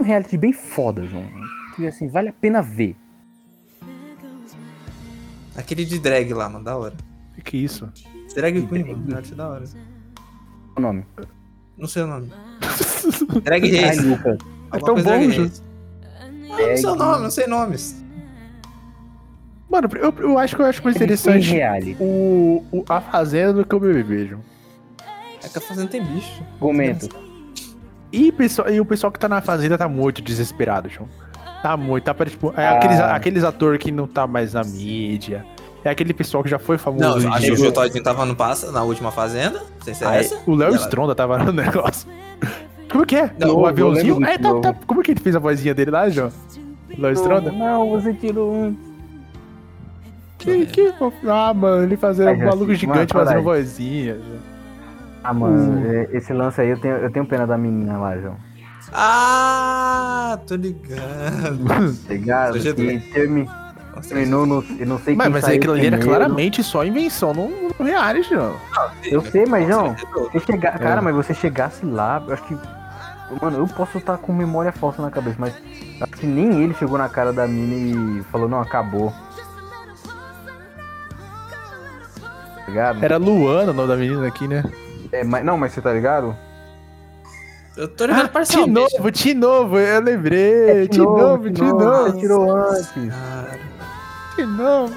[SPEAKER 5] um reality bem foda, João. Que assim, vale a pena ver.
[SPEAKER 4] Aquele de drag lá, mano, da hora.
[SPEAKER 3] Que que isso?
[SPEAKER 4] Drag Queen, mano, reality da hora.
[SPEAKER 5] O nome.
[SPEAKER 4] Não sei o nome. Drag Race.
[SPEAKER 5] Ai, Lucas.
[SPEAKER 4] Alguma
[SPEAKER 3] tão
[SPEAKER 4] coisa
[SPEAKER 3] bom,
[SPEAKER 4] Drag
[SPEAKER 3] Ju.
[SPEAKER 4] Race. Ah, Não sei o nome, não sei nomes.
[SPEAKER 3] Mano, eu, eu acho que eu acho mais
[SPEAKER 5] Tem
[SPEAKER 3] interessante
[SPEAKER 5] reality.
[SPEAKER 3] o, o- a fazenda do que o BBB, João.
[SPEAKER 4] É que a fazenda tem bicho.
[SPEAKER 5] Comenta.
[SPEAKER 3] E, pessoal, e o pessoal que tá na fazenda tá muito desesperado, João. Tá muito, tá pra, tipo, é aqueles,
[SPEAKER 5] Ah.
[SPEAKER 3] aqueles atores que não tá mais na mídia. É aquele pessoal que já foi famoso.
[SPEAKER 4] Não, a
[SPEAKER 3] de-
[SPEAKER 4] Jojo Todinho tava no passa, na última fazenda. Não sei se é
[SPEAKER 3] Aí,
[SPEAKER 4] essa.
[SPEAKER 3] o Léo
[SPEAKER 4] Ela-
[SPEAKER 3] Stronda tava no negócio. Como que é?
[SPEAKER 4] Não,
[SPEAKER 3] o
[SPEAKER 5] eu
[SPEAKER 3] aviãozinho?
[SPEAKER 5] lembro
[SPEAKER 3] É,
[SPEAKER 5] disso,
[SPEAKER 3] tá,
[SPEAKER 5] eu-
[SPEAKER 3] tá- Como que ele fez a vozinha dele lá, João? Léo Stronda?
[SPEAKER 5] Não, você tirou um.
[SPEAKER 3] Que, que fofo. Ah, mano, ele fazendo
[SPEAKER 5] Aí,
[SPEAKER 3] um maluco
[SPEAKER 5] assim, mano,
[SPEAKER 3] gigante fazendo
[SPEAKER 5] caralho.
[SPEAKER 3] vozinha. João.
[SPEAKER 5] Ah, mano, é- esse lance aí eu tenho, eu tenho pena da menina lá, João.
[SPEAKER 4] Ah, tô ligado.
[SPEAKER 5] Ligado?
[SPEAKER 4] Hoje é
[SPEAKER 5] E termi-
[SPEAKER 4] Nossa,
[SPEAKER 5] terminou no. Eu não sei
[SPEAKER 3] Mas,
[SPEAKER 5] quem
[SPEAKER 3] mas é
[SPEAKER 5] saiu
[SPEAKER 3] aquilo ali era
[SPEAKER 5] primeiro.
[SPEAKER 3] claramente só invenção no, no reality, João.
[SPEAKER 5] Eu sei, mas João,
[SPEAKER 4] Nossa, eu tô-
[SPEAKER 5] você
[SPEAKER 3] É.
[SPEAKER 5] chega- cara, mas você chegasse lá, eu acho que. Mano, eu posso estar com memória falsa na cabeça, mas acho que nem ele chegou na cara da mina e falou, não, acabou. Tá Ligado?
[SPEAKER 3] Era Luana o nome da menina aqui, né?
[SPEAKER 5] É, mas, não, mas você tá ligado?
[SPEAKER 4] Eu tô ligado
[SPEAKER 3] Ah, De
[SPEAKER 4] parcialmente.
[SPEAKER 3] novo, de novo, eu
[SPEAKER 5] É,
[SPEAKER 3] lembrei. É, De novo, de
[SPEAKER 5] Você
[SPEAKER 3] novo,
[SPEAKER 5] tirou antes.
[SPEAKER 4] Ah,
[SPEAKER 3] de novo.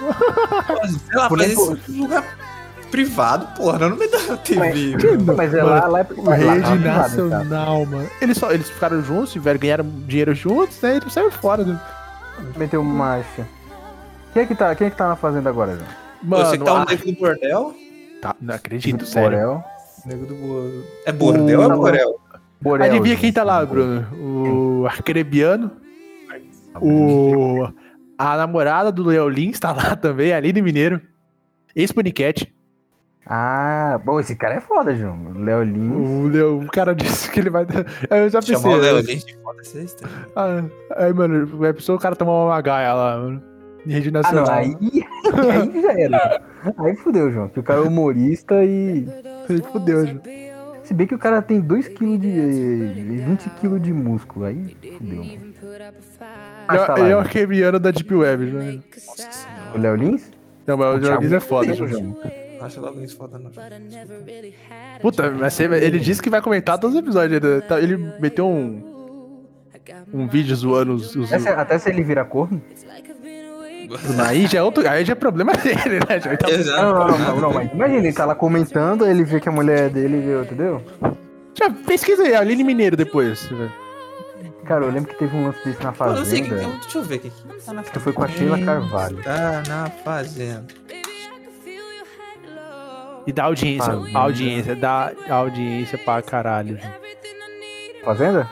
[SPEAKER 4] Sei lá,
[SPEAKER 5] Por
[SPEAKER 4] faz
[SPEAKER 5] exemplo-
[SPEAKER 4] esse lugar privado, porra, não é no meio da TV.
[SPEAKER 3] Que
[SPEAKER 5] Não, mas é
[SPEAKER 3] Mano,
[SPEAKER 5] lá, lá é
[SPEAKER 3] O
[SPEAKER 5] privado, lá, lá é
[SPEAKER 3] Rede
[SPEAKER 5] privado, cara.
[SPEAKER 3] Nacional, mano. Eles, só, eles ficaram juntos, tiveram, ganharam dinheiro juntos, né? Eles saíram fora. Do...
[SPEAKER 5] Meteu marcha. Quem é que tá, quem é que tá na fazenda agora, João?
[SPEAKER 3] Mano,
[SPEAKER 4] Você que tá
[SPEAKER 3] ah,
[SPEAKER 4] o nego do bordel?
[SPEAKER 3] tá- não acredito,
[SPEAKER 5] Do
[SPEAKER 3] sério.
[SPEAKER 5] Tipo, Borel.
[SPEAKER 4] Nego do bordel. É bordel ou é
[SPEAKER 5] Hum.
[SPEAKER 4] bordel?
[SPEAKER 5] Borel. né? Tipo,
[SPEAKER 3] Adivinha
[SPEAKER 5] João.
[SPEAKER 3] quem tá lá, Bruno? O Arcrebiano, o... A namorada do Léo Lins tá lá também, a Aline Mineiro, ex-Paniquete,
[SPEAKER 5] Ah, bom, esse cara é foda, João. Léo Lins.
[SPEAKER 3] O, Leo, o cara disse que ele vai. Aí Eu já pensei.
[SPEAKER 4] Chamou o Léo é
[SPEAKER 3] né?
[SPEAKER 4] Lins de foda essa estrela.
[SPEAKER 3] Ah, aí, mano, vai pessoa o cara tomar uma gaia lá, mano. Em rede
[SPEAKER 5] Ah,
[SPEAKER 3] nacional.
[SPEAKER 5] não, aí, aí já era. Aí fudeu, João. Que o cara é humorista e.
[SPEAKER 3] Ele fudeu, Ju.
[SPEAKER 5] Se bem que o cara tem 2kg de. 20kg de músculo. Aí fudeu. mano.
[SPEAKER 3] Ele é-
[SPEAKER 5] Ah, tá lá,
[SPEAKER 3] ele é
[SPEAKER 5] né?
[SPEAKER 3] o arquebiano da Deep Web, né?
[SPEAKER 4] Nossa senhora.
[SPEAKER 5] O Léo Lins?
[SPEAKER 3] Não, mas o
[SPEAKER 5] Thiago
[SPEAKER 3] Jorgis é foda,
[SPEAKER 5] fudeu,
[SPEAKER 3] Ju.
[SPEAKER 4] Não acho o Léo Lins foda, não.
[SPEAKER 3] Puta, mas você- ele disse que vai comentar todos os episódios. né? Tá, Ele meteu um, um vídeo zoando os. os...
[SPEAKER 5] Até se, até se ele virar corno?
[SPEAKER 3] Aí já é outro. Aí já é problema dele, né, Ju? Então,
[SPEAKER 4] Exato.
[SPEAKER 5] Não, não, não, não, não, mas imagina, ele tá lá comentando, aí ele vê que a mulher dele, viu, entendeu?
[SPEAKER 3] já pesquisa aí, Aline Mineiro depois. né?
[SPEAKER 5] Cara, eu lembro que teve um lance desse na
[SPEAKER 4] Eu não sei quem que
[SPEAKER 5] fazenda.
[SPEAKER 4] é. Deixa eu ver aqui. Quem tá na
[SPEAKER 5] Que foi com a Sheila Carvalho.
[SPEAKER 4] Tá na fazenda.
[SPEAKER 3] E dá audiência.
[SPEAKER 5] Fazenda.
[SPEAKER 3] Audiência, dá audiência pra caralho. Ju.
[SPEAKER 5] Fazenda?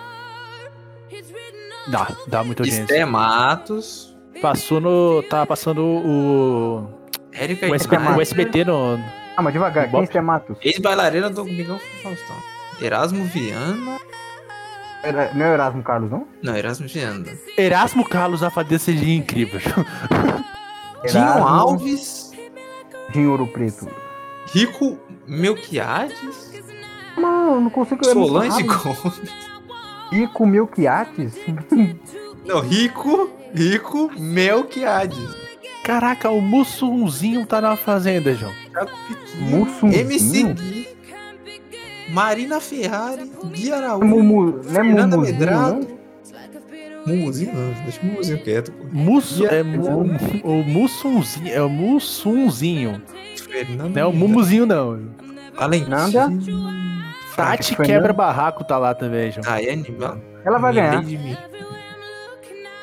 [SPEAKER 3] Dá, dá muita audiência.
[SPEAKER 4] Esté Matos.
[SPEAKER 3] Passou no. Tá passando o.
[SPEAKER 4] Érica
[SPEAKER 3] O, SB,
[SPEAKER 4] Itamar.
[SPEAKER 3] o SBT no.
[SPEAKER 5] Ah, mas devagar, quem
[SPEAKER 3] Bom.
[SPEAKER 5] é Matos?
[SPEAKER 4] Ex-bailarina do Miguel Faustão. Erasmo Viana.
[SPEAKER 5] Era- Não é o Erasmo Carlos, não?
[SPEAKER 4] Não, Erasmo Viana.
[SPEAKER 3] Erasmo Carlos vai fazer seria incrível.
[SPEAKER 4] Dinho
[SPEAKER 5] Erasmo,
[SPEAKER 4] um Alves.
[SPEAKER 5] Dinho Ouro Preto.
[SPEAKER 4] Rico Melquiades.
[SPEAKER 5] Mano, eu não consigo... eu não
[SPEAKER 4] Solange
[SPEAKER 5] sabe.
[SPEAKER 4] Gomes.
[SPEAKER 5] Rico Melquiates?
[SPEAKER 4] Não, Rico. Rico Melquiades.
[SPEAKER 3] Caraca, o Mussunzinho tá na fazenda, João.
[SPEAKER 4] Thiago Piquinho.
[SPEAKER 5] Mussunzinho?
[SPEAKER 4] MC Gui. Marina Ferrari. Gui Araújo.
[SPEAKER 5] Mumu, não é
[SPEAKER 4] Fernanda
[SPEAKER 5] Mumuzinho,
[SPEAKER 4] Medrado.
[SPEAKER 5] não?
[SPEAKER 4] Mumuzinho não, deixa o Mumuzinho quieto, pô.
[SPEAKER 3] Mussu, é,
[SPEAKER 5] Mu-
[SPEAKER 3] o Mussunzinho, é o Mussunzinho.
[SPEAKER 4] Fernanda
[SPEAKER 3] Não é o Mumuzinho, não.
[SPEAKER 5] Nanda?
[SPEAKER 4] Valentina.
[SPEAKER 3] Tati
[SPEAKER 5] Fernando.
[SPEAKER 3] Quebra Barraco tá lá também, João.
[SPEAKER 4] Daiane. Ba-
[SPEAKER 5] Ela vai
[SPEAKER 4] Lembrei
[SPEAKER 5] ganhar,
[SPEAKER 4] de mim.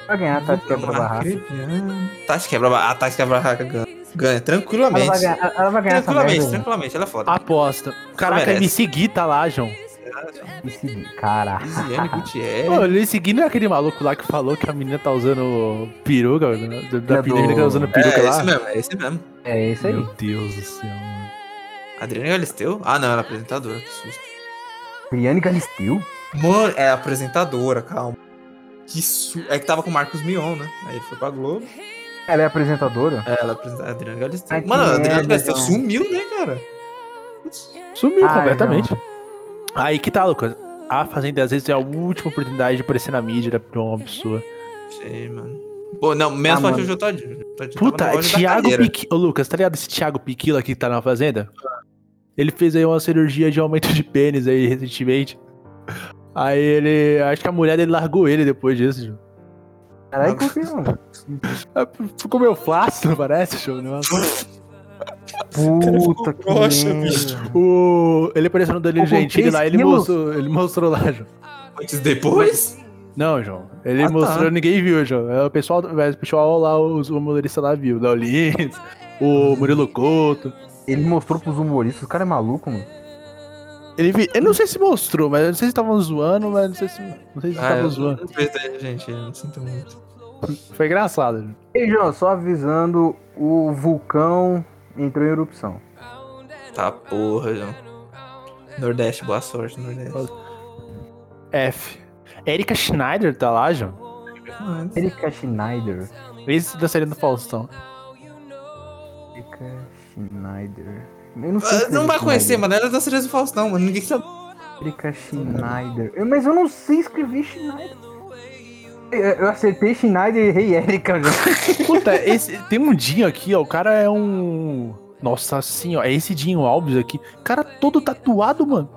[SPEAKER 5] vai ganhar, tá? Quebra barraca.
[SPEAKER 4] Marcreviano. Tati Tá quebra barraca. A Tati quebra barraca ganha. Ganha,
[SPEAKER 5] Ela vai
[SPEAKER 4] tranquilamente.
[SPEAKER 5] ganhar, ela vai ganhar essa
[SPEAKER 4] Tranquilamente,
[SPEAKER 5] merda.
[SPEAKER 4] tranquilamente. Ela é foda.
[SPEAKER 3] Aposta. Caraca,
[SPEAKER 4] merece.
[SPEAKER 3] me seguir tá lá, João.
[SPEAKER 5] gente. Me seguir, Caraca.
[SPEAKER 4] Lisiane
[SPEAKER 3] Pô,
[SPEAKER 4] Gutierrez.
[SPEAKER 3] ele seguir não é aquele maluco lá que falou que a menina tá usando peruca, né? da, da
[SPEAKER 5] É do-
[SPEAKER 3] menina tá usando peruca
[SPEAKER 4] É,
[SPEAKER 3] lá.
[SPEAKER 4] esse mesmo, é esse mesmo.
[SPEAKER 5] É isso aí.
[SPEAKER 3] Meu Deus do céu. mano.
[SPEAKER 4] Adriana Galisteu? Ah, não, ela é apresentadora. Que susto.
[SPEAKER 5] Briane Galisteu?
[SPEAKER 4] Mano, é apresentadora, calma. Que su... É que tava com o Marcos Mion, né? Aí foi pra Globo.
[SPEAKER 5] Ela é apresentadora?
[SPEAKER 4] É, Ela apresenta a Adriana Galisteu.
[SPEAKER 5] Ai, que
[SPEAKER 4] Mano, a Adriana
[SPEAKER 5] merda,
[SPEAKER 4] Galisteu
[SPEAKER 5] João.
[SPEAKER 4] sumiu, né, cara?
[SPEAKER 3] Sumiu
[SPEAKER 5] Ai,
[SPEAKER 3] completamente. Aí que tá, Lucas. A Fazenda às vezes é a última oportunidade de aparecer na mídia pra uma pessoa.
[SPEAKER 4] Sei, mano. Pô, não, menos
[SPEAKER 5] Ah,
[SPEAKER 4] pra
[SPEAKER 5] mano.
[SPEAKER 4] Jojo Todinho. Jojo Todinho
[SPEAKER 3] Puta,
[SPEAKER 4] tava no
[SPEAKER 3] é
[SPEAKER 4] auge da
[SPEAKER 3] Thiago
[SPEAKER 4] carreira.
[SPEAKER 3] Piquila. Ô, Lucas, tá ligado esse Thiago Piquila que tá na Fazenda? Ele fez aí uma cirurgia de aumento de pênis aí recentemente. Aí ele. Acho que a mulher dele largou ele depois disso, Ju.
[SPEAKER 5] Caralho, que eu mano.
[SPEAKER 3] Ah, Ficou meio flácido, parece, Ju. né?
[SPEAKER 5] Puta que
[SPEAKER 4] broxa,
[SPEAKER 5] merda.
[SPEAKER 3] O... Ele apareceu no Danilo
[SPEAKER 5] Pô, com
[SPEAKER 3] Gentili
[SPEAKER 5] três
[SPEAKER 3] lá, ele
[SPEAKER 5] quilos?
[SPEAKER 3] mostrou, ele mostrou lá, João.
[SPEAKER 4] Antes depois?
[SPEAKER 3] Não, João. Ele
[SPEAKER 4] Ah, tá.
[SPEAKER 3] mostrou, ninguém viu, João. É, O pessoal, o pessoal lá, os humoristas lá viu. Léo Lins, o Murilo Couto.
[SPEAKER 5] Ele mostrou pros humoristas, o cara é maluco, mano.
[SPEAKER 3] Ele vi... Eu não sei se mostrou, mas eu não sei se estavam zoando, mas não sei se não sei se
[SPEAKER 4] Ah,
[SPEAKER 3] estavam
[SPEAKER 4] eu
[SPEAKER 3] zoando.
[SPEAKER 4] não perdoe, gente. Eu não sinto muito.
[SPEAKER 3] é. Foi engraçado, João.
[SPEAKER 5] Ei, João, só avisando, o vulcão entrou em erupção.
[SPEAKER 4] Tá, porra, João. Nordeste, boa sorte, Nordeste.
[SPEAKER 3] F. Erika Schneider tá lá, João.
[SPEAKER 4] Ah,
[SPEAKER 5] Erika Schneider.
[SPEAKER 3] Ex da série do Faustão.
[SPEAKER 5] Erika Schneider. Eu não sei.
[SPEAKER 4] Ah,
[SPEAKER 5] escrever
[SPEAKER 4] Não vai conhecer,
[SPEAKER 5] Schneider.
[SPEAKER 4] mano. Ela é da série do Faustão, mano. Ninguém sabe.
[SPEAKER 5] Erika Schneider. Eu- Mas eu não sei escrever Schneider. Eu- Eu acertei Schneider e errei Erika, João.
[SPEAKER 3] Puta, esse, tem um Dinho aqui, ó. O cara é um. Nossa senhora, é esse Dinho Alves aqui. O cara todo tatuado, mano.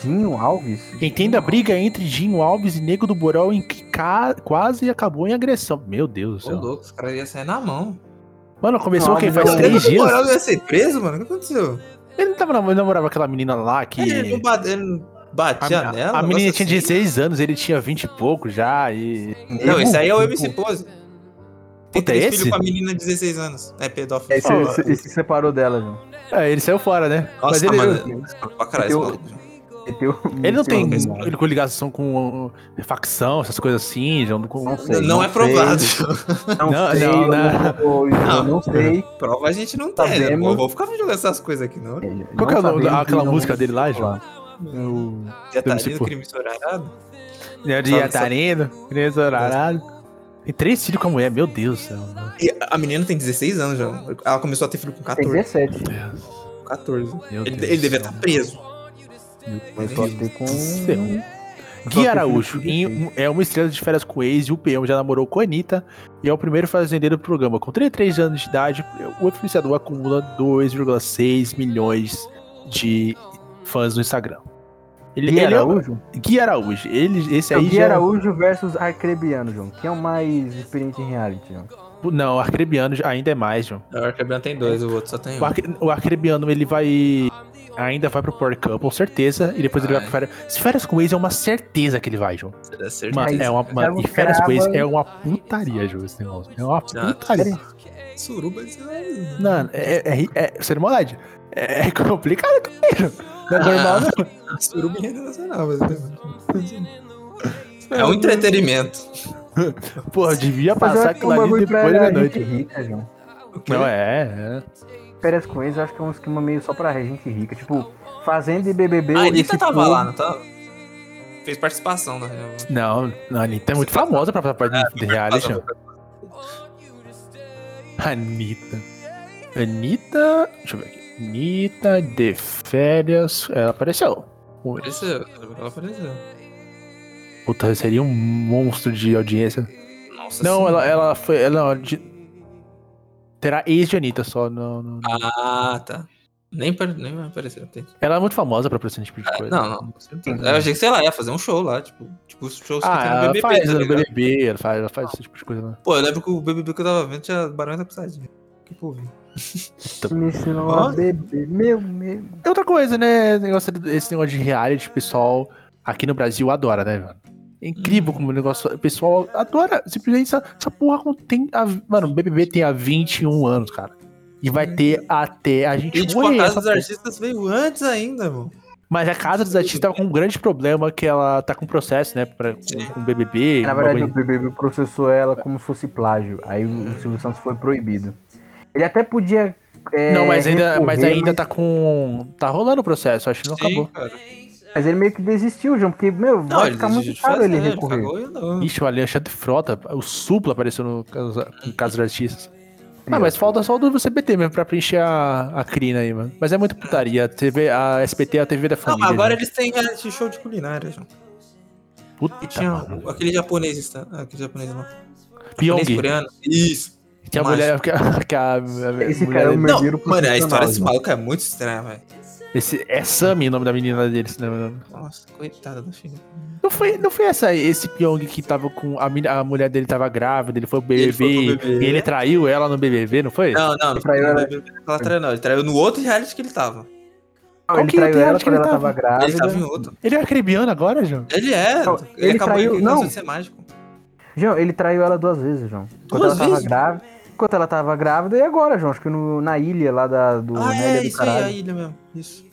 [SPEAKER 5] Dinho Alves?
[SPEAKER 3] Entenda a briga entre Dinho Alves e Nego do Borel em que ca- quase acabou em agressão. Meu Deus do
[SPEAKER 4] Ô,
[SPEAKER 3] céu.
[SPEAKER 4] louco, os caras iam sair na mão.
[SPEAKER 3] Mano, começou
[SPEAKER 5] Não,
[SPEAKER 3] o quê?
[SPEAKER 5] não,
[SPEAKER 3] Faz
[SPEAKER 5] não,
[SPEAKER 3] três
[SPEAKER 4] é O
[SPEAKER 3] dias?
[SPEAKER 4] Coral ia né, ser preso, mano? O que aconteceu?
[SPEAKER 3] Ele não tava nam- namorava aquela menina lá
[SPEAKER 4] É, Ele não
[SPEAKER 3] que.
[SPEAKER 4] bate- ele não batia
[SPEAKER 3] A, a-
[SPEAKER 4] nela?
[SPEAKER 3] a
[SPEAKER 4] um
[SPEAKER 3] menina
[SPEAKER 4] negócio
[SPEAKER 3] tinha
[SPEAKER 4] assim?
[SPEAKER 3] 16 anos, ele tinha 20 e pouco já. E.
[SPEAKER 4] Não, esse aí é o MC Pose. Tem
[SPEAKER 3] Puta,
[SPEAKER 4] três
[SPEAKER 3] é esse?
[SPEAKER 4] filhos com a menina de 16 anos. É pedófilo.
[SPEAKER 5] Esse, esse, esse separou dela, João.
[SPEAKER 3] É, ele saiu fora, né?
[SPEAKER 4] Nossa,
[SPEAKER 3] Mas ele.
[SPEAKER 4] mano. Pra caralho, esse
[SPEAKER 5] Eu-
[SPEAKER 4] maluco.
[SPEAKER 5] meteu.
[SPEAKER 3] Ele não
[SPEAKER 5] meteu
[SPEAKER 3] tem
[SPEAKER 5] um-
[SPEAKER 4] mas-
[SPEAKER 3] coligação com uh, facção, essas coisas assim, já não, com-
[SPEAKER 5] Não sei.
[SPEAKER 4] Não, é provado.
[SPEAKER 5] Não,
[SPEAKER 3] Não,
[SPEAKER 5] sei,
[SPEAKER 3] não,
[SPEAKER 5] eu
[SPEAKER 3] não.
[SPEAKER 5] vou- eu
[SPEAKER 4] Não.
[SPEAKER 5] não, sei.
[SPEAKER 4] Prova a gente não tá,
[SPEAKER 5] Sabemos.
[SPEAKER 4] né? Pô, eu vou ficar jogando essas coisas aqui, não.
[SPEAKER 3] Qual que é o nome
[SPEAKER 5] sabemos
[SPEAKER 3] daquela
[SPEAKER 5] e não
[SPEAKER 3] música dele lá,
[SPEAKER 5] falar.
[SPEAKER 3] João? O...
[SPEAKER 4] Já tá
[SPEAKER 3] Deve ser
[SPEAKER 4] ali no
[SPEAKER 3] por-
[SPEAKER 4] crime estourado.
[SPEAKER 3] É de
[SPEAKER 4] Sabe,
[SPEAKER 3] Yatarino, Criança Ararado. Tem três filhos com a mulher, meu Deus do céu. Meu
[SPEAKER 4] E a menina tem 16 anos já. Ela começou a ter filho com
[SPEAKER 5] Tem
[SPEAKER 4] 14.
[SPEAKER 5] 17.
[SPEAKER 3] Deus.
[SPEAKER 4] 14.
[SPEAKER 3] Meu
[SPEAKER 4] Ele,
[SPEAKER 3] Deus
[SPEAKER 4] ele
[SPEAKER 3] do
[SPEAKER 4] devia
[SPEAKER 5] tá
[SPEAKER 3] céu.
[SPEAKER 4] estar preso.
[SPEAKER 5] Mas só tem com.
[SPEAKER 3] Seu.
[SPEAKER 5] Só
[SPEAKER 3] Gui
[SPEAKER 5] que
[SPEAKER 3] Araújo
[SPEAKER 5] filho
[SPEAKER 3] em
[SPEAKER 5] dele.
[SPEAKER 3] um- é uma estrela de férias com ex e o peão já namorou com a Anitta e é o primeiro fazendeiro do programa. Com 33 anos de idade, o influenciador acumula 2,6 milhões de fãs no Instagram. Ele,
[SPEAKER 5] Gui
[SPEAKER 3] ele é-
[SPEAKER 5] Araújo?
[SPEAKER 3] Gui Araújo. Ele, esse
[SPEAKER 5] É o
[SPEAKER 3] aí
[SPEAKER 5] Gui
[SPEAKER 3] já... um
[SPEAKER 5] Araújo versus Arcrebiano, João. Quem é o mais experiente em reality, João?
[SPEAKER 3] Não, o Arcrebiano já- ainda é mais, João.
[SPEAKER 4] O Arcabian tem dois, o outro só tem um.
[SPEAKER 3] O, Arc, o Arcrebiano, ele vai... Ainda vai pro Power Couple, certeza. E depois ele vai
[SPEAKER 4] Ai.
[SPEAKER 3] pro férias... Se férias com ex é uma certeza que ele vai, João. Mano, é uma, mano,
[SPEAKER 5] Thiago
[SPEAKER 3] e férias com ex
[SPEAKER 5] Cravo,
[SPEAKER 3] é uma putaria, Ju, esse negócio. É uma
[SPEAKER 4] Não,
[SPEAKER 3] putaria.
[SPEAKER 4] Suruba
[SPEAKER 3] Mano, é, é, é, é, sem maldade. É, é complicado, cara. Não
[SPEAKER 4] Ah.
[SPEAKER 3] é normal, não.
[SPEAKER 4] Suruba é internacional, mas... É um entretenimento.
[SPEAKER 3] Porra, devia
[SPEAKER 5] Mas eu
[SPEAKER 3] passar
[SPEAKER 5] acho que é
[SPEAKER 3] aquilo
[SPEAKER 5] um
[SPEAKER 3] ali
[SPEAKER 5] bagulho
[SPEAKER 3] depois
[SPEAKER 5] pra
[SPEAKER 3] da noite.
[SPEAKER 5] gente rica, João.
[SPEAKER 3] Não, é, é.
[SPEAKER 5] Férias com eles, eu acho que é um esquema meio só pra gente rica. Tipo, Fazenda e BBB...
[SPEAKER 4] Ah, A
[SPEAKER 5] eu
[SPEAKER 4] Anitta
[SPEAKER 5] disse
[SPEAKER 4] tava
[SPEAKER 5] tudo.
[SPEAKER 4] lá, não tava? Fez participação, né?
[SPEAKER 3] Não, não, a Anitta é muito famosa pra parte de- de reality.
[SPEAKER 4] participação.
[SPEAKER 3] ó. Anitta. Anitta. Deixa eu ver aqui. Anitta de férias. Ela apareceu.
[SPEAKER 4] Apareceu, ela apareceu.
[SPEAKER 3] Puta, seria um monstro de audiência.
[SPEAKER 4] Nossa
[SPEAKER 3] Não,
[SPEAKER 4] senhora.
[SPEAKER 3] ela, é- ela foi. Ela, de... Terá ex de Anitta só. Não, não-
[SPEAKER 4] Ah, tá. Nem, par- nem apareceu. tem-
[SPEAKER 3] Ela é muito famosa pra aparecer nesse tipo de
[SPEAKER 4] Ah,
[SPEAKER 3] coisa.
[SPEAKER 4] não, não. com certeza. Eu achei que, sei lá, ia fazer um show lá, tipo, tipo os shows que
[SPEAKER 3] Ah,
[SPEAKER 4] tem no
[SPEAKER 3] ela
[SPEAKER 4] BBB,
[SPEAKER 3] faz
[SPEAKER 4] tá
[SPEAKER 3] no
[SPEAKER 4] ligado?
[SPEAKER 3] BBB, ela faz, ela faz esse tipo de coisa. Né?
[SPEAKER 4] Pô, eu lembro que o BBB que eu tava vendo tinha Barões da Pisadinha. Que povo.
[SPEAKER 5] Me ensinou
[SPEAKER 4] Ó.
[SPEAKER 5] a beber, meu, meu.
[SPEAKER 3] Tem outra coisa, né? esse negócio- esse negócio de reality, o pessoal aqui no Brasil adora, né, mano? É incrível como o negócio. O pessoal adora. Simplesmente essa, essa porra com- tem. A, mano, o BBB tem há 21 anos, cara. E vai ter até a gente
[SPEAKER 4] E, tipo,
[SPEAKER 3] morrer
[SPEAKER 4] a Casa
[SPEAKER 3] essa
[SPEAKER 4] dos
[SPEAKER 3] porra.
[SPEAKER 4] Artistas veio antes ainda, mano.
[SPEAKER 3] Mas a casa dos artistas tava com um grande problema que ela tá com processo, né? Pra, com, com o BBB.
[SPEAKER 5] Na
[SPEAKER 3] um
[SPEAKER 5] verdade, o
[SPEAKER 3] bagulho-
[SPEAKER 5] BBB processou ela como se fosse plágio. Aí o Silvio Santos foi proibido. Ele até podia... é,
[SPEAKER 3] não, mas ainda, mas
[SPEAKER 5] recorrer,
[SPEAKER 3] ainda tá com. Tá rolando o processo, acho que não acabou.
[SPEAKER 4] cara.
[SPEAKER 5] Mas ele meio que desistiu, João, porque, meu,
[SPEAKER 4] Não,
[SPEAKER 5] vai
[SPEAKER 4] ele
[SPEAKER 5] ficar
[SPEAKER 4] desistiu
[SPEAKER 5] muito
[SPEAKER 4] de
[SPEAKER 5] caro
[SPEAKER 4] fazer, né? Tá
[SPEAKER 5] ele
[SPEAKER 4] ele
[SPEAKER 5] recorrer.
[SPEAKER 4] cagou e andou.
[SPEAKER 3] Ixi, o Alexandre Frota, o Supla apareceu no caso, no caso dos artistas. Ah, mas falta só o do CBT mesmo pra preencher a, a crina aí, mano. Mas é muito putaria. A, TV, a SBT é a TV da
[SPEAKER 4] Não,
[SPEAKER 3] família.
[SPEAKER 4] mas agora
[SPEAKER 3] né?
[SPEAKER 4] eles têm reality show de culinária,
[SPEAKER 5] Tá
[SPEAKER 4] João.
[SPEAKER 3] Puta,
[SPEAKER 4] E tinha
[SPEAKER 3] mano.
[SPEAKER 4] o- aquele japonês, está... ah, aquele japonês não. Japonês
[SPEAKER 3] Pyong,
[SPEAKER 4] coreano. Isso.
[SPEAKER 3] que a
[SPEAKER 4] mas-
[SPEAKER 3] mulher... Que a, que a- a
[SPEAKER 5] Esse
[SPEAKER 3] mulher
[SPEAKER 5] cara é o
[SPEAKER 3] dele-
[SPEAKER 5] meu
[SPEAKER 4] Não,
[SPEAKER 5] viro
[SPEAKER 4] mano, a história
[SPEAKER 5] profissional,
[SPEAKER 4] desse
[SPEAKER 5] João.
[SPEAKER 4] maluco é muito estranha, velho.
[SPEAKER 3] esse, é Sammy o nome da menina dele. se não me engano.
[SPEAKER 4] Nossa, coitada da filha.
[SPEAKER 3] Não foi, não foi essa, esse Pyong que tava com... A, meni- a mulher dele tava grávida, ele foi pro
[SPEAKER 4] Ele
[SPEAKER 3] BBB,
[SPEAKER 4] foi pro BBB.
[SPEAKER 3] e ele traiu ela no BBB, não foi?
[SPEAKER 4] Não, não, não
[SPEAKER 5] traiu
[SPEAKER 4] foi no
[SPEAKER 5] ela-
[SPEAKER 4] BBB que ela traiu, não. Ele traiu no outro reality que ele tava.
[SPEAKER 5] Não,
[SPEAKER 3] Qual
[SPEAKER 5] ele
[SPEAKER 3] que é o
[SPEAKER 5] traiu
[SPEAKER 3] teatro
[SPEAKER 5] ela
[SPEAKER 3] que
[SPEAKER 5] quando
[SPEAKER 3] ele
[SPEAKER 5] ela tava
[SPEAKER 3] tava?
[SPEAKER 5] grávida.
[SPEAKER 4] Ele tava em outro.
[SPEAKER 3] Ele é acrebiano agora, João?
[SPEAKER 4] Ele é.
[SPEAKER 5] Não,
[SPEAKER 4] ele,
[SPEAKER 5] ele
[SPEAKER 4] acabou
[SPEAKER 5] traiu-
[SPEAKER 4] ele
[SPEAKER 5] não.
[SPEAKER 4] cansou de ser mágico.
[SPEAKER 5] João, ele traiu ela duas vezes, João. Quando
[SPEAKER 4] Duas
[SPEAKER 5] ela tava
[SPEAKER 4] vezes?
[SPEAKER 5] grávida. Enquanto ela tava grávida e agora, João. Acho que no- na ilha lá da, do.
[SPEAKER 4] ah,
[SPEAKER 5] na
[SPEAKER 4] é,
[SPEAKER 5] ilha do
[SPEAKER 4] isso aí,
[SPEAKER 5] caralho.
[SPEAKER 4] a ilha mesmo. Isso.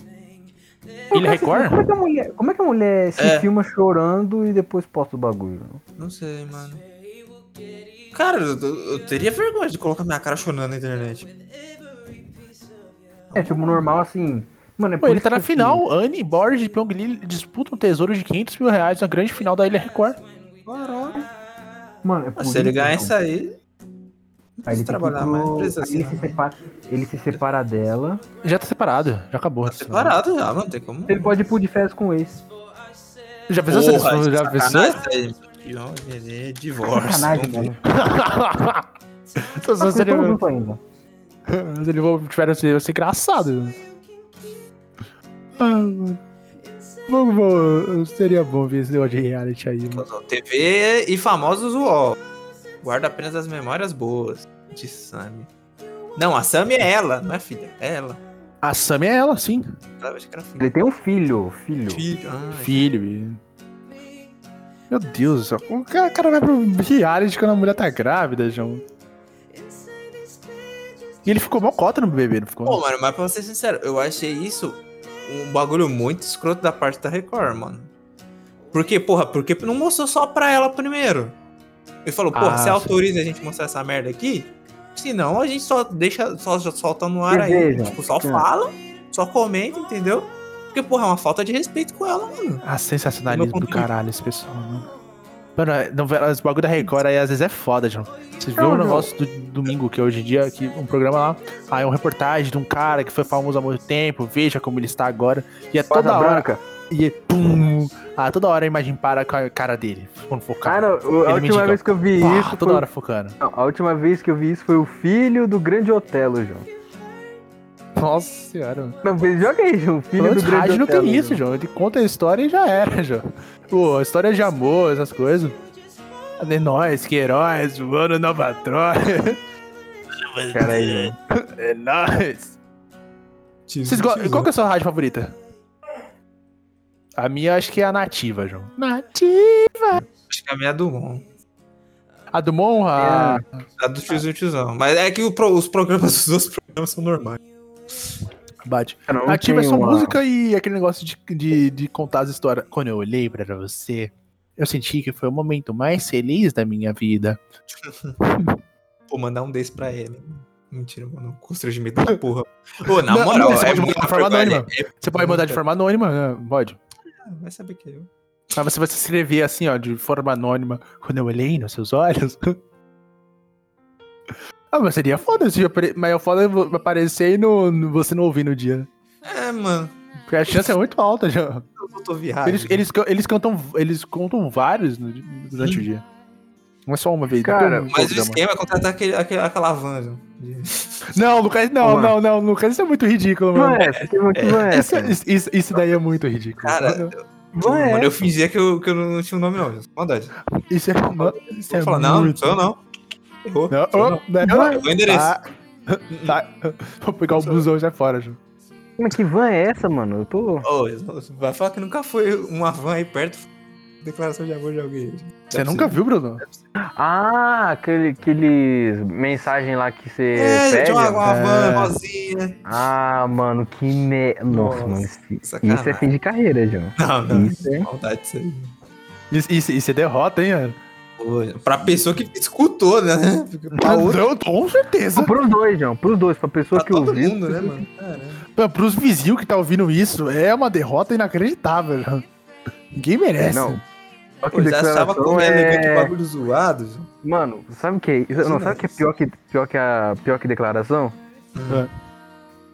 [SPEAKER 3] Ele é Record?
[SPEAKER 5] Como é que a mulher, como é que a mulher se
[SPEAKER 4] É.
[SPEAKER 5] filma chorando e depois posta o bagulho? João?
[SPEAKER 4] Não sei, mano. Cara, eu, eu teria vergonha de colocar minha cara chorando na internet.
[SPEAKER 5] É tipo normal assim. Mano, é
[SPEAKER 3] Pô,
[SPEAKER 5] por
[SPEAKER 3] ele
[SPEAKER 5] isso
[SPEAKER 3] tá na
[SPEAKER 5] que, assim,
[SPEAKER 3] final. Anne, Borges e Pyong Lee disputam um tesouro de 500 mil reais na grande final da Ilha Record.
[SPEAKER 4] Caralho.
[SPEAKER 5] Mano, é por
[SPEAKER 4] Se ele
[SPEAKER 5] isso,
[SPEAKER 4] ganhar
[SPEAKER 5] João.
[SPEAKER 4] isso aí. Não
[SPEAKER 5] Aí
[SPEAKER 4] precisa
[SPEAKER 5] ele
[SPEAKER 4] trabalhar
[SPEAKER 5] fica
[SPEAKER 4] mais,
[SPEAKER 5] pro-
[SPEAKER 4] não precisa
[SPEAKER 5] aí ele, se
[SPEAKER 4] assim. né?
[SPEAKER 5] separa, ele se separa dela.
[SPEAKER 3] Já tá separado, já acabou.
[SPEAKER 4] Tá separado já, não tem como.
[SPEAKER 5] Ele pode ir pro de férias com esse.
[SPEAKER 3] Já pensou se eles
[SPEAKER 4] Porra,
[SPEAKER 3] foram-
[SPEAKER 5] é
[SPEAKER 3] Já pensou?
[SPEAKER 4] sacanagem isso aí. Pior, ele é divórcio.
[SPEAKER 5] Sacanagem,
[SPEAKER 4] Vamos ver.
[SPEAKER 5] mano.
[SPEAKER 3] Então, se
[SPEAKER 5] Mas
[SPEAKER 3] você-
[SPEAKER 5] eu não vi ainda.
[SPEAKER 3] se ele for- tiver assim, vai ser engraçado. Ah, mano. Vamos, vamos. Seria bom ver esse negócio de reality aí, mano.
[SPEAKER 4] TV e famosos UOL. Guarda apenas as memórias boas de Sammy. Não, a Sammy é ela, não é filha. É ela.
[SPEAKER 3] A Sam é ela, sim.
[SPEAKER 4] Ela acho que era filha.
[SPEAKER 5] Ele tem um filho, filho.
[SPEAKER 4] Filho. Ah,
[SPEAKER 3] Filho. e- Meu Deus do céu. Como que a cara vai pro reality quando a mulher tá grávida, João? E ele ficou mó cota no bebê, não ficou?
[SPEAKER 4] Pô, mano, mas pra ser sincero, eu achei isso um bagulho muito escroto da parte da Record, mano. Por quê, porra? Porque não mostrou só pra ela primeiro. Ele falou, porra,
[SPEAKER 5] Ah,
[SPEAKER 4] você
[SPEAKER 5] sim.
[SPEAKER 4] autoriza a gente mostrar essa merda aqui? Senão a gente só deixa, só já solta no ar
[SPEAKER 5] Que
[SPEAKER 4] aí.
[SPEAKER 5] vejam.
[SPEAKER 4] Tipo,
[SPEAKER 3] é.
[SPEAKER 4] só
[SPEAKER 5] Sim.
[SPEAKER 4] fala, só comenta, entendeu? Porque, porra, é uma falta de respeito com ela, mano.
[SPEAKER 3] Ah,
[SPEAKER 4] Meu
[SPEAKER 3] sensacionalismo
[SPEAKER 4] ponto
[SPEAKER 3] do
[SPEAKER 4] de
[SPEAKER 3] caralho esse pessoal, né? Mano, é- novela, os bagulho da Record aí às vezes é foda, João. Você viu
[SPEAKER 5] Não,
[SPEAKER 3] o
[SPEAKER 5] não.
[SPEAKER 3] negócio do domingo, que hoje em dia, que um programa lá, aí é uma reportagem de um cara que foi famoso há muito tempo, veja como ele está agora. E é
[SPEAKER 5] Fada
[SPEAKER 3] toda hora.
[SPEAKER 5] branca.
[SPEAKER 3] E é pum! Ah, toda hora a imagem para com a cara dele. Quando focar.
[SPEAKER 5] Cara, o- a
[SPEAKER 3] Ele me
[SPEAKER 5] última
[SPEAKER 3] indica.
[SPEAKER 5] vez que eu vi
[SPEAKER 3] Pá,
[SPEAKER 5] isso.
[SPEAKER 3] toda
[SPEAKER 5] Foi...
[SPEAKER 3] hora focando.
[SPEAKER 5] Não, a última vez que eu vi isso foi o filho do grande Otelo, João.
[SPEAKER 3] Nossa senhora, mano.
[SPEAKER 5] Não, mas joga aí, João. Filho
[SPEAKER 3] Falando
[SPEAKER 5] do
[SPEAKER 3] de
[SPEAKER 5] grande
[SPEAKER 3] rádio não
[SPEAKER 5] Otelo.
[SPEAKER 3] tem isso, João. Ele conta a história e já era, João. Pô, história de amor, essas coisas. De nós, que heróis, voando nova troia.
[SPEAKER 5] Caralho.
[SPEAKER 3] É nóis. Vocês go- Qual que é a sua rádio favorita? A minha acho que é a nativa, João. Nativa!
[SPEAKER 4] Acho que a minha é do Mon.
[SPEAKER 3] A do Monra?
[SPEAKER 4] A
[SPEAKER 3] Ah.
[SPEAKER 4] do tiozinho e tiozão. Mas é que o pro- os programas, os dois programas são normais.
[SPEAKER 3] Bate.
[SPEAKER 5] Cara, não
[SPEAKER 3] Ativa é
[SPEAKER 5] tem
[SPEAKER 3] só
[SPEAKER 5] uma-
[SPEAKER 3] música e aquele negócio de, de, de contar as histórias. Quando eu olhei pra você, eu senti que foi o momento mais feliz da minha vida.
[SPEAKER 4] Pô, mandar um desse pra ele. Mentira, mano. Constrangimento da porra. Ô, na
[SPEAKER 3] Não,
[SPEAKER 4] moral,
[SPEAKER 3] não, você
[SPEAKER 4] é
[SPEAKER 3] pode
[SPEAKER 4] muito
[SPEAKER 3] mandar de forma
[SPEAKER 4] vergonha.
[SPEAKER 3] anônima.
[SPEAKER 4] É-
[SPEAKER 3] Você pode mandar de forma anônima, né? Pode.
[SPEAKER 4] Vai saber que é eu.
[SPEAKER 3] Mas você vai se escrever assim, ó, de forma anônima. Quando eu olhei nos seus olhos. Ah, mas seria foda se eu apare- mas é foda eu aparecer e não, não- você não ouvir no dia.
[SPEAKER 4] É, mano.
[SPEAKER 3] Porque a chance é muito alta já.
[SPEAKER 4] Eu vou tô
[SPEAKER 5] Ah,
[SPEAKER 4] viado.
[SPEAKER 3] Eles, eles, can- eles, cantam, eles contam vários no- durante o dia. Não é só uma vez.
[SPEAKER 5] Cara,
[SPEAKER 3] depende do
[SPEAKER 4] Mas o
[SPEAKER 3] programa.
[SPEAKER 4] esquema é contratar aquele, aquele, aquela van. viu? De-
[SPEAKER 3] Não, Lucas, não,
[SPEAKER 5] Vamos lá.
[SPEAKER 3] não, não, Lucas, isso é muito ridículo,
[SPEAKER 5] Que
[SPEAKER 3] mano.
[SPEAKER 5] van é essa? Que van- que van é
[SPEAKER 3] Isso,
[SPEAKER 5] essa?
[SPEAKER 3] isso, isso- isso daí é muito ridículo.
[SPEAKER 4] Cara,
[SPEAKER 3] mano.
[SPEAKER 5] Van é
[SPEAKER 4] Mano, eu
[SPEAKER 5] essa?
[SPEAKER 4] fingia que eu, que eu não tinha o nome, não. gente. Maldade.
[SPEAKER 3] isso é, mano, isso é
[SPEAKER 4] Eu falar, não,
[SPEAKER 3] muito...
[SPEAKER 4] sou eu não. Errou.
[SPEAKER 3] Não,
[SPEAKER 4] sou eu
[SPEAKER 3] oh,
[SPEAKER 4] não.
[SPEAKER 3] não,
[SPEAKER 4] Eu vou endereço.
[SPEAKER 3] Tá, tá. Vou pegar o blusão já é fora, Ju.
[SPEAKER 5] Mas que van é essa, mano? Eu tô.
[SPEAKER 4] Ô, vai falar que nunca foi uma van aí perto. Declaração de amor de alguém.
[SPEAKER 3] Você nunca viu, Bruno?
[SPEAKER 5] Ah, aquele, aqueles mensagem lá que você
[SPEAKER 4] É,
[SPEAKER 5] pede.
[SPEAKER 4] tinha uma, uma van
[SPEAKER 3] É.
[SPEAKER 4] rosinha.
[SPEAKER 5] Ah, mano, que me... Nossa,
[SPEAKER 4] Nossa,
[SPEAKER 5] mano, isso,
[SPEAKER 4] sacanagem. Ah.
[SPEAKER 5] isso é fim de carreira, João.
[SPEAKER 4] Não, não.
[SPEAKER 5] Isso, é hein?
[SPEAKER 4] Maldade disso aí.
[SPEAKER 3] Isso, isso, isso é derrota, hein, mano?
[SPEAKER 4] Pô, Pra pessoa que escutou, né? Porque Pra outra,
[SPEAKER 3] Não, com certeza.
[SPEAKER 5] Não, Ah, pros dois, João, pros dois, pra pessoa
[SPEAKER 4] pra
[SPEAKER 5] que
[SPEAKER 4] todo
[SPEAKER 5] ouviu.
[SPEAKER 4] mundo, né, mano? Caramba.
[SPEAKER 3] Pra, pros vizinhos que tá ouvindo isso, é uma derrota inacreditável, Ju. Ninguém merece.
[SPEAKER 5] Não. Só que
[SPEAKER 4] Pô, já estava
[SPEAKER 5] declaração
[SPEAKER 4] comendo aqui que
[SPEAKER 5] é...
[SPEAKER 4] bagulho zoado. gente.
[SPEAKER 5] Mano, sabe o que é isso? Não,
[SPEAKER 4] Imagina
[SPEAKER 5] sabe o que é
[SPEAKER 4] isso.
[SPEAKER 5] pior que, pior que, a, pior que declaração?
[SPEAKER 3] Hum.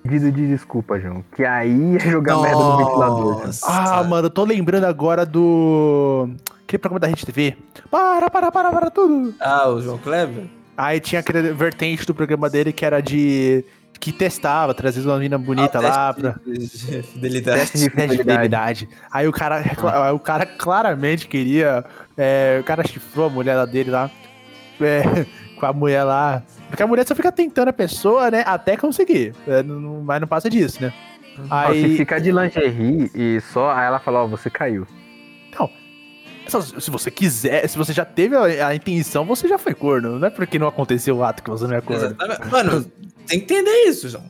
[SPEAKER 5] Pedido de desculpa, João. Que aí é jogar merda no ventilador. João.
[SPEAKER 3] Ah, mano, eu tô lembrando agora do. Aquele programa da Rede TV. Para, para, para, para tudo.
[SPEAKER 4] Ah, o João Kleber?
[SPEAKER 3] Aí tinha aquele vertente do programa dele que era de. que testava, trazia uma mina bonita
[SPEAKER 4] Ah, o
[SPEAKER 3] tá lá pra.
[SPEAKER 4] teste de- de Fidelidade.
[SPEAKER 5] Teste de Ah.
[SPEAKER 3] Né, de
[SPEAKER 5] fidelidade.
[SPEAKER 3] fidelidade. Aí o cara, recla- aí o cara claramente queria. é, o cara chifrou a mulher lá dele lá. é, com a mulher lá. Porque a mulher só fica tentando a pessoa, né? Até conseguir. É, não- não- mas não passa disso, né?
[SPEAKER 5] Ó, Ah, Se
[SPEAKER 3] Aí.
[SPEAKER 5] ficar de lingerie e só, aí ela fala, ó, você caiu.
[SPEAKER 3] só Se você quiser, se você já teve a, a intenção, você já foi corno. Não é porque não aconteceu o ato que você não é corno.
[SPEAKER 4] Exatamente. Mano, tem que entender isso, João.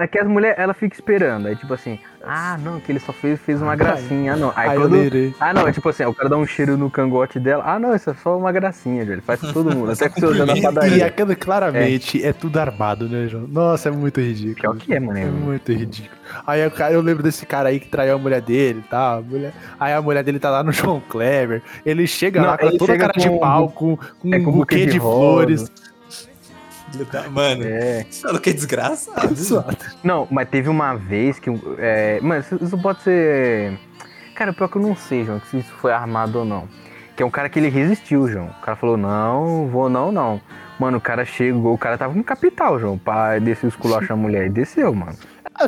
[SPEAKER 5] É que as mulheres, ela fica esperando. É tipo assim, ah, não, que ele só fez, fez uma
[SPEAKER 3] Ai.
[SPEAKER 5] gracinha. Ah, não. Aí,
[SPEAKER 3] Aí eu
[SPEAKER 5] quando.
[SPEAKER 3] lerei.
[SPEAKER 5] Ah, não, é tipo assim, o cara dá um cheiro no cangote dela. Ah, não, isso é só uma gracinha, velho. Faz pra todo mundo. Até que você usa na
[SPEAKER 3] E
[SPEAKER 5] padaria.
[SPEAKER 3] aquilo claramente é. tudo armado, né, João? Nossa, é muito
[SPEAKER 5] Pior
[SPEAKER 3] ridículo.
[SPEAKER 5] que é, mano.
[SPEAKER 3] É muito ridículo. Aí o cara, eu lembro desse cara aí que traiu a mulher dele, tá? A mulher- aí a mulher dele tá lá no João Kleber. Ele chega
[SPEAKER 5] Não,
[SPEAKER 3] lá com
[SPEAKER 5] ele
[SPEAKER 3] toda a
[SPEAKER 5] chega
[SPEAKER 3] cara
[SPEAKER 5] com-
[SPEAKER 3] de pau, com, com
[SPEAKER 5] é,
[SPEAKER 3] um
[SPEAKER 5] com
[SPEAKER 3] buquê de flores.
[SPEAKER 4] Mano,
[SPEAKER 5] É.
[SPEAKER 4] você falou que é desgraçado. João.
[SPEAKER 3] Exato.
[SPEAKER 5] Não, mas teve uma vez que. É, mano, isso, isso pode ser. Cara, pior que eu não sei, João, se isso foi armado ou não. Que é um cara que ele resistiu, João. O cara falou, não, vou não, não. Mano, o cara chegou, o cara tava com capital, João, pra descer o esculacho na mulher. E desceu, mano.
[SPEAKER 3] Ah,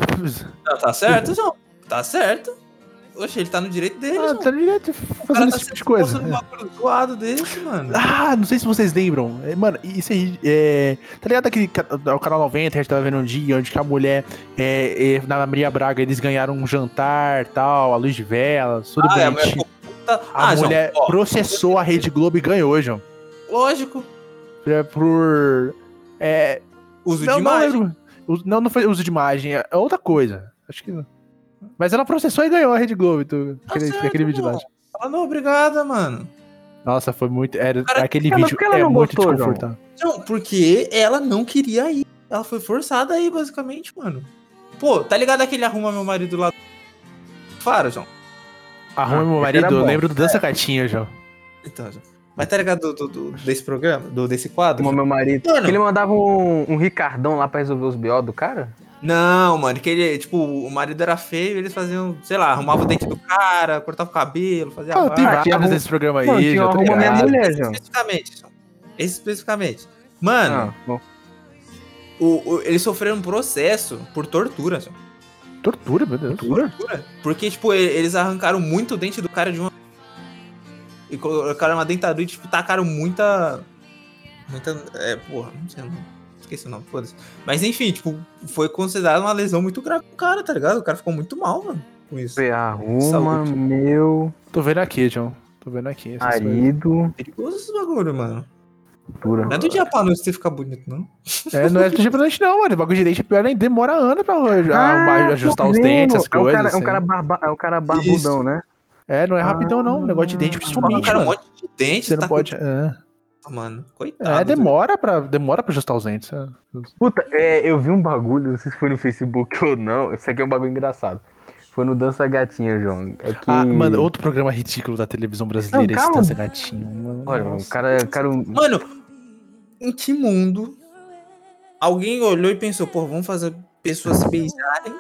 [SPEAKER 4] Não, tá certo, João. Tá certo. Oxe, ele tá no direito dele,
[SPEAKER 3] Ah,
[SPEAKER 4] João.
[SPEAKER 3] tá direito
[SPEAKER 4] O cara
[SPEAKER 3] fazendo
[SPEAKER 4] tá
[SPEAKER 3] esse tipo de
[SPEAKER 4] sendo
[SPEAKER 3] coisa.
[SPEAKER 4] posto num bagulho zoado desse, mano.
[SPEAKER 3] Ah, não sei se vocês lembram. É, Mano, isso aí. É, tá ligado aquele ca- o canal 90, a gente tava vendo um dia, onde que a mulher é, é, na Maria Braga eles ganharam um jantar tal, a luz de vela, tudo
[SPEAKER 4] Ah, é, a mulher
[SPEAKER 3] bonitinho.
[SPEAKER 4] ficou puta.
[SPEAKER 3] A
[SPEAKER 4] Ah, João,
[SPEAKER 3] mulher
[SPEAKER 4] ó,
[SPEAKER 3] processou a Rede Globo e ganhou, João.
[SPEAKER 4] lógico.
[SPEAKER 3] É, por. É,
[SPEAKER 4] Uso
[SPEAKER 3] não,
[SPEAKER 4] de
[SPEAKER 3] não
[SPEAKER 4] imagem.
[SPEAKER 3] lembro. Us- Não, não foi uso de imagem, é outra coisa. é Acho que não. Mas ela processou e ganhou a Rede Globo, tu,
[SPEAKER 4] Tá
[SPEAKER 3] aquele,
[SPEAKER 4] certo,
[SPEAKER 3] aquele vídeo lá.
[SPEAKER 4] mano. Ela não é obrigada, mano.
[SPEAKER 3] Nossa, foi muito. Era,
[SPEAKER 4] Cara,
[SPEAKER 3] aquele
[SPEAKER 5] ela-
[SPEAKER 3] vídeo
[SPEAKER 5] por que ela
[SPEAKER 3] é
[SPEAKER 5] não
[SPEAKER 3] muito
[SPEAKER 5] gostou,
[SPEAKER 3] desconfortável.
[SPEAKER 4] Não, porque ela não queria ir. Ela foi forçada a ir, basicamente, mano. Pô, tá ligado aquele arruma meu marido lá? Para, João.
[SPEAKER 3] Arruma
[SPEAKER 5] Ah,
[SPEAKER 3] meu
[SPEAKER 5] esse
[SPEAKER 3] marido,
[SPEAKER 5] era
[SPEAKER 3] eu
[SPEAKER 5] bom.
[SPEAKER 3] lembro do Dança Catinha, João.
[SPEAKER 4] Então, João. Mas tá ligado do, do- do- desse programa? Do, desse quadro?
[SPEAKER 5] Como meu marido.
[SPEAKER 4] Mano.
[SPEAKER 5] Ele mandava um, um Ricardão lá pra resolver os BO do cara?
[SPEAKER 4] Não, mano, que ele, tipo, o marido era feio, eles faziam, sei lá, arrumava o dente do cara, cortava o cabelo, fazia
[SPEAKER 3] Ah, tem
[SPEAKER 5] Ah,
[SPEAKER 3] vários
[SPEAKER 5] tinha arrum-
[SPEAKER 3] desse programa aí,
[SPEAKER 5] Mano, tinha
[SPEAKER 3] já tô
[SPEAKER 5] uma arruma minha
[SPEAKER 3] ligado.
[SPEAKER 5] mulher,
[SPEAKER 4] Esse
[SPEAKER 5] João.
[SPEAKER 4] especificamente, João. Esse especificamente. Mano,
[SPEAKER 5] Ah, bom.
[SPEAKER 4] o, o- eles sofreram um processo por tortura, João.
[SPEAKER 3] Tortura, meu Deus. Tortura?
[SPEAKER 4] Tortura? Porque, tipo, e- eles arrancaram muito o dente do cara de uma. E colocaram uma dentadura e, tipo, tacaram muita. Muita. É, porra, não sei o nome. Esqueci o nome, foda-se. Mas enfim, tipo, foi considerada uma lesão muito grave pro cara, tá ligado? O cara ficou muito mal, mano, com isso.
[SPEAKER 5] Você arruma
[SPEAKER 4] Saúde.
[SPEAKER 5] meu
[SPEAKER 3] Tô vendo aqui, João. Tô vendo aqui. essas coisas.
[SPEAKER 5] marido.
[SPEAKER 4] Perigoso esse Tipo, bagulho, mano.
[SPEAKER 5] Dura.
[SPEAKER 4] Não é do dia pra noite você ficar bonito, não.
[SPEAKER 3] É, não é do dia pra noite, não, mano. O bagulho de dente é pior, nem demora anos pra
[SPEAKER 5] Ah,
[SPEAKER 3] arrumar- ajustar
[SPEAKER 5] tô
[SPEAKER 3] os dentes,
[SPEAKER 5] vendo.
[SPEAKER 3] as
[SPEAKER 5] É um
[SPEAKER 3] coisas.
[SPEAKER 5] cara, é um
[SPEAKER 3] assim.
[SPEAKER 5] cara, barba, é um cara barbudão,
[SPEAKER 4] Isso.
[SPEAKER 5] né?
[SPEAKER 3] É, não é rapidão, não. O é negócio de dente,
[SPEAKER 5] Ah,
[SPEAKER 4] O
[SPEAKER 3] principalmente.
[SPEAKER 4] cara um
[SPEAKER 3] mano.
[SPEAKER 4] monte de dente,
[SPEAKER 3] Você não
[SPEAKER 4] tá
[SPEAKER 3] pode. É,
[SPEAKER 4] com- Mano,
[SPEAKER 3] É,
[SPEAKER 4] coitado.
[SPEAKER 3] demora, pra, demora pra ajustar os dentes. é.
[SPEAKER 5] Puta, é, eu vi um bagulho, não sei se foi no Facebook ou não. Isso aqui é um bagulho engraçado. Foi no Dança Gatinha, João. É que...
[SPEAKER 3] Ah, mano, outro programa ridículo da televisão brasileira,
[SPEAKER 5] Não,
[SPEAKER 3] esse
[SPEAKER 5] calma.
[SPEAKER 3] Dança Gatinho. mano.
[SPEAKER 5] Olha, o cara, o cara.
[SPEAKER 4] Mano, em que mundo alguém olhou e pensou, pô, vamos fazer pessoas se beijarem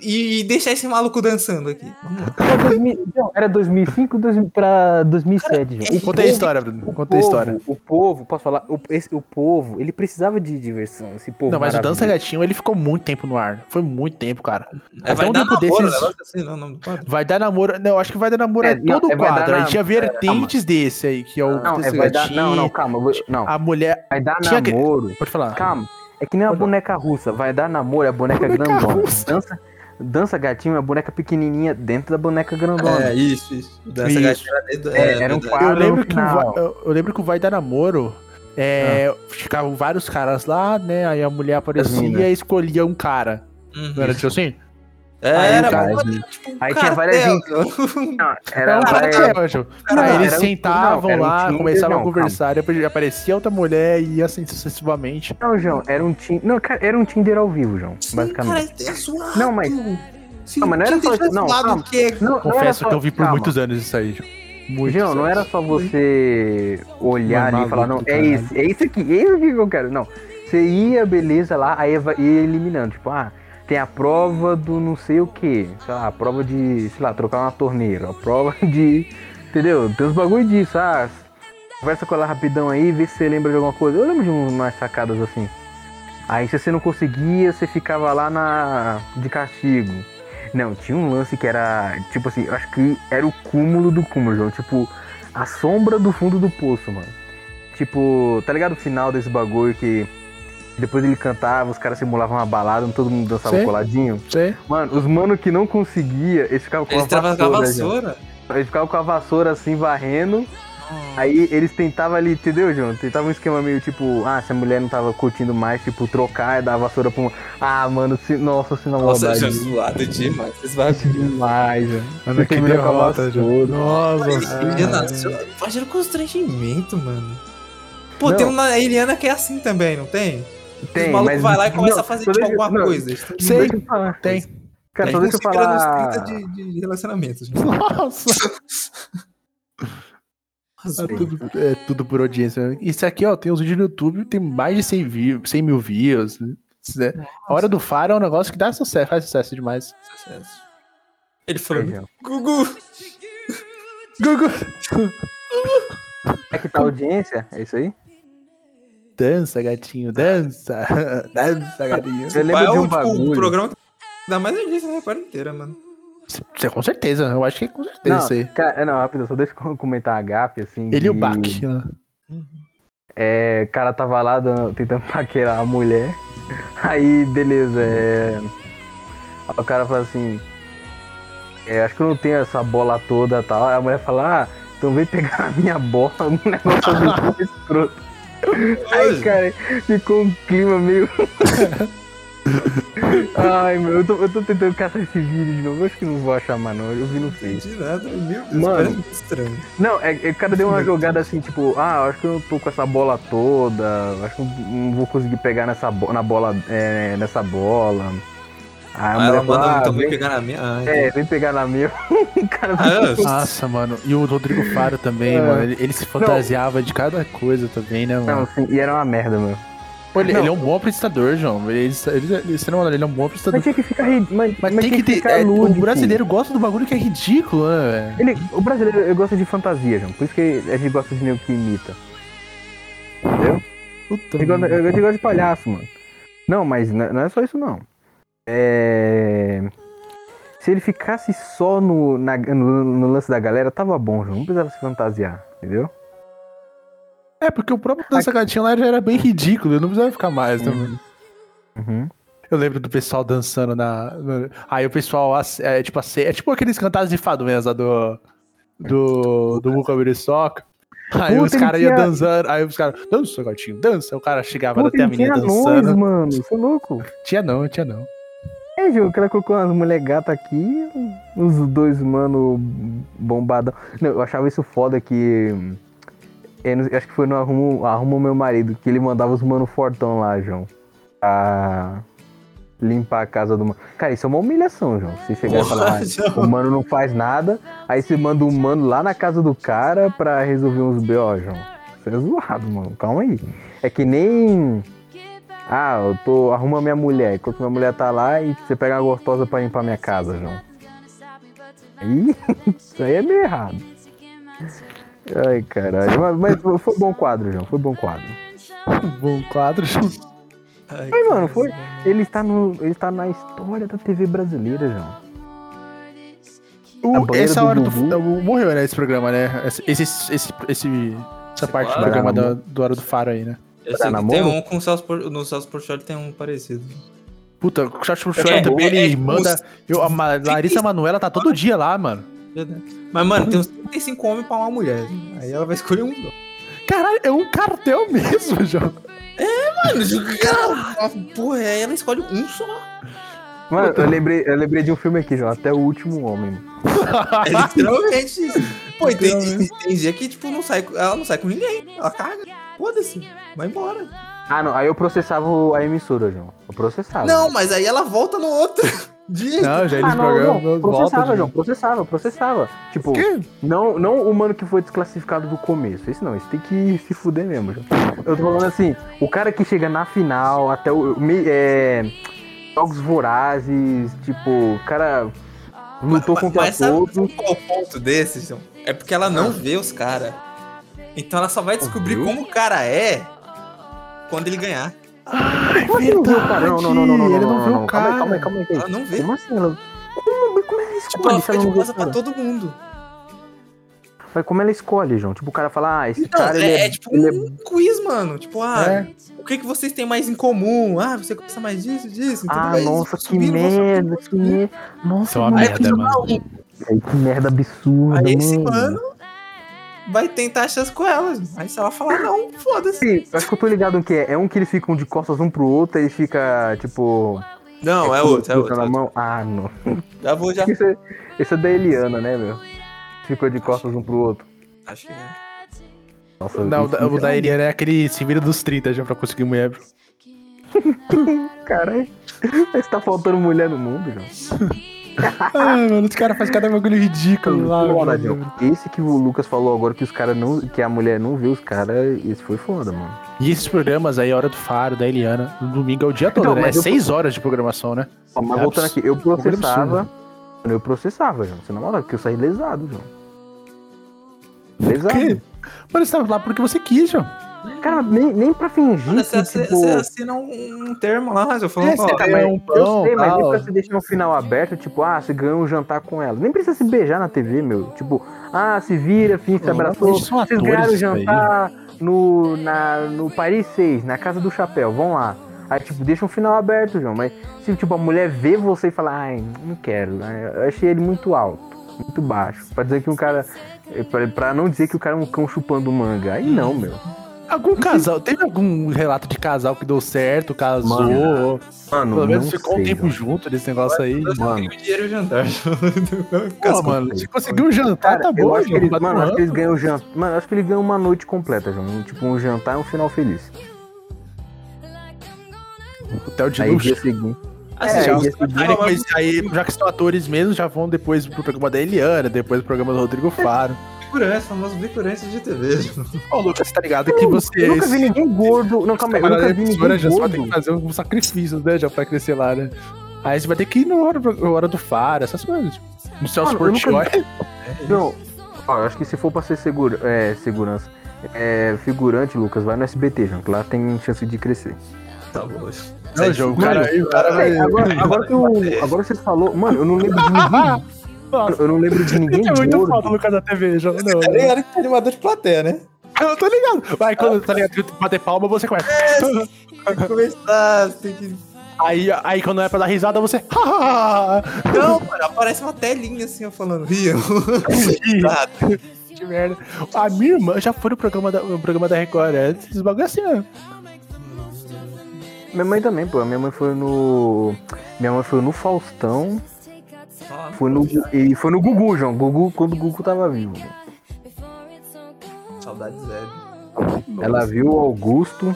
[SPEAKER 4] e, e deixar esse maluco dançando aqui? Vamos lá.
[SPEAKER 5] Era 2000 é não, Era 2005 2000 pra 2007, João.
[SPEAKER 3] Conta a história, Bruno. Conta a história.
[SPEAKER 5] O povo, posso falar? O, esse- o povo, ele precisava de diversão. Esse povo.
[SPEAKER 3] Não, mas o Dança
[SPEAKER 5] maravilhoso.
[SPEAKER 3] Gatinho, ele ficou muito tempo no ar. Foi muito tempo, cara.
[SPEAKER 4] É,
[SPEAKER 3] Até um
[SPEAKER 5] Então,
[SPEAKER 3] tempo
[SPEAKER 5] tipo,
[SPEAKER 4] namoro,
[SPEAKER 3] desses-
[SPEAKER 4] negócio assim, não, é o nome do quadro?
[SPEAKER 3] Vai dar namoro. Não, acho que vai dar namoro é,
[SPEAKER 5] É, não,
[SPEAKER 3] todo o
[SPEAKER 5] é, vai dar
[SPEAKER 3] quadro. A gente
[SPEAKER 5] na-
[SPEAKER 3] tinha vertentes desse aí, que é o
[SPEAKER 5] Não, é,
[SPEAKER 3] Dança
[SPEAKER 5] vai dar,
[SPEAKER 3] Gatinho.
[SPEAKER 5] não, não, calma. eu vou- Não,
[SPEAKER 3] A mulher.
[SPEAKER 5] vai dar
[SPEAKER 3] tinha que-
[SPEAKER 5] namoro.
[SPEAKER 3] Pode falar.
[SPEAKER 5] Calma. É que nem a
[SPEAKER 3] Pode não.
[SPEAKER 5] boneca russa. Vai dar namoro, é a boneca
[SPEAKER 3] Boneca
[SPEAKER 5] grandona.
[SPEAKER 3] russa.
[SPEAKER 5] Dança, dança gatinho é a boneca pequenininha dentro da boneca grandona.
[SPEAKER 4] É, isso, isso. Dança
[SPEAKER 3] Isso.
[SPEAKER 4] gatinha dentro-
[SPEAKER 5] É, era um
[SPEAKER 4] verdade.
[SPEAKER 5] quadro.
[SPEAKER 3] Eu lembro,
[SPEAKER 5] no
[SPEAKER 3] que o vai,
[SPEAKER 5] final.
[SPEAKER 3] eu, eu lembro que o Vai Dar Namoro.
[SPEAKER 5] Ah.
[SPEAKER 3] é, Ficavam vários caras lá, né? Aí a mulher
[SPEAKER 5] minas.
[SPEAKER 3] aparecia e escolhia um cara.
[SPEAKER 4] Uhum.
[SPEAKER 3] Não era tipo assim?
[SPEAKER 4] É, era
[SPEAKER 5] Aí,
[SPEAKER 4] um-
[SPEAKER 5] cara, assim.
[SPEAKER 4] tipo, um
[SPEAKER 5] aí tinha várias
[SPEAKER 4] cartel.
[SPEAKER 5] Não,
[SPEAKER 3] Era
[SPEAKER 5] era,
[SPEAKER 3] um
[SPEAKER 5] vai-
[SPEAKER 3] cartel, Ju.
[SPEAKER 5] Não,
[SPEAKER 3] Aí eles
[SPEAKER 5] era um-
[SPEAKER 3] sentavam
[SPEAKER 5] não, era um
[SPEAKER 3] lá,
[SPEAKER 5] Tinder,
[SPEAKER 3] começavam a
[SPEAKER 5] não,
[SPEAKER 3] conversar, depois aparecia outra mulher e assim sucessivamente.
[SPEAKER 5] Não, João, era um Tinder. Não, cara, era um Tinder ao vivo, João.
[SPEAKER 4] Sim,
[SPEAKER 5] basicamente.
[SPEAKER 4] cara, é zoado.
[SPEAKER 5] Não, mas-
[SPEAKER 4] Sim,
[SPEAKER 5] Não, mas não era
[SPEAKER 4] quem
[SPEAKER 5] só isso,
[SPEAKER 4] deixou
[SPEAKER 5] não,
[SPEAKER 4] zoado
[SPEAKER 5] calma.
[SPEAKER 4] que é-
[SPEAKER 5] Não, não era
[SPEAKER 3] Confesso
[SPEAKER 5] só-
[SPEAKER 3] que eu vi por
[SPEAKER 5] calma.
[SPEAKER 3] muitos anos isso aí, Ju. Muitos
[SPEAKER 5] João, não
[SPEAKER 3] anos.
[SPEAKER 5] era só você olhar
[SPEAKER 3] Mano,
[SPEAKER 5] ali e falar, não,
[SPEAKER 3] maluco do
[SPEAKER 5] é
[SPEAKER 3] caralho.
[SPEAKER 5] isso, é isso aqui, é isso aqui que eu quero. Não. Você ia, beleza, lá, aí vai- ia eliminando. Tipo, ah, tem a prova do não sei o que. Sei lá, a prova de, sei lá, trocar uma torneira. A prova de. Entendeu? Tem uns bagulho disso, ah. Conversa com ela rapidão aí, vê se você lembra de alguma coisa. Eu lembro de umas sacadas assim. Aí se você não conseguia, você ficava lá na. de castigo. Não, tinha um lance que era, tipo assim, eu acho que era o cúmulo do cúmulo, João. Tipo, a sombra do fundo do poço, mano. Tipo, tá ligado o final desse bagulho que depois ele cantava, os caras simulavam uma balada, todo mundo dançava
[SPEAKER 3] Sim.
[SPEAKER 5] coladinho?
[SPEAKER 3] Sei.
[SPEAKER 5] Mano, os mano que não conseguia, eles ficavam com
[SPEAKER 4] Eles
[SPEAKER 5] a
[SPEAKER 4] trabalham com a
[SPEAKER 5] vassoura, né, João.
[SPEAKER 4] vassoura.
[SPEAKER 5] Eles ficavam com a vassoura assim, varrendo. Aí eles tentavam ali, entendeu, João? Tentavam um esquema meio tipo, ah, se a mulher não tava curtindo mais, tipo, trocar e dar a vassoura pra um. Ah, mano, se... nossa, se não
[SPEAKER 4] Nossa,
[SPEAKER 5] maldade.
[SPEAKER 4] já zoado demais. Vocês vão
[SPEAKER 5] Demais, velho.
[SPEAKER 3] Mano, que
[SPEAKER 5] terminou com a
[SPEAKER 3] derrota, Ju.
[SPEAKER 5] vassoura.
[SPEAKER 3] Nossa.
[SPEAKER 5] é. Ah.
[SPEAKER 4] Imagina o constrangimento, mano. Pô,
[SPEAKER 5] Não.
[SPEAKER 4] tem uma Eliana que é assim também, não tem?
[SPEAKER 5] Tem,
[SPEAKER 4] Os malucos
[SPEAKER 5] mas-
[SPEAKER 4] vai lá e começa
[SPEAKER 5] não,
[SPEAKER 4] a fazer
[SPEAKER 5] só
[SPEAKER 4] tipo,
[SPEAKER 5] deixa-
[SPEAKER 4] alguma
[SPEAKER 5] não.
[SPEAKER 4] coisa.
[SPEAKER 3] Sei.
[SPEAKER 5] Deixa eu falar.
[SPEAKER 3] Tem.
[SPEAKER 5] Cara, só
[SPEAKER 4] Eles
[SPEAKER 5] deixa
[SPEAKER 4] vão
[SPEAKER 5] eu
[SPEAKER 4] se virando
[SPEAKER 5] falar.
[SPEAKER 4] nos 30 de, de relacionamentos. né?
[SPEAKER 3] Nossa. É tudo, é tudo por audiência. Isso aqui, ó, tem uns vídeos no YouTube, tem mais de 100, vi- 100 mil views. né? Isso, né? A Hora do Faro é um negócio que dá sucesso, faz sucesso demais.
[SPEAKER 4] Sucesso. Ele falou,
[SPEAKER 5] Aí, João.
[SPEAKER 4] Gugu,
[SPEAKER 3] Gugu.
[SPEAKER 5] É que tá a audiência? É isso aí?
[SPEAKER 3] Dança, gatinho, dança. Dança, gatinho.
[SPEAKER 5] Eu
[SPEAKER 4] vai
[SPEAKER 5] lembro
[SPEAKER 4] é
[SPEAKER 5] de
[SPEAKER 4] o
[SPEAKER 5] um
[SPEAKER 4] tipo, um
[SPEAKER 5] bagulho.
[SPEAKER 4] programa que dá mais audiência na Record inteira, mano.
[SPEAKER 3] Você com certeza, eu acho que é com certeza
[SPEAKER 5] Não,
[SPEAKER 3] isso aí.
[SPEAKER 5] cara, não, rápido, só deixa eu comentar a gafe, assim.
[SPEAKER 3] Ele e o
[SPEAKER 5] de-
[SPEAKER 3] Bach. né?
[SPEAKER 5] É, o cara tava lá dan- tentando paquerar a mulher. Aí, beleza, é. aí O cara fala assim. é, acho que eu não tenho essa bola toda e tal. Aí a mulher fala, ah, então vem pegar a minha bola, um negócio muito escroto. Aí,
[SPEAKER 4] Hoje,
[SPEAKER 5] cara, ficou um clima meio. Ai, meu, eu tô, eu tô tentando caçar esse vídeo de novo. Eu acho que não vou achar mais, não. Eu vi no Face.
[SPEAKER 4] entendi nada. Meu Deus,
[SPEAKER 5] Mano.
[SPEAKER 4] parece muito estranho.
[SPEAKER 5] Não, é, é, o cara deu uma jogada assim, tipo, ah, eu acho que eu não tô com essa bola toda, eu acho que eu não vou conseguir pegar nessa bo na bola, é, nessa bola. Aí a
[SPEAKER 4] Ah, ela
[SPEAKER 5] mulher falou,
[SPEAKER 4] manda,
[SPEAKER 5] ah,
[SPEAKER 4] então vem
[SPEAKER 5] vem,
[SPEAKER 4] pegar na minha. Ah,
[SPEAKER 5] é, vem pegar na minha. O cara,
[SPEAKER 4] Ah,
[SPEAKER 3] Nossa, mano. E o Rodrigo Faro também,
[SPEAKER 5] É.
[SPEAKER 3] mano. Ele, ele se fantasiava de cada coisa também, né,
[SPEAKER 5] não,
[SPEAKER 3] mano?
[SPEAKER 5] assim, e era uma merda, mano.
[SPEAKER 3] Pô, ele,
[SPEAKER 5] não.
[SPEAKER 3] ele é um bom apresentador, João. Ele, ele, ele, sem maldade, ele é um bom apresentador.
[SPEAKER 5] Mas tinha que ficar ri- Mas,
[SPEAKER 3] Mas,
[SPEAKER 5] mas
[SPEAKER 3] tem que ter.
[SPEAKER 5] ficar
[SPEAKER 3] é, o
[SPEAKER 5] lúdico.
[SPEAKER 3] brasileiro gosta do bagulho que é ridículo, né, velho?
[SPEAKER 5] Ele, o brasileiro ele gosta de fantasia, João. Por isso que a gente gosta de meio que imita.
[SPEAKER 4] puta.
[SPEAKER 5] Ele gosta, ele gosta de palhaço, mano. Não, mas n- não é só isso, não. É... Se ele ficasse só no, na- no, no lance da galera, tava bom, João. Não precisava se fantasiar, entendeu?
[SPEAKER 3] É, porque o próprio Dança Gatinha lá já era bem ridículo, eu não precisava ficar mais também.
[SPEAKER 5] Uhum.
[SPEAKER 3] Eu lembro do pessoal dançando na. na- Aí o pessoal, ace- é, tipo, ace- é tipo aqueles cantados de fado mesmo, lá do. Do. Do Muca Soca. Aí
[SPEAKER 5] Puta,
[SPEAKER 3] os caras
[SPEAKER 5] ele
[SPEAKER 3] iam
[SPEAKER 5] tinha-
[SPEAKER 3] dançando, aí os caras, dança, gatinho, dança. O cara chegava
[SPEAKER 5] Puta,
[SPEAKER 3] até a
[SPEAKER 5] ele tinha
[SPEAKER 3] menina
[SPEAKER 5] anões,
[SPEAKER 3] dançando.
[SPEAKER 5] mano. Você é louco?
[SPEAKER 3] Tinha não, tinha não.
[SPEAKER 5] É, João, que ela colocou umas mulher gata aqui, os dois, mano, bombadão. Não, eu achava isso foda que... eu não- eu acho que foi no Arrumo, Arrumo Meu Marido, que ele mandava os mano fortão lá, João. Pra limpar a casa do mano. Cara, isso é uma humilhação, João. Você chegar e falar, "Ah, o mano não faz nada, aí você manda um mano lá na casa do cara pra resolver uns B.O., João. Você é zoado, mano. Calma aí. É que nem... Ah, eu tô... Arruma minha mulher. Enquanto minha mulher tá lá, e você pega uma gostosa pra limpar minha casa, João. Aí... isso aí é meio errado. Ai, caralho. Mas, mas foi bom quadro, João. Foi bom quadro.
[SPEAKER 3] Bom quadro.
[SPEAKER 4] Ai,
[SPEAKER 5] Mas, mano, foi. Ele está, no, ele está na história da TV brasileira, João. Uh. A
[SPEAKER 3] O,
[SPEAKER 5] banheira
[SPEAKER 3] essa
[SPEAKER 5] do
[SPEAKER 3] hora do.
[SPEAKER 5] Gugu.
[SPEAKER 3] o- Morreu, né, esse programa, né? Esse, esse, esse, esse- essa parte do
[SPEAKER 4] quadro.
[SPEAKER 3] programa da- do Hora do Faro aí, né?
[SPEAKER 4] Eu sei que
[SPEAKER 5] namoro?
[SPEAKER 4] tem um com o Celso Por... No Celso Portioli tem um parecido.
[SPEAKER 3] Puta, o Chacho Chorão
[SPEAKER 4] É,
[SPEAKER 3] também,
[SPEAKER 4] é,
[SPEAKER 3] ele
[SPEAKER 4] é,
[SPEAKER 3] manda. Eu, a Ma- Larissa Manoela tá todo dia lá, mano.
[SPEAKER 4] Verdade. Mas, mano, tem uns 35 homens pra uma mulher. Aí ela vai escolher um.
[SPEAKER 3] Caralho, é um cartel mesmo, João.
[SPEAKER 4] Mano, cara, porra, aí ela escolhe um só.
[SPEAKER 5] Mano, eu lembrei, eu lembrei de um filme aqui, João. Até o último homem. mano.
[SPEAKER 4] É literalmente isso. Pô, e tem, e tem dia que, tipo, não sai, ela não sai com ninguém. Ela caga. Foda-se. Vai embora.
[SPEAKER 5] Ah, não. Aí eu processava o- a emissora, João. Eu processava.
[SPEAKER 4] Não, mas aí ela volta no outro dia.
[SPEAKER 3] Não, já é eles
[SPEAKER 5] Ah,
[SPEAKER 3] programam.
[SPEAKER 5] Tá não, não.
[SPEAKER 3] volta,
[SPEAKER 5] Processava, João.
[SPEAKER 3] João.
[SPEAKER 5] Processava, processava. Tipo, não, não o mano que foi desclassificado do começo. Isso não, isso tem que se fuder mesmo, João. Eu tô falando assim, o cara que chega na final, até o. me- é, jogos vorazes, tipo, o cara lutou
[SPEAKER 4] Mas-
[SPEAKER 5] contra
[SPEAKER 4] mas sabe-
[SPEAKER 5] todos.
[SPEAKER 4] sabe qual é o ponto desses, João? É porque ela não vê os caras. Então ela só vai descobrir como o cara é quando ele ganhar. é
[SPEAKER 5] Como assim não viu o cara? Não, não, não, não, não,
[SPEAKER 3] Ele não viu o
[SPEAKER 5] Calma
[SPEAKER 3] cara.
[SPEAKER 5] aí, calma aí, calma aí, calma
[SPEAKER 4] Ela Ah, não
[SPEAKER 5] aí.
[SPEAKER 4] vê.
[SPEAKER 5] Como assim? Ela... Como, como é ela escolhe
[SPEAKER 4] Tipo, ela
[SPEAKER 5] se
[SPEAKER 4] fica
[SPEAKER 5] ela
[SPEAKER 4] de
[SPEAKER 5] não viu o
[SPEAKER 4] coisa pra
[SPEAKER 5] cara?
[SPEAKER 4] todo mundo.
[SPEAKER 5] Mas como ela escolhe, João? Tipo, o cara fala, ah, esse
[SPEAKER 4] Então,
[SPEAKER 5] cara, ele
[SPEAKER 4] é,
[SPEAKER 5] é...
[SPEAKER 4] é tipo
[SPEAKER 5] ele é-
[SPEAKER 4] um quiz, mano. Tipo, ah,
[SPEAKER 3] É.
[SPEAKER 4] o que, que vocês têm mais em comum? Ah, você gosta mais disso, disso. entendeu?
[SPEAKER 5] Ah,
[SPEAKER 4] Aí Então, eles
[SPEAKER 5] nossa,
[SPEAKER 4] vão
[SPEAKER 5] que
[SPEAKER 4] subindo, vão
[SPEAKER 5] merda,
[SPEAKER 4] subindo,
[SPEAKER 5] que merda. Nossa,
[SPEAKER 3] Isso é uma
[SPEAKER 5] mano.
[SPEAKER 3] merda,
[SPEAKER 4] Aí,
[SPEAKER 3] mano.
[SPEAKER 5] Aí, que merda absurda,
[SPEAKER 4] Aí esse
[SPEAKER 5] mano.
[SPEAKER 4] mano vai tentar a chance com ela. Aí se ela falar não, foda-se.
[SPEAKER 5] Sim, acho que eu tô ligado no que é. É um que eles ficam de costas um pro outro e fica, tipo.
[SPEAKER 4] Não, é
[SPEAKER 5] com-
[SPEAKER 4] outro, é
[SPEAKER 5] com
[SPEAKER 4] outro.
[SPEAKER 5] Na
[SPEAKER 4] é outro.
[SPEAKER 5] mão. Ah, não.
[SPEAKER 4] Já vou, já.
[SPEAKER 5] Isso é, isso é da Eliana, né, meu? Ficou de costas um pro outro.
[SPEAKER 4] Acho que é.
[SPEAKER 5] Nossa,
[SPEAKER 3] Não, o
[SPEAKER 5] isso-
[SPEAKER 3] da- o da Eliana é aquele se vira dos 30 já pra conseguir mulher.
[SPEAKER 5] Caralho. um Mas tá faltando mulher no mundo, João.
[SPEAKER 3] Ah, mano, os caras fazem cada bagulho ridículo lá.
[SPEAKER 5] Foda,
[SPEAKER 3] mano.
[SPEAKER 5] João. Esse que o Lucas falou agora que os caras não. Que a mulher não vê os caras, isso foi foda, mano.
[SPEAKER 3] E esses programas aí, Hora do Faro, da Eliana, no domingo é o dia todo,
[SPEAKER 5] Então,
[SPEAKER 3] né? É
[SPEAKER 5] mas eu-
[SPEAKER 3] 6 horas de programação, né?
[SPEAKER 5] Ó, mas
[SPEAKER 3] É
[SPEAKER 5] voltando
[SPEAKER 3] absurdo.
[SPEAKER 5] aqui, eu
[SPEAKER 3] Bagulho
[SPEAKER 5] processava. Mano, eu processava, João. Você não maldade, porque eu saí lesado, João. Lesado.
[SPEAKER 3] Que? Mano, você tava lá porque você quis, João.
[SPEAKER 5] Cara, nem, nem pra fingir.
[SPEAKER 4] Mano,
[SPEAKER 5] que,
[SPEAKER 4] você, você-
[SPEAKER 5] tipo...
[SPEAKER 4] você assina um, um termo lá, eu falando,
[SPEAKER 3] É, você
[SPEAKER 4] ó,
[SPEAKER 3] tá-
[SPEAKER 5] Tá, mas
[SPEAKER 3] um
[SPEAKER 5] eu
[SPEAKER 3] pão,
[SPEAKER 5] sei, mas nem
[SPEAKER 3] tal.
[SPEAKER 5] pra você deixar um final aberto, tipo, ah, você ganhou um jantar com ela. Nem precisa se beijar na TV, meu. Tipo, ah, se vira, finge que se
[SPEAKER 3] Não,
[SPEAKER 5] abraçou.
[SPEAKER 3] eles são
[SPEAKER 5] Vocês
[SPEAKER 3] atores,
[SPEAKER 5] ganharam um
[SPEAKER 3] isso daí.
[SPEAKER 5] jantar no, na, no Paris 6, na Casa do Chapéu, vão lá. Aí, tipo, deixa um final aberto, João. Mas se, tipo, a mulher vê você e fala, ai, não quero, né? eu achei ele muito alto, muito baixo. Pra dizer que um cara... Pra, pra não dizer que o cara é um cão chupando manga. Aí não, meu.
[SPEAKER 3] Ah, Algum casal, teve algum relato de casal que deu certo, casou,
[SPEAKER 5] Mano,
[SPEAKER 3] ou
[SPEAKER 5] Mano,
[SPEAKER 3] pelo menos
[SPEAKER 5] não
[SPEAKER 3] ficou um
[SPEAKER 5] sei,
[SPEAKER 3] tempo
[SPEAKER 5] mano.
[SPEAKER 3] junto assim. nesse negócio aí.
[SPEAKER 4] Eu só
[SPEAKER 5] mano.
[SPEAKER 4] tenho dinheiro e jantar.
[SPEAKER 3] Pô, mano, se conseguir um jantar, tá
[SPEAKER 5] assim. eu
[SPEAKER 3] bom,
[SPEAKER 5] acho que
[SPEAKER 3] João,
[SPEAKER 5] eles,
[SPEAKER 3] quatro
[SPEAKER 5] mano, acho que eles
[SPEAKER 3] anos.
[SPEAKER 5] ganham o jantar. Mano, acho que eles ganham uma noite completa, João. Um- Tipo, um jantar e um final feliz.
[SPEAKER 3] Hotel de
[SPEAKER 5] aí
[SPEAKER 3] luxo.
[SPEAKER 5] dia seguinte.
[SPEAKER 3] É,
[SPEAKER 5] é,
[SPEAKER 3] já,
[SPEAKER 5] aí dia seguinte.
[SPEAKER 3] aí, depois- aí,
[SPEAKER 5] um
[SPEAKER 3] já que são atores mesmo, já vão depois pro programa da Eliana, depois pro programa do Rodrigo Faro.
[SPEAKER 4] Bicurança, famoso bicurança de TV. gente.
[SPEAKER 3] Ô, Lucas, tá ligado que você.
[SPEAKER 5] Eu nunca vi ninguém gordo. Não, calma aí. Eu nunca vi
[SPEAKER 3] Agora já
[SPEAKER 5] ninguém
[SPEAKER 3] só tem que
[SPEAKER 5] gordo.
[SPEAKER 3] fazer uns sacrifícios, né, já pra crescer lá, né? Aí você vai ter que ir na hora, na hora do Faro, essas coisas. tipo, No Celso
[SPEAKER 5] Mano, eu nunca
[SPEAKER 3] Portioli.
[SPEAKER 5] Não, ó, eu acho que se for pra ser segura, é, segurança, é, figurante, Lucas, vai no SBT, João, que lá tem chance de crescer.
[SPEAKER 4] Tá bom.
[SPEAKER 3] Não, João, o cara, o cara vai.
[SPEAKER 5] É, agora, agora que eu, agora que você falou, mano, eu não lembro de ninguém. mano, eu não lembro de ninguém
[SPEAKER 3] É muito foda o
[SPEAKER 5] gordo.
[SPEAKER 3] Lucas da TV, João. Não,
[SPEAKER 4] Tá ligado que tá animador de plateia, né?
[SPEAKER 3] Eu tô ligado. Vai, quando tá ligado, que bater palma, você começa.
[SPEAKER 5] É,
[SPEAKER 4] Tem que começar, tem que...
[SPEAKER 3] Aí, aí quando é pra dar risada, você.
[SPEAKER 4] Não, mano, aparece uma telinha assim, eu falando, Rio.
[SPEAKER 3] Que merda. A minha irmã já foi no programa da, no programa da Record. É, esses bagulho assim, ó.
[SPEAKER 5] Minha mãe também, pô. Minha mãe foi no. Minha mãe foi no Faustão. Foi no, e foi no Gugu, João. Gugu, quando o Gugu tava vivo.
[SPEAKER 4] Saudade zero.
[SPEAKER 5] Ela viu o Augusto.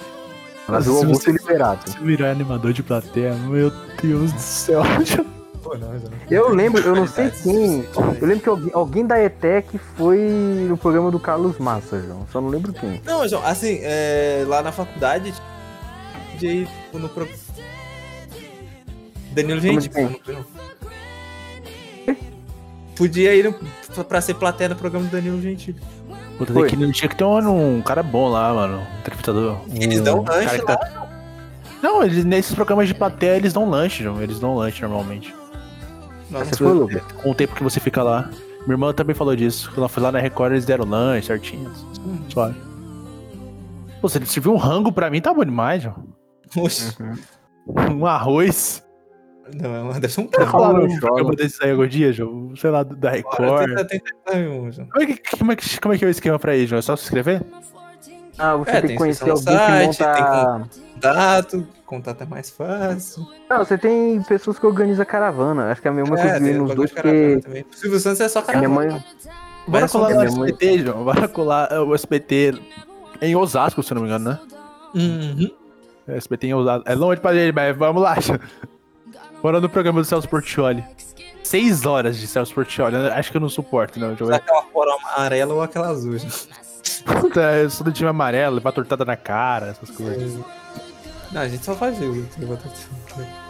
[SPEAKER 5] Ela
[SPEAKER 3] Nossa,
[SPEAKER 5] viu o
[SPEAKER 3] se
[SPEAKER 5] Augusto
[SPEAKER 3] você-
[SPEAKER 5] Liberato.
[SPEAKER 3] Se virar animador de plateia, meu Deus do céu.
[SPEAKER 4] Pô, não, mas eu não.
[SPEAKER 5] Eu lembro, eu não sei quem. Eu lembro que alguém, alguém da ETEC foi no programa do Carlos Massa, João. Só não lembro quem.
[SPEAKER 4] Não, João, assim, é, lá na faculdade, de aí, tipo, no pro... Danilo
[SPEAKER 5] Como
[SPEAKER 4] Gente,
[SPEAKER 5] de quem?
[SPEAKER 4] Podia ir no, pra- pra ser plateia no programa do Danilo Gentili.
[SPEAKER 3] Puta,
[SPEAKER 5] Foi.
[SPEAKER 3] tem que, tinha que ter um, um cara bom lá, mano. Um entrevistador. Um
[SPEAKER 4] Eles dão
[SPEAKER 3] cara
[SPEAKER 4] lanche
[SPEAKER 3] que tá- Não, eles, nesses programas de plateia eles dão lanche, João. Eles dão lanche normalmente.
[SPEAKER 4] Não,
[SPEAKER 5] Você foi, Lucas?
[SPEAKER 3] Com o tempo que você fica lá. Minha irmã também falou disso. Quando ela foi lá na Record, eles deram lanche certinho. Suave. Pô, se ele serviu um rango pra mim, tá bom demais, João.
[SPEAKER 4] Oxe.
[SPEAKER 3] Um arroz.
[SPEAKER 4] Não, mas deve ser um
[SPEAKER 3] Você
[SPEAKER 4] carro.
[SPEAKER 3] falaram
[SPEAKER 5] Joga.
[SPEAKER 3] um programa desse aí algum dia, João? Sei lá, do- da Record.
[SPEAKER 4] Tenta, tenta, sabe, um, João.
[SPEAKER 3] Como é, que, como, é que, como é que é o esquema pra ir, João? É só se inscrever?
[SPEAKER 5] Ah, você
[SPEAKER 4] É,
[SPEAKER 5] tem
[SPEAKER 4] tem
[SPEAKER 5] que conhecer alguém
[SPEAKER 4] inscrição no
[SPEAKER 5] que
[SPEAKER 4] site, tem
[SPEAKER 5] monta.
[SPEAKER 4] Contato, contato é mais fácil. É,
[SPEAKER 5] Não, você tem pessoas que organizam caravana. Acho que é a minha mãe
[SPEAKER 3] É,
[SPEAKER 5] conseguiu ir
[SPEAKER 4] um
[SPEAKER 5] nos dois, porque
[SPEAKER 4] também. O Silvio Santos é só
[SPEAKER 5] a minha
[SPEAKER 4] caravana.
[SPEAKER 5] mãe.
[SPEAKER 3] Bora
[SPEAKER 4] Parece um
[SPEAKER 3] colar
[SPEAKER 5] é
[SPEAKER 3] no
[SPEAKER 5] mesmo.
[SPEAKER 3] SBT, João. Bora colar é, o SBT em Osasco, se eu não me engano, né?
[SPEAKER 4] Uhum.
[SPEAKER 3] É, SBT em Osasco. É longe pra gente, mas vamos lá. João. Bora no programa do Celso Portioli. Seis horas de Celso Portioli. né? Acho que eu não suporto, não, João.
[SPEAKER 4] Aquela cor amarela ou aquela azul. João.
[SPEAKER 3] Puta, eu sou do time amarelo, levar tortada na cara, essas coisas.
[SPEAKER 4] Não, a gente só faz isso.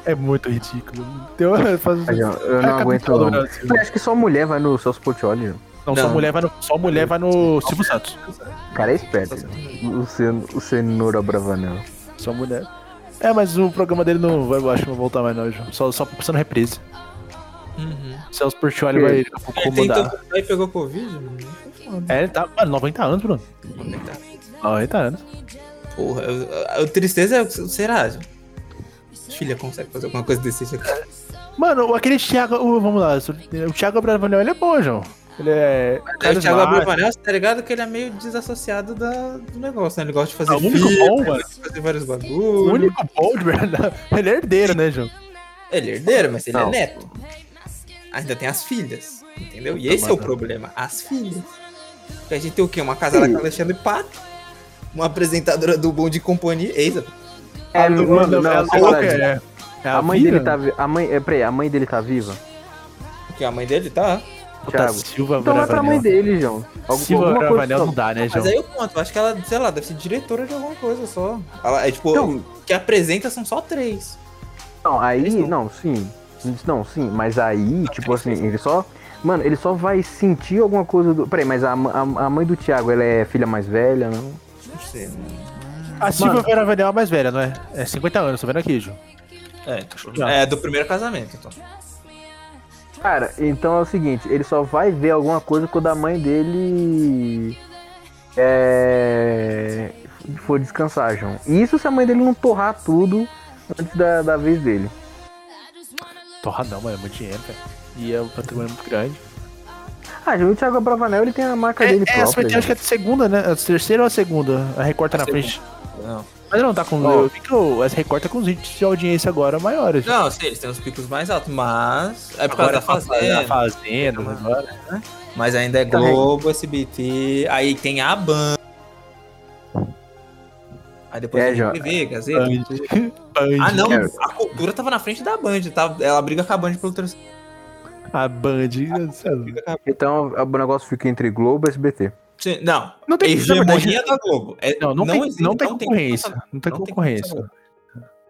[SPEAKER 3] É muito ridículo. Então, eu faço...
[SPEAKER 5] Ah, João, Eu
[SPEAKER 3] É a
[SPEAKER 5] não aguento.
[SPEAKER 3] capital do
[SPEAKER 5] Não.
[SPEAKER 3] Brasil.
[SPEAKER 5] Eu Acho que só mulher vai no Celso Portioli, João.
[SPEAKER 3] Não, só
[SPEAKER 4] Não.
[SPEAKER 3] mulher vai no, só mulher vai no Silvio Santos.
[SPEAKER 5] O cara é esperto. João. O, cen... o cenoura bravanel.
[SPEAKER 3] Só mulher. É, mas o programa dele não vai, eu acho que não vai voltar mais não, João. Só, só passando reprise. Celso Portioli
[SPEAKER 5] Ele-
[SPEAKER 3] vai
[SPEAKER 4] Uhum. Ele tem
[SPEAKER 3] comandar.
[SPEAKER 4] tanto aí pegou Covid? Mano.
[SPEAKER 3] É, ele tá, mano, 90 anos, Bruno. 90 anos.
[SPEAKER 4] Porra, eu- a- a tristeza é. Será? João? Filha, consegue fazer alguma coisa desse jeito?
[SPEAKER 3] É, Mano, aquele Thiago, o- vamos lá, o Thiago Bravanel, ele é bom, João. Ele é
[SPEAKER 4] Aí o Thiago
[SPEAKER 3] carismático.
[SPEAKER 4] Abravanel, você tá ligado que ele é meio desassociado da, do negócio, né? Ele gosta de fazer
[SPEAKER 3] Ah, o único
[SPEAKER 4] filme, né?
[SPEAKER 3] bom, mano.
[SPEAKER 4] fazer vários
[SPEAKER 3] O
[SPEAKER 4] bagulhos.
[SPEAKER 3] único bom de verdade, ele é herdeiro, né, João?
[SPEAKER 4] Ele é herdeiro, mas ele
[SPEAKER 5] Não.
[SPEAKER 4] é neto. Ainda tem as filhas, entendeu? E esse é o problema, as filhas. Porque a gente tem o quê? Uma casada com Alexandre Pato, uma apresentadora do Bom de Companhia, ex
[SPEAKER 5] É,
[SPEAKER 3] Do- da-
[SPEAKER 5] mano, não,
[SPEAKER 3] da-
[SPEAKER 5] sem
[SPEAKER 3] é,
[SPEAKER 5] maldade.
[SPEAKER 3] é, é
[SPEAKER 5] A mãe
[SPEAKER 3] filha?
[SPEAKER 5] dele tá viva. A mãe. É, peraí, a mãe dele tá viva?
[SPEAKER 4] que a mãe dele tá.
[SPEAKER 3] Puta,
[SPEAKER 5] Thiago.
[SPEAKER 3] Silva
[SPEAKER 5] Então vai pra
[SPEAKER 3] Bravanel.
[SPEAKER 5] mãe dele, João. Algu-
[SPEAKER 3] Silva
[SPEAKER 5] alguma coisa
[SPEAKER 3] Bravanel não
[SPEAKER 5] só-
[SPEAKER 3] dá, né, João?
[SPEAKER 4] Mas é- aí eu conto, acho que ela, sei lá, deve ser diretora de alguma coisa só. Ela é tipo,
[SPEAKER 5] Então-
[SPEAKER 4] que apresenta são só três.
[SPEAKER 5] Não,
[SPEAKER 4] Eles
[SPEAKER 5] aí,
[SPEAKER 4] não-
[SPEAKER 5] não, sim. Não, sim, mas aí, tipo assim, ele só. Mano, ele só vai sentir alguma coisa do. Peraí, mas a, a, a mãe do Thiago, ela é filha mais velha, não?
[SPEAKER 4] Não sei, mano.
[SPEAKER 3] A Silva Bravanel é a mais velha, não é? É 50 anos, tô vendo aqui, João.
[SPEAKER 4] É, tipo, é do primeiro casamento, então.
[SPEAKER 5] Cara, então é o seguinte, ele só vai ver alguma coisa quando a mãe dele. É. For descansar, João. Isso se a mãe dele não torrar tudo antes da, da vez dele.
[SPEAKER 3] Torra não, mano, é muito dinheiro, cara. E é um patrimônio muito grande.
[SPEAKER 5] Ah, já o Thiago Bravanel, ele tem a marca
[SPEAKER 3] É,
[SPEAKER 5] dele
[SPEAKER 3] é, essa vai
[SPEAKER 5] própria.
[SPEAKER 3] ter, acho que
[SPEAKER 5] né?
[SPEAKER 3] é a segunda, né? A terceira ou a segunda? A recorta na frente.
[SPEAKER 4] Não.
[SPEAKER 3] Mas ela não tá com.
[SPEAKER 5] Ó.
[SPEAKER 3] Eu vi que o- essa recorta com os hits de audiência agora é maiores.
[SPEAKER 4] Não, sei, eles têm os picos mais altos, mas. É por causa
[SPEAKER 3] agora
[SPEAKER 4] da fazenda.
[SPEAKER 3] A fazenda, agora.
[SPEAKER 4] Mas ainda é
[SPEAKER 5] Também.
[SPEAKER 4] Globo, SBT. Aí tem a Ban. Aí depois
[SPEAKER 5] É,
[SPEAKER 4] tem a
[SPEAKER 5] Jó.
[SPEAKER 4] TV, Gazeta.
[SPEAKER 3] tá-
[SPEAKER 4] Ah, não. A cultura tava na frente da Band. Tava, ela briga com a Band pelo terceiro.
[SPEAKER 3] A Band. é
[SPEAKER 5] Então o negócio fica entre Globo e SBT.
[SPEAKER 4] Não.
[SPEAKER 3] Não tem na
[SPEAKER 4] hegemonia
[SPEAKER 3] verdade,
[SPEAKER 4] da Globo. É,
[SPEAKER 3] Não, não, tem,
[SPEAKER 4] existe-
[SPEAKER 3] não tem
[SPEAKER 4] concorrência.
[SPEAKER 3] concorrência. Não tem
[SPEAKER 4] não tem
[SPEAKER 3] concorrência.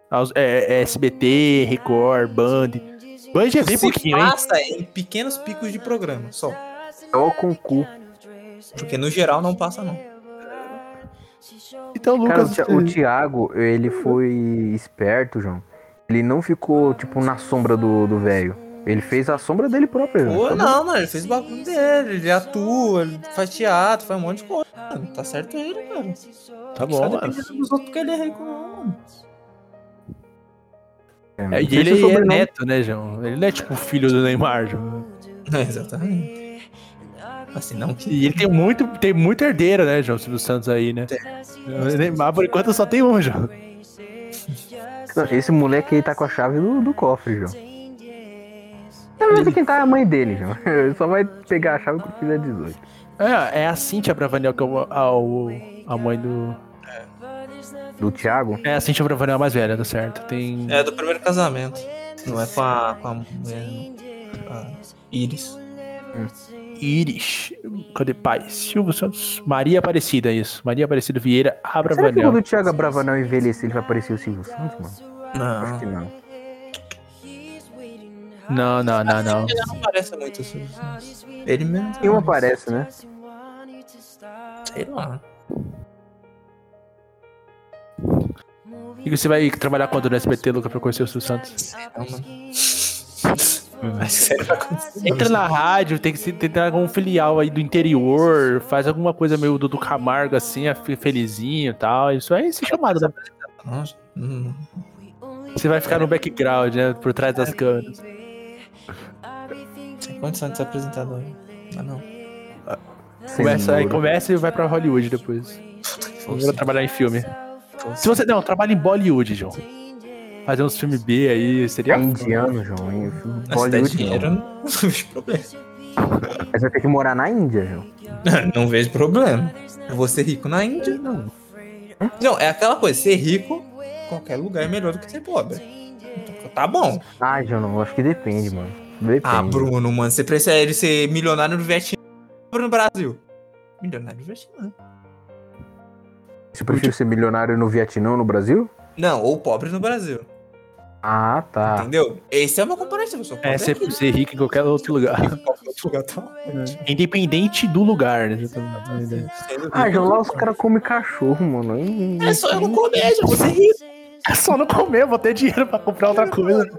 [SPEAKER 3] Aos- É, é SBT, Record, Band. Band é bem
[SPEAKER 4] Se
[SPEAKER 3] pouquinho, hein?
[SPEAKER 4] passa em pequenos picos de programa, só.
[SPEAKER 5] Ó com o cu.
[SPEAKER 4] Porque no geral não passa, não.
[SPEAKER 3] Então,
[SPEAKER 5] Cara, o
[SPEAKER 3] Lucas.
[SPEAKER 5] Thi- o Thiago, ele foi esperto, João. Ele não ficou, tipo, na sombra do do velho. ele fez a sombra dele próprio. João.
[SPEAKER 4] Pô, não, mano. Ele fez o bagulho dele. Ele atua, ele faz teatro, faz um monte de coisa. Mano, tá certo ele, cara.
[SPEAKER 3] tá
[SPEAKER 4] Só
[SPEAKER 3] bom, mano.
[SPEAKER 4] dependendo dos outros que ele é rico, não, mano.
[SPEAKER 5] É, não
[SPEAKER 3] É, E
[SPEAKER 5] sei se o
[SPEAKER 3] ele é
[SPEAKER 5] sobrenome-
[SPEAKER 3] neto, né, João? Ele não é tipo filho do Neymar, João.
[SPEAKER 4] É, exatamente. Assim, não que.
[SPEAKER 3] E ele tem muito, tem muito herdeiro, né, João Silvio Santos aí, né? O Neymar, por enquanto, só tem um, João.
[SPEAKER 5] Esse moleque aí tá com a chave do, do cofre, João. Na verdade, quem tá é a mãe dele, João. Ele só vai pegar a chave quando fizer 18.
[SPEAKER 3] É, é a Cintia Bravanel, que é o, a, o- a mãe do.
[SPEAKER 5] Do Thiago?
[SPEAKER 3] É a Cintia Bravanel mais velha, tá certo? Tem.
[SPEAKER 4] É do primeiro casamento. Não é com a, com a mulher, não. A Iris.
[SPEAKER 3] Iris. Cadê pai? Silvio Santos. Maria Aparecida, isso. Maria Aparecida Vieira
[SPEAKER 5] Será que
[SPEAKER 3] Abravanel.
[SPEAKER 5] quando o Thiago Bravanel envelhecer, ele vai aparecer o Silvio Santos, mano? Acho
[SPEAKER 4] Não.
[SPEAKER 5] que não.
[SPEAKER 3] Não, não, não, não.
[SPEAKER 4] Ele não parece muito assim. Ele mesmo.
[SPEAKER 5] Nenhum aparece, né?
[SPEAKER 4] Sei lá.
[SPEAKER 3] E você vai trabalhar quando no SBT, Luca, pra conhecer o Silvio Santos?
[SPEAKER 4] Não, mano. Mas sério vai acontecer.
[SPEAKER 3] Entra na rádio, tem que se tentar algum filial aí do interior, faz alguma coisa meio do, do Camargo, assim, a- felizinho e tal. Isso aí é ser chamado, né?
[SPEAKER 4] Não, não.
[SPEAKER 3] Você vai ficar no background, né? Por trás das câmeras.
[SPEAKER 4] Sem condição de ser apresentador. Ah, não.
[SPEAKER 3] Começa, aí
[SPEAKER 5] Cenoura.
[SPEAKER 3] começa e vai pra Hollywood depois. Primeiro trabalhar em filme. Se
[SPEAKER 4] Fosse.
[SPEAKER 3] você. Não, trabalha em Bollywood, João. Fazer uns filmes B aí, seria.
[SPEAKER 5] É indiano, João. hein?
[SPEAKER 4] Mas se der
[SPEAKER 5] Bollywood,
[SPEAKER 4] dinheiro,
[SPEAKER 3] né?
[SPEAKER 5] não.
[SPEAKER 4] não vejo problema.
[SPEAKER 5] Mas vai ter que morar na Índia, João.
[SPEAKER 4] Não vejo problema. Eu vou ser rico na Índia, não. Não, é aquela coisa, ser rico, qualquer lugar é melhor do que ser pobre. Então, tá bom.
[SPEAKER 5] Ah, João, não. Acho que depende, mano. Depende.
[SPEAKER 4] Ah, Bruno, mano, você prefere ser milionário no Vietnã ou no Brasil? Milionário no Vietnã.
[SPEAKER 5] Você prefere ser milionário no Vietnã ou no Brasil?
[SPEAKER 4] Não, ou pobre no Brasil.
[SPEAKER 5] Ah, tá.
[SPEAKER 4] Entendeu? Esse é o meu comparativo. eu Sou pobre
[SPEAKER 3] É, ser,
[SPEAKER 4] aqui,
[SPEAKER 3] ser rico em qualquer outro lugar.
[SPEAKER 4] pobre em outro lugar, tá ótimo.
[SPEAKER 3] Independente do lugar, né?
[SPEAKER 4] Sendo
[SPEAKER 5] Ah,
[SPEAKER 4] rico-
[SPEAKER 5] João, lá os caras comem cachorro, mano. Ih,
[SPEAKER 4] É só eu não comer, já vou ser rico.
[SPEAKER 3] É só não comer, vou ter dinheiro pra comprar outra coisa.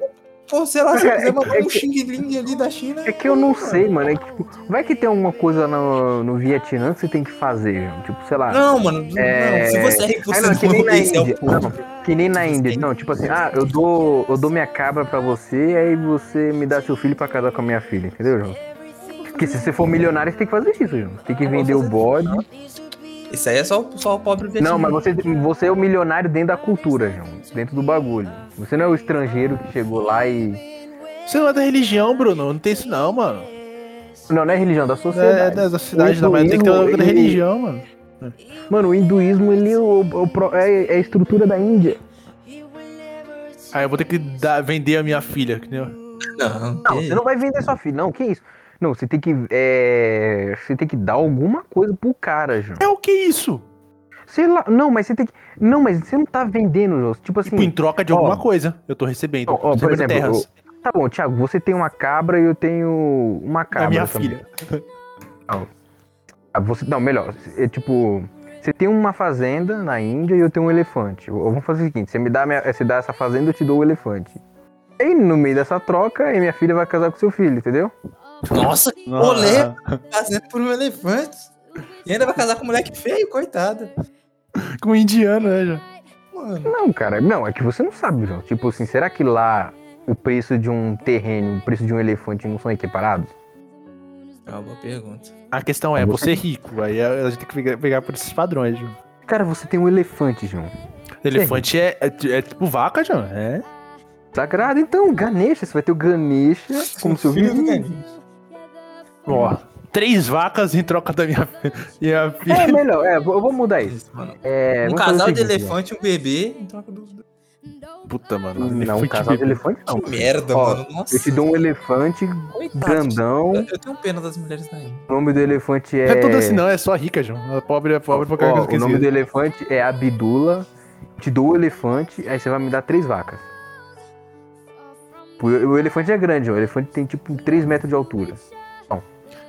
[SPEAKER 4] Pô, sei lá, se eu
[SPEAKER 5] Cara, é
[SPEAKER 4] quiser mandar
[SPEAKER 5] que-
[SPEAKER 4] um Xing Ling ali da China.
[SPEAKER 5] É que eu não sei, mano. É que, tipo, vai que tem alguma coisa no, no Vietnã que você tem que fazer, João. Tipo, sei lá.
[SPEAKER 4] Não, mano,
[SPEAKER 5] É.
[SPEAKER 4] não. Se você é rico,
[SPEAKER 5] Ah,
[SPEAKER 4] você
[SPEAKER 5] não, que nem na
[SPEAKER 4] esse é o
[SPEAKER 5] Índia. Não, que nem na Índia. Não, tipo assim, ah, eu dou, eu dou minha cabra pra você, aí você me dá seu filho pra casar com a minha filha, entendeu, João? Porque se você for milionário, você tem que fazer isso, João. Você tem
[SPEAKER 3] É,
[SPEAKER 5] que vender o bode.
[SPEAKER 4] Isso aí é só, só o pobre
[SPEAKER 5] Não,
[SPEAKER 4] vietnamita.
[SPEAKER 5] mas você, você é o milionário dentro da cultura, João. Dentro do bagulho. Você não é o estrangeiro que chegou lá e.
[SPEAKER 3] Você não é da religião, Bruno. Não tem isso, não, mano.
[SPEAKER 5] Não, não é religião, da
[SPEAKER 3] É
[SPEAKER 5] sociedade.
[SPEAKER 3] da da cidade,
[SPEAKER 5] O
[SPEAKER 3] não, mas tem que ter uma da
[SPEAKER 5] hinduísmo, ele-
[SPEAKER 3] religião, mano.
[SPEAKER 5] Mano, o hinduísmo, ele é, o- o pro- é- é a estrutura da Índia.
[SPEAKER 3] Aí Ah, eu vou ter que dar- vender a minha filha, entendeu?
[SPEAKER 4] Não,
[SPEAKER 5] Não,
[SPEAKER 4] que-
[SPEAKER 5] você não vai vender sua filha, não, que isso? Não, você tem que. é, Você tem que dar alguma coisa pro cara, João.
[SPEAKER 3] É o que isso?
[SPEAKER 5] Sei lá, não, mas você tem que. Não, mas você não tá vendendo, João. Tipo assim.
[SPEAKER 3] Tipo, em troca de
[SPEAKER 5] Ó.
[SPEAKER 3] alguma coisa, eu tô recebendo.
[SPEAKER 5] ó, ó,
[SPEAKER 3] Tô
[SPEAKER 5] por
[SPEAKER 3] recebendo
[SPEAKER 5] exemplo,
[SPEAKER 3] terras.
[SPEAKER 5] eu- tá bom, Thiago, você tem uma cabra e eu tenho uma cabra.
[SPEAKER 3] É a minha
[SPEAKER 5] também.
[SPEAKER 3] filha.
[SPEAKER 5] Ah, Você, não, melhor, é tipo. Você tem uma fazenda na Índia e eu tenho um elefante. Eu- Vamos fazer o seguinte: você me dá, a minha, você dá essa fazenda, eu te dou o elefante. E no meio dessa troca, aí minha filha vai casar com seu filho, entendeu?
[SPEAKER 4] Nossa, que
[SPEAKER 3] Olê!
[SPEAKER 4] rolê fazendo por um elefante. E ainda vai casar com um moleque feio, coitada.
[SPEAKER 3] Com indiano, né, já?
[SPEAKER 4] Mano,
[SPEAKER 5] Não, cara, não, é que você não sabe, João. Tipo assim, será que lá o preço de um terreno e o preço de um elefante não são equiparados?
[SPEAKER 6] É uma boa pergunta.
[SPEAKER 3] A questão é, você é rico, aí a a gente tem que pegar- pegar por esses padrões, João.
[SPEAKER 5] Cara, você tem um elefante, João.
[SPEAKER 3] Elefante é, é, é tipo vaca, João. É.
[SPEAKER 5] Sagrado, então, Ganesha. Você vai ter o Ganesha como seu
[SPEAKER 4] Filho do
[SPEAKER 5] vizinho.
[SPEAKER 4] Ganinho.
[SPEAKER 3] Ó, três vacas em troca da minha, minha filha.
[SPEAKER 5] É melhor, é, vou- eu vou mudar isso.
[SPEAKER 4] Isso, mano.
[SPEAKER 5] É,
[SPEAKER 4] um
[SPEAKER 5] vamos fazer o
[SPEAKER 4] casal de
[SPEAKER 5] seguinte,
[SPEAKER 4] elefante e um bebê em troca do. do-
[SPEAKER 3] Puta, mano.
[SPEAKER 5] João. Não, um casal de elefante não.
[SPEAKER 6] Que merda,
[SPEAKER 5] Ó,
[SPEAKER 6] mano. Nossa.
[SPEAKER 5] Eu te dou um elefante
[SPEAKER 4] Tá,
[SPEAKER 6] Coitado.
[SPEAKER 5] grandão.
[SPEAKER 6] Eu, eu tenho pena das mulheres da Índia.
[SPEAKER 5] O nome do elefante é.
[SPEAKER 3] Não é tudo assim, não. É só rica, João. A pobre é pobre pra qualquer
[SPEAKER 5] Ó,
[SPEAKER 3] coisa que
[SPEAKER 5] o nome do
[SPEAKER 3] quiser.
[SPEAKER 5] elefante é Abdula. Te dou o elefante, aí você vai me dar três vacas. O, o elefante é grande, ó. O elefante tem tipo 3 metros de altura.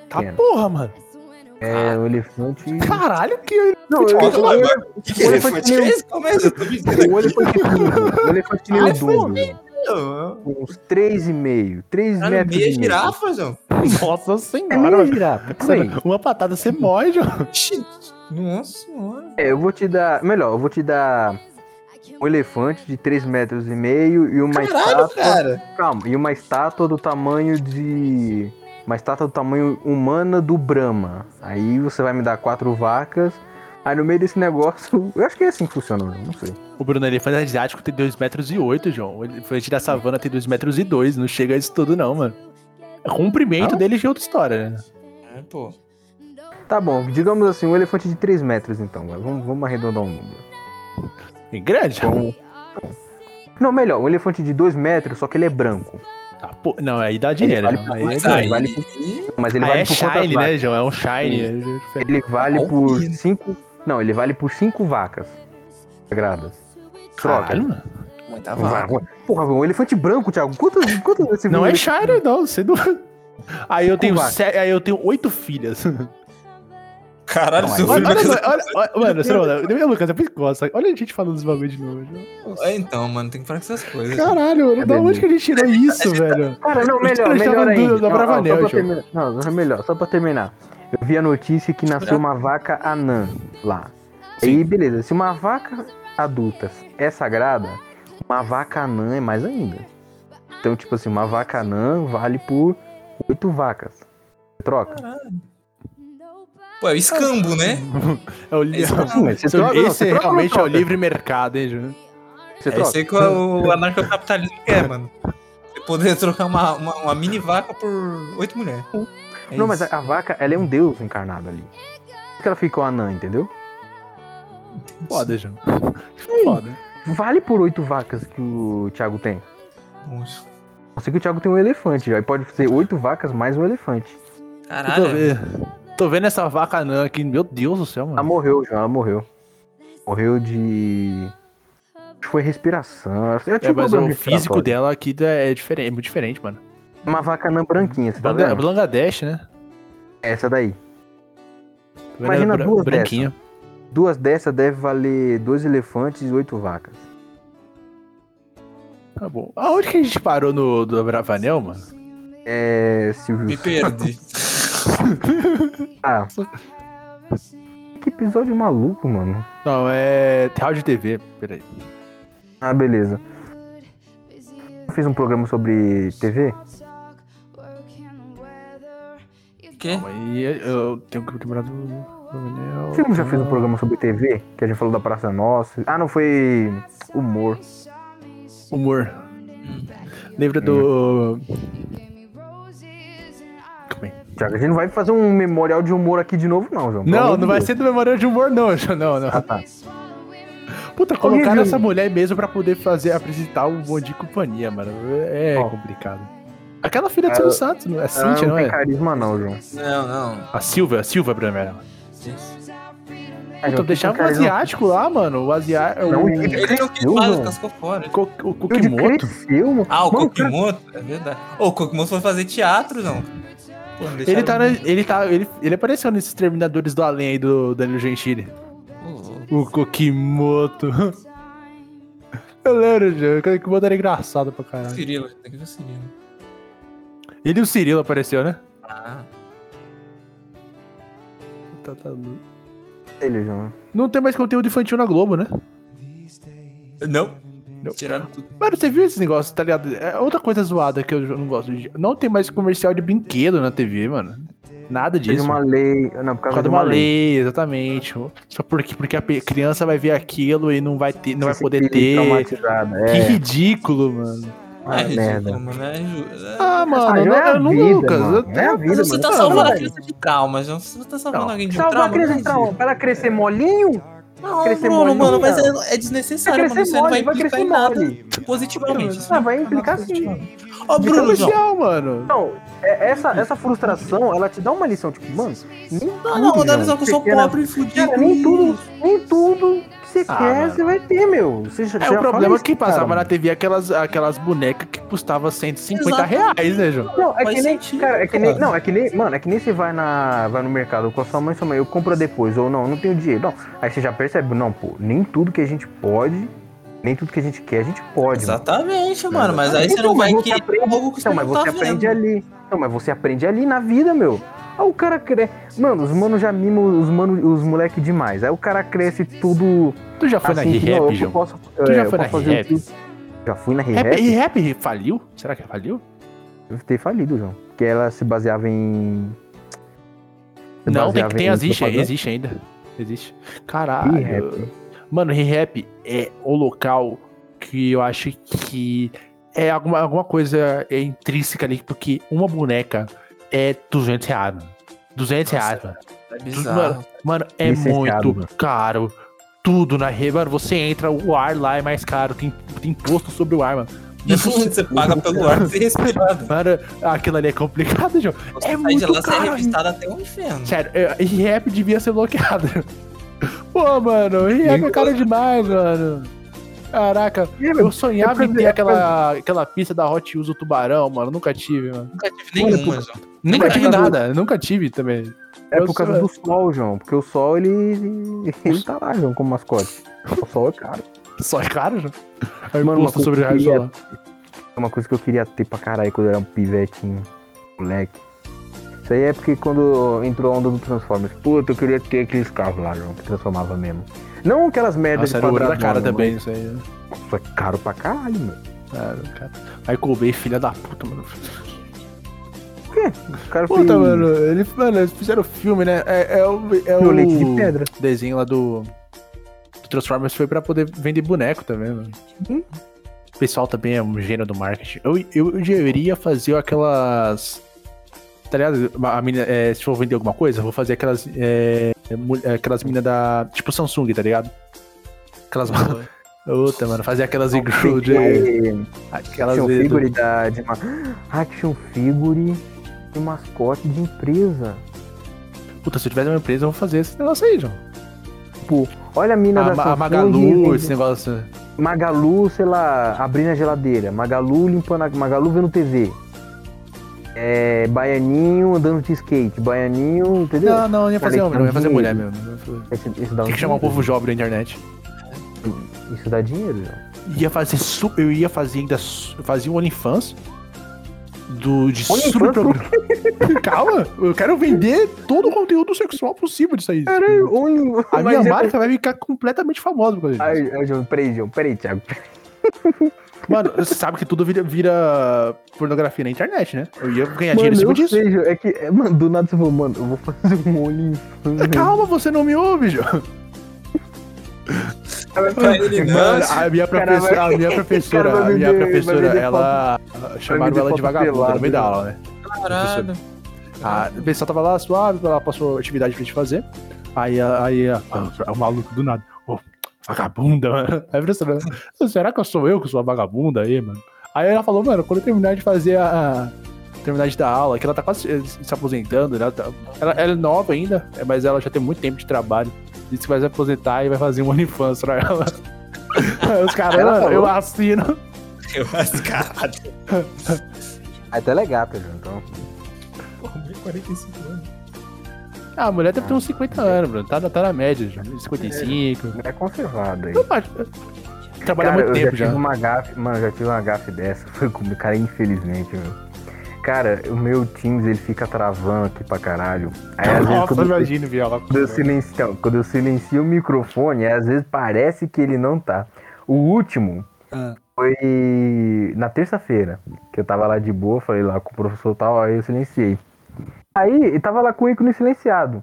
[SPEAKER 3] Tá
[SPEAKER 5] pequeno.
[SPEAKER 3] porra, mano.
[SPEAKER 5] É, o elefante.
[SPEAKER 3] Caralho, que.
[SPEAKER 5] Não, eu,
[SPEAKER 3] Olha
[SPEAKER 5] eu-
[SPEAKER 4] lá,
[SPEAKER 5] eu-
[SPEAKER 4] O que, que é elefante?
[SPEAKER 5] elefante meio-
[SPEAKER 4] é esse? Começa, eu tô me dizendo
[SPEAKER 5] o elefante pequeno, o elefante um
[SPEAKER 4] Ah,
[SPEAKER 5] meio
[SPEAKER 4] é
[SPEAKER 5] dono,
[SPEAKER 4] aqui,
[SPEAKER 6] Tá
[SPEAKER 4] ó.
[SPEAKER 5] uns 3,5, 3
[SPEAKER 4] Cara,
[SPEAKER 5] metros.
[SPEAKER 4] meia
[SPEAKER 5] e meio.
[SPEAKER 4] girafa, João.
[SPEAKER 3] Nossa
[SPEAKER 5] É meia
[SPEAKER 3] senhora, mano.
[SPEAKER 5] girafa, por aí.
[SPEAKER 3] Uma patada você morre, João.
[SPEAKER 4] Ixi, Nossa senhora.
[SPEAKER 5] É, eu vou te dar. Melhor, eu vou te dar um elefante de 3 metros e meio e uma
[SPEAKER 4] Caralho,
[SPEAKER 5] estátua.
[SPEAKER 4] cara.
[SPEAKER 5] Calma, e uma estátua do tamanho de. Uma estátua do tamanho humana do Brahma. Aí você vai me dar quatro vacas. Aí no meio desse negócio. Eu acho que é assim que funciona, não sei.
[SPEAKER 3] O Bruno Elefante asiático tem 2,8 metros, e oito, João. O elefante da savana tem 2,2 metros. E dois. Não chega a isso tudo, não, mano. O Comprimento
[SPEAKER 5] Não?
[SPEAKER 3] dele já é outra história, né?
[SPEAKER 6] É, pô.
[SPEAKER 5] Tá bom, digamos assim, um elefante de 3 metros então. vai. Vamos, vamos arredondar um número.
[SPEAKER 3] É grande.
[SPEAKER 5] Então, não, melhor, um elefante de 2 metros, só que ele é branco.
[SPEAKER 3] Ah, pô, Não, aí dá dinheiro,
[SPEAKER 5] Ele
[SPEAKER 3] João.
[SPEAKER 5] vale pra
[SPEAKER 3] Aí é
[SPEAKER 5] mais,
[SPEAKER 3] dinheiro.
[SPEAKER 5] Ele vale Mas ele
[SPEAKER 3] Ah,
[SPEAKER 5] vale
[SPEAKER 3] é
[SPEAKER 5] por quantas
[SPEAKER 3] shiny,
[SPEAKER 5] vacas?
[SPEAKER 3] né, João? É um shiny. é diferente.
[SPEAKER 5] Ele vale
[SPEAKER 6] Olha
[SPEAKER 5] por
[SPEAKER 6] isso.
[SPEAKER 5] 5. Não, ele vale por 5 vacas sagradas. Troca.
[SPEAKER 3] Caralho, mano.
[SPEAKER 6] Muita
[SPEAKER 5] Vai,
[SPEAKER 6] vaga.
[SPEAKER 5] vai. Porra, um elefante branco, Thiago. Quantas, quantas esse
[SPEAKER 3] Não é
[SPEAKER 5] elefante-
[SPEAKER 3] shiny, não. Você não... Aí eu tenho
[SPEAKER 5] vaca.
[SPEAKER 3] se... aí eu tenho oito filhas.
[SPEAKER 4] Caralho,
[SPEAKER 5] Não,
[SPEAKER 4] seu
[SPEAKER 5] mas
[SPEAKER 4] filho
[SPEAKER 3] Olha,
[SPEAKER 4] vai
[SPEAKER 3] olha,
[SPEAKER 4] casar.
[SPEAKER 3] olha, olha, olha, mano, você não, eu, Lucas, é pescoça. Olha a gente falando dos bagulho de novo. João.
[SPEAKER 6] É, então, mano, tem que parar com essas coisas.
[SPEAKER 3] Caralho, mano, da
[SPEAKER 5] Cadê
[SPEAKER 3] onde que a gente tirou isso, velho?
[SPEAKER 5] Cara, não,
[SPEAKER 3] Os
[SPEAKER 5] melhor,
[SPEAKER 3] três
[SPEAKER 5] melhor
[SPEAKER 3] estavam
[SPEAKER 5] ainda.
[SPEAKER 3] do- da
[SPEAKER 5] Não,
[SPEAKER 3] Brava
[SPEAKER 5] ó, só
[SPEAKER 3] Nel,
[SPEAKER 5] pra
[SPEAKER 3] João.
[SPEAKER 5] terminar. Não, só melhor, só pra terminar. Eu vi a notícia que nasceu uma vaca anã lá. Aí, beleza, se uma vaca adulta é sagrada, uma vaca anã é mais ainda. Então, tipo assim, uma vaca anã vale por oito vacas. Você troca?
[SPEAKER 6] Pô, é o escambo, né?
[SPEAKER 3] É o
[SPEAKER 6] Esse
[SPEAKER 3] livro.
[SPEAKER 6] não,
[SPEAKER 5] Sim, mas você troca, não,
[SPEAKER 3] Esse
[SPEAKER 5] você troca ou não
[SPEAKER 3] realmente é o
[SPEAKER 5] troca?
[SPEAKER 3] livre mercado, hein, João?
[SPEAKER 5] Você
[SPEAKER 6] É isso
[SPEAKER 5] troca?
[SPEAKER 6] aí que o o anarcocapitalismo quer, mano. Você poder trocar uma, uma, uma mini vaca por oito mulheres. É
[SPEAKER 5] Não, mas
[SPEAKER 6] isso.
[SPEAKER 5] a, a vaca, ela é um deus encarnado ali. Por isso que ela ficou anã, entendeu?
[SPEAKER 3] Foda, João. Foda.
[SPEAKER 5] Vale por oito vacas que o Thiago tem.
[SPEAKER 6] Nossa.
[SPEAKER 5] Eu sei que o Thiago tem um elefante, aí pode ser oito vacas mais um elefante.
[SPEAKER 3] Eu Tô
[SPEAKER 6] Caralho.
[SPEAKER 3] vendo, tô vendo essa vaca anã aqui. Meu Deus do céu,
[SPEAKER 5] Ela
[SPEAKER 3] mano.
[SPEAKER 5] morreu, João, ela morreu. Morreu de. Acho que foi respiração. Ela tinha
[SPEAKER 3] É,
[SPEAKER 5] um
[SPEAKER 3] mas
[SPEAKER 5] problema
[SPEAKER 3] o físico
[SPEAKER 5] respiratório.
[SPEAKER 3] dela aqui é diferente, é muito diferente, mano.
[SPEAKER 5] Uma vaca anã branquinha, você tá
[SPEAKER 3] Bangla-
[SPEAKER 5] vendo?
[SPEAKER 3] Bangladesh, né?
[SPEAKER 5] Essa daí.
[SPEAKER 3] Ela
[SPEAKER 5] Imagina
[SPEAKER 3] bra-
[SPEAKER 5] duas
[SPEAKER 3] branquinha.
[SPEAKER 5] Duas dessas deve valer dois elefantes e oito vacas.
[SPEAKER 3] Tá bom. Aonde que a gente parou no do Bravanel, mano?
[SPEAKER 5] É. Silvio.
[SPEAKER 6] Me perdi.
[SPEAKER 5] Ah. Que episódio maluco, mano.
[SPEAKER 3] Não, é. Rádio TV. Peraí.
[SPEAKER 5] Ah, beleza. Eu fiz um programa sobre TV?
[SPEAKER 6] Quê?
[SPEAKER 3] Calma aí, eu tenho que lembrar do. Ah, Bravanel.
[SPEAKER 5] Você não já fez um programa sobre TV? Que a gente falou da Praça Nossa. Ah, não, foi. Humor.
[SPEAKER 3] Humor. Lembra
[SPEAKER 5] Hum.
[SPEAKER 3] do. Calma aí.
[SPEAKER 5] Tiago, a gente não vai fazer um memorial de humor aqui de novo, não, João. Pelo amor
[SPEAKER 3] Não,
[SPEAKER 5] de
[SPEAKER 3] não vai
[SPEAKER 5] Deus.
[SPEAKER 3] ser do Memorial de Humor, não, João, não, não.
[SPEAKER 5] Ah, um tá.
[SPEAKER 3] Puta, colocaram
[SPEAKER 5] viu?
[SPEAKER 3] essa mulher mesmo pra poder fazer, apresentar o Bom Dia e Companhia, mano. É
[SPEAKER 5] Ó. um
[SPEAKER 3] complicado. Aquela filha do Silvio Santos, não é? A
[SPEAKER 5] Ela
[SPEAKER 3] Cintia,
[SPEAKER 5] não
[SPEAKER 3] não
[SPEAKER 5] tem
[SPEAKER 3] é?
[SPEAKER 5] carisma, não, João.
[SPEAKER 6] Não, não.
[SPEAKER 3] A Silva, a Silva, Bramel.
[SPEAKER 5] Ah,
[SPEAKER 3] Então
[SPEAKER 5] João,
[SPEAKER 3] deixava
[SPEAKER 5] tem
[SPEAKER 3] o
[SPEAKER 5] carisma.
[SPEAKER 3] asiático lá, mano. O asiático.
[SPEAKER 5] Não,
[SPEAKER 3] o...
[SPEAKER 5] ele-
[SPEAKER 6] Ele não quis
[SPEAKER 5] Eu
[SPEAKER 6] falar,
[SPEAKER 5] não.
[SPEAKER 6] ele cascou fora.
[SPEAKER 3] Co- O
[SPEAKER 5] Ele
[SPEAKER 3] Kokimoto?
[SPEAKER 5] cresceu, mano.
[SPEAKER 6] Ah, o
[SPEAKER 5] Mano,
[SPEAKER 6] Kokimoto? É verdade. Ô, o Kokimoto foi fazer teatro, não. Pô, não
[SPEAKER 3] Ele tá,
[SPEAKER 6] deixaram-
[SPEAKER 3] na- ele tá, ele, ele apareceu nesses Terminadores do Além aí do Danilo Gentili.
[SPEAKER 6] Ô,
[SPEAKER 3] O Kokimoto. Eu lembro, João. O Kokimoto era engraçado pra
[SPEAKER 6] ô,
[SPEAKER 3] caralho.
[SPEAKER 6] Cirilo, tem que ver o Cirilo.
[SPEAKER 3] Ele e o Cirilo apareceu, né?
[SPEAKER 6] Ah,
[SPEAKER 3] Tá, tá louco.
[SPEAKER 5] Ele, João.
[SPEAKER 3] Não tem mais conteúdo infantil na Globo, né?
[SPEAKER 6] não.
[SPEAKER 3] Não.
[SPEAKER 6] Tiraram tudo.
[SPEAKER 3] Mano, você viu esses negócios, tá ligado? É outra coisa zoada que eu não gosto. de- Não tem mais comercial de brinquedo na TV, mano. Nada
[SPEAKER 5] Por causa de
[SPEAKER 3] disso.
[SPEAKER 5] uma lei. Não, por
[SPEAKER 3] Por
[SPEAKER 5] causa,
[SPEAKER 3] causa de uma lei, exatamente. Só porque, porque a pe- criança vai ver aquilo e não vai, ter, não vai
[SPEAKER 5] Esse
[SPEAKER 3] poder
[SPEAKER 5] filho
[SPEAKER 3] ter.
[SPEAKER 5] traumatizado,
[SPEAKER 3] Que
[SPEAKER 5] É,
[SPEAKER 3] ridículo, mano.
[SPEAKER 5] uma
[SPEAKER 4] é
[SPEAKER 5] Ah, merda.
[SPEAKER 4] ridículo, mano. É, ju- é-
[SPEAKER 3] Ah, mano,
[SPEAKER 5] Ah,
[SPEAKER 3] não,
[SPEAKER 5] não é a
[SPEAKER 3] eu não,
[SPEAKER 5] vida,
[SPEAKER 3] Lucas.
[SPEAKER 5] mano.
[SPEAKER 3] eu-
[SPEAKER 5] Não é a vida,
[SPEAKER 4] Você
[SPEAKER 5] mano.
[SPEAKER 4] tá
[SPEAKER 5] Não,
[SPEAKER 4] salvando a
[SPEAKER 5] velho.
[SPEAKER 4] criança de trauma, João. Você tá salvando
[SPEAKER 3] Não,
[SPEAKER 4] alguém de
[SPEAKER 5] Salvar a
[SPEAKER 4] trauma.
[SPEAKER 5] criança de
[SPEAKER 4] não
[SPEAKER 5] trauma, pra ela crescer um. molinho?
[SPEAKER 4] Não,
[SPEAKER 5] Crescer
[SPEAKER 4] Bruno,
[SPEAKER 5] mole,
[SPEAKER 4] mano, mas
[SPEAKER 5] não.
[SPEAKER 4] é, é
[SPEAKER 5] Vai
[SPEAKER 4] desnecessário, mano.
[SPEAKER 5] crescer
[SPEAKER 4] Você não vai
[SPEAKER 5] mole, vai
[SPEAKER 4] implicar
[SPEAKER 5] crescer
[SPEAKER 4] em nada
[SPEAKER 5] mole.
[SPEAKER 4] positivamente.
[SPEAKER 5] Ah, vai implicar sim.
[SPEAKER 3] Fica
[SPEAKER 4] Ó, Bruno, João.
[SPEAKER 3] legal, mano.
[SPEAKER 5] Não, é- essa, essa frustração, ela te dá uma lição, tipo, mano, nem
[SPEAKER 4] Não, não,
[SPEAKER 5] tudo,
[SPEAKER 4] dá
[SPEAKER 5] João,
[SPEAKER 4] lição que eu sou
[SPEAKER 5] pequena-
[SPEAKER 4] pobre e fudido.
[SPEAKER 5] Cara, nem tudo, nem tudo que você
[SPEAKER 3] Ah,
[SPEAKER 5] quer,
[SPEAKER 3] mano.
[SPEAKER 5] você vai ter, meu. Você já,
[SPEAKER 3] É, o problema é que passava na TV aquelas, aquelas bonecas que custavam 150 reais, né, João?
[SPEAKER 5] Não, é
[SPEAKER 4] Faz
[SPEAKER 5] que nem,
[SPEAKER 4] sentido,
[SPEAKER 5] cara, é que nem,
[SPEAKER 4] cara.
[SPEAKER 5] não, é que nem, mano, é que nem você vai, na, vai no mercado com a sua mãe, sua mãe, eu compro depois, ou não, não tenho dinheiro, não. Aí você já percebe, não, pô, nem tudo que a gente pode, nem tudo que a gente quer, a gente pode. mano.
[SPEAKER 4] Exatamente, mano. Mas aí você
[SPEAKER 5] Então,
[SPEAKER 4] não vai
[SPEAKER 5] mas você
[SPEAKER 4] querer
[SPEAKER 5] aprende-
[SPEAKER 4] algo que você
[SPEAKER 5] Então, mas
[SPEAKER 4] não
[SPEAKER 5] você
[SPEAKER 4] tá
[SPEAKER 5] aprende
[SPEAKER 4] vendo.
[SPEAKER 5] ali. Não, mas você aprende ali na vida, meu. Aí o cara cresce. Mano, os manos já mimam os, mano, os moleque demais. Aí o cara cresce tudo.
[SPEAKER 3] Tu já foi
[SPEAKER 5] assim,
[SPEAKER 3] na
[SPEAKER 5] que, não,
[SPEAKER 3] Re-Rap,
[SPEAKER 5] eu
[SPEAKER 3] João?
[SPEAKER 5] posso, é,
[SPEAKER 3] Tu já
[SPEAKER 5] eu
[SPEAKER 3] foi na
[SPEAKER 5] posso fazer o
[SPEAKER 3] Rehab? É,
[SPEAKER 5] que- Já fui na
[SPEAKER 3] Rap-
[SPEAKER 5] Rehab?
[SPEAKER 3] Re-Rap faliu? Será que faliu?
[SPEAKER 5] Deve ter falido, João. Porque ela se baseava em. se
[SPEAKER 3] Não, tem,
[SPEAKER 5] baseava
[SPEAKER 3] tem
[SPEAKER 5] É em
[SPEAKER 3] existe,
[SPEAKER 5] propaganda.
[SPEAKER 3] existe ainda. Existe.
[SPEAKER 5] Re-Rap.
[SPEAKER 3] Caralho. Mano, Re-Rap é o local que eu acho que é alguma, alguma coisa é intrínseca ali, porque uma boneca é 200 reais. mano. 200
[SPEAKER 4] Nossa,
[SPEAKER 3] reais, mano.
[SPEAKER 4] É
[SPEAKER 3] Mano,
[SPEAKER 4] bizarro.
[SPEAKER 3] mano, é
[SPEAKER 5] Licenciado,
[SPEAKER 3] muito
[SPEAKER 5] mano.
[SPEAKER 3] caro. Tudo na Re, mano, você entra, o ar lá é mais caro, tem, tem imposto sobre o ar, mano. Não é possível.
[SPEAKER 4] Você paga pelo ar pra ser respirado.
[SPEAKER 3] Mano, aquilo ali é complicado, João.
[SPEAKER 4] Você
[SPEAKER 3] É
[SPEAKER 4] sai de
[SPEAKER 3] muito
[SPEAKER 4] lá, você é
[SPEAKER 3] caro.
[SPEAKER 4] revistado até o inferno.
[SPEAKER 3] Sério, eu- e rap devia ser bloqueado. Pô, mano, e rap é caro demais, mano. Caraca,
[SPEAKER 5] É, meu,
[SPEAKER 3] eu sonhava em ter aquela, aquela pista da Hot Wheels do Tubarão, mano. Nunca tive, mano.
[SPEAKER 4] Nunca tive nenhuma, João.
[SPEAKER 3] Nunca
[SPEAKER 4] é
[SPEAKER 3] tive
[SPEAKER 5] causa-
[SPEAKER 3] nada, nunca tive também.
[SPEAKER 5] é
[SPEAKER 3] eu
[SPEAKER 5] por causa
[SPEAKER 3] sou-
[SPEAKER 5] do sol, João. Porque o sol, ele. Ele tá lá, João, como mascote. O sol é caro.
[SPEAKER 3] Só é caro, já. Aí
[SPEAKER 5] Mano,
[SPEAKER 3] mano,
[SPEAKER 5] uma
[SPEAKER 3] posto sobre
[SPEAKER 5] coisa
[SPEAKER 3] raio
[SPEAKER 5] que é-
[SPEAKER 3] solar.
[SPEAKER 5] É uma coisa que eu queria ter pra caralho quando eu era um pivetinho, moleque. Isso aí é porque quando entrou a onda do Transformers, puta, eu queria ter aqueles carros lá, João, que transformava mesmo. Não aquelas merdas
[SPEAKER 3] Nossa, era o olho da cara
[SPEAKER 5] quadradona,
[SPEAKER 3] também, isso aí. né?
[SPEAKER 5] mas Isso é caro pra caralho, meu.
[SPEAKER 3] Cara, cara. Michael Bay, filha da puta, mano.
[SPEAKER 5] Por quê? O cara fez
[SPEAKER 3] Puta, mano, ele, mano, eles fizeram o filme, né? É, é o, é o
[SPEAKER 5] leite de pedra.
[SPEAKER 3] desenho lá do, do Transformers foi pra poder vender boneco também, mano.
[SPEAKER 5] Hum.
[SPEAKER 3] O pessoal também é um gênio do marketing. Eu, eu, eu deveria fazer aquelas. Tá ligado? A menina, é, se for vender alguma coisa, eu vou fazer aquelas. é, mul- é, aquelas meninas da. Tipo Samsung, tá ligado? Aquelas.
[SPEAKER 5] Uhum.
[SPEAKER 3] Puta, mano, fazer
[SPEAKER 5] É um
[SPEAKER 3] aquelas igru de.
[SPEAKER 5] aquele
[SPEAKER 3] Aquelas.
[SPEAKER 5] Action
[SPEAKER 3] de-
[SPEAKER 5] figure da, de uma... Action figure de mascote de empresa.
[SPEAKER 3] Puta, se eu tivesse uma empresa, eu vou fazer esse negócio aí, João.
[SPEAKER 5] Tipo, olha a mina
[SPEAKER 3] A,
[SPEAKER 5] da
[SPEAKER 3] Ma- a
[SPEAKER 5] Samsung
[SPEAKER 3] Magalu,
[SPEAKER 5] vende-
[SPEAKER 3] esse negócio.
[SPEAKER 5] Magalu, sei lá, abrindo a geladeira. Magalu limpando a... Magalu vendo TV. É, baianinho andando de skate. Baianinho, entendeu?
[SPEAKER 3] Não, não, ia fazer
[SPEAKER 5] Falei que
[SPEAKER 3] homem, não ia
[SPEAKER 5] era
[SPEAKER 3] fazer
[SPEAKER 5] um
[SPEAKER 3] mulher
[SPEAKER 5] dinheiro.
[SPEAKER 3] mesmo.
[SPEAKER 5] Isso, isso dá
[SPEAKER 3] Tem
[SPEAKER 5] um
[SPEAKER 3] que chamar o
[SPEAKER 5] dinheiro.
[SPEAKER 3] povo jovem da internet.
[SPEAKER 5] Isso dá dinheiro, João.
[SPEAKER 3] Ia fazer su- eu ia fazer ainda su- eu fazia um OnlyFans do de
[SPEAKER 5] OnlyFans?
[SPEAKER 3] subprograma. Calma, eu quero vender todo o conteúdo sexual possível disso aí.
[SPEAKER 5] Caralho, um...
[SPEAKER 3] a minha marca vai ficar completamente famosa por causa disso.
[SPEAKER 5] Ai, ai, João, peraí, João, peraí, Thiago.
[SPEAKER 3] Mano, você sabe que tudo vira, vira pornografia na internet, né? Eu ia ganhar dinheiro em cima
[SPEAKER 5] Mano, eu
[SPEAKER 3] disso.
[SPEAKER 5] sei, João, é que, é, mano, do nada você falou, mano, eu vou fazer um OnlyFans. né?
[SPEAKER 3] Calma, você não me ouve, João.
[SPEAKER 4] Pra ele não,
[SPEAKER 3] Mano, a minha
[SPEAKER 5] cara
[SPEAKER 3] professora,
[SPEAKER 5] vai-
[SPEAKER 3] a minha
[SPEAKER 5] o cara
[SPEAKER 3] professora,
[SPEAKER 5] vai
[SPEAKER 3] a minha
[SPEAKER 5] vender- vai
[SPEAKER 3] professora,
[SPEAKER 5] vender
[SPEAKER 3] ela chamaram
[SPEAKER 5] vender
[SPEAKER 3] ela de
[SPEAKER 5] foto
[SPEAKER 3] vagabunda no meio
[SPEAKER 5] pelada.
[SPEAKER 3] da aula, né?
[SPEAKER 4] caralho.
[SPEAKER 3] A o pessoal Ah, tava lá suave, ela passou atividade pra gente fazer. Aí, a- aí a- a- o maluco do nada, ô, vagabunda, mano. Aí a professora, será que eu sou eu que sou a vagabunda aí, mano? Aí ela falou, mano, quando eu terminar de fazer a. Terminar de dar aula, que ela tá quase eh, se aposentando, né? ela, tá- ela, ela é nova ainda, eh, mas ela já tem muito tempo de trabalho. Disse que vai se aposentar e vai fazer um OnlyFans pra ela. Aí Os caras,
[SPEAKER 5] Ela
[SPEAKER 3] mano, eu
[SPEAKER 5] falou?
[SPEAKER 3] assino.
[SPEAKER 4] Eu acho caralho.
[SPEAKER 5] Até ela é gata, João, então.
[SPEAKER 4] Pô, 45 anos.
[SPEAKER 3] Ah, a mulher deve ter uns 50 anos, Bruno. Tá, na- tá na média, já. 55.
[SPEAKER 5] É conservada aí.
[SPEAKER 3] Eu acho. Trabalha
[SPEAKER 5] Cara,
[SPEAKER 3] muito
[SPEAKER 5] eu
[SPEAKER 3] tempo
[SPEAKER 5] já
[SPEAKER 3] já.
[SPEAKER 5] tive uma gafe, mano, eu já tive uma gafe dessa. Foi comigo, cara, infelizmente, meu. Cara, o meu Teams, ele fica travando aqui pra caralho. Aí, às vezes,
[SPEAKER 3] Nossa,
[SPEAKER 5] quando, eu-
[SPEAKER 3] imagina, Viola.
[SPEAKER 5] quando eu silencio, então, quando eu silencio o microfone, aí, às vezes parece que ele não tá. O último
[SPEAKER 3] Ah.
[SPEAKER 5] foi na terça-feira, que eu tava lá de boa, falei lá com o professor e tal, aí eu silenciei. Aí, eu tava lá com o ícone silenciado.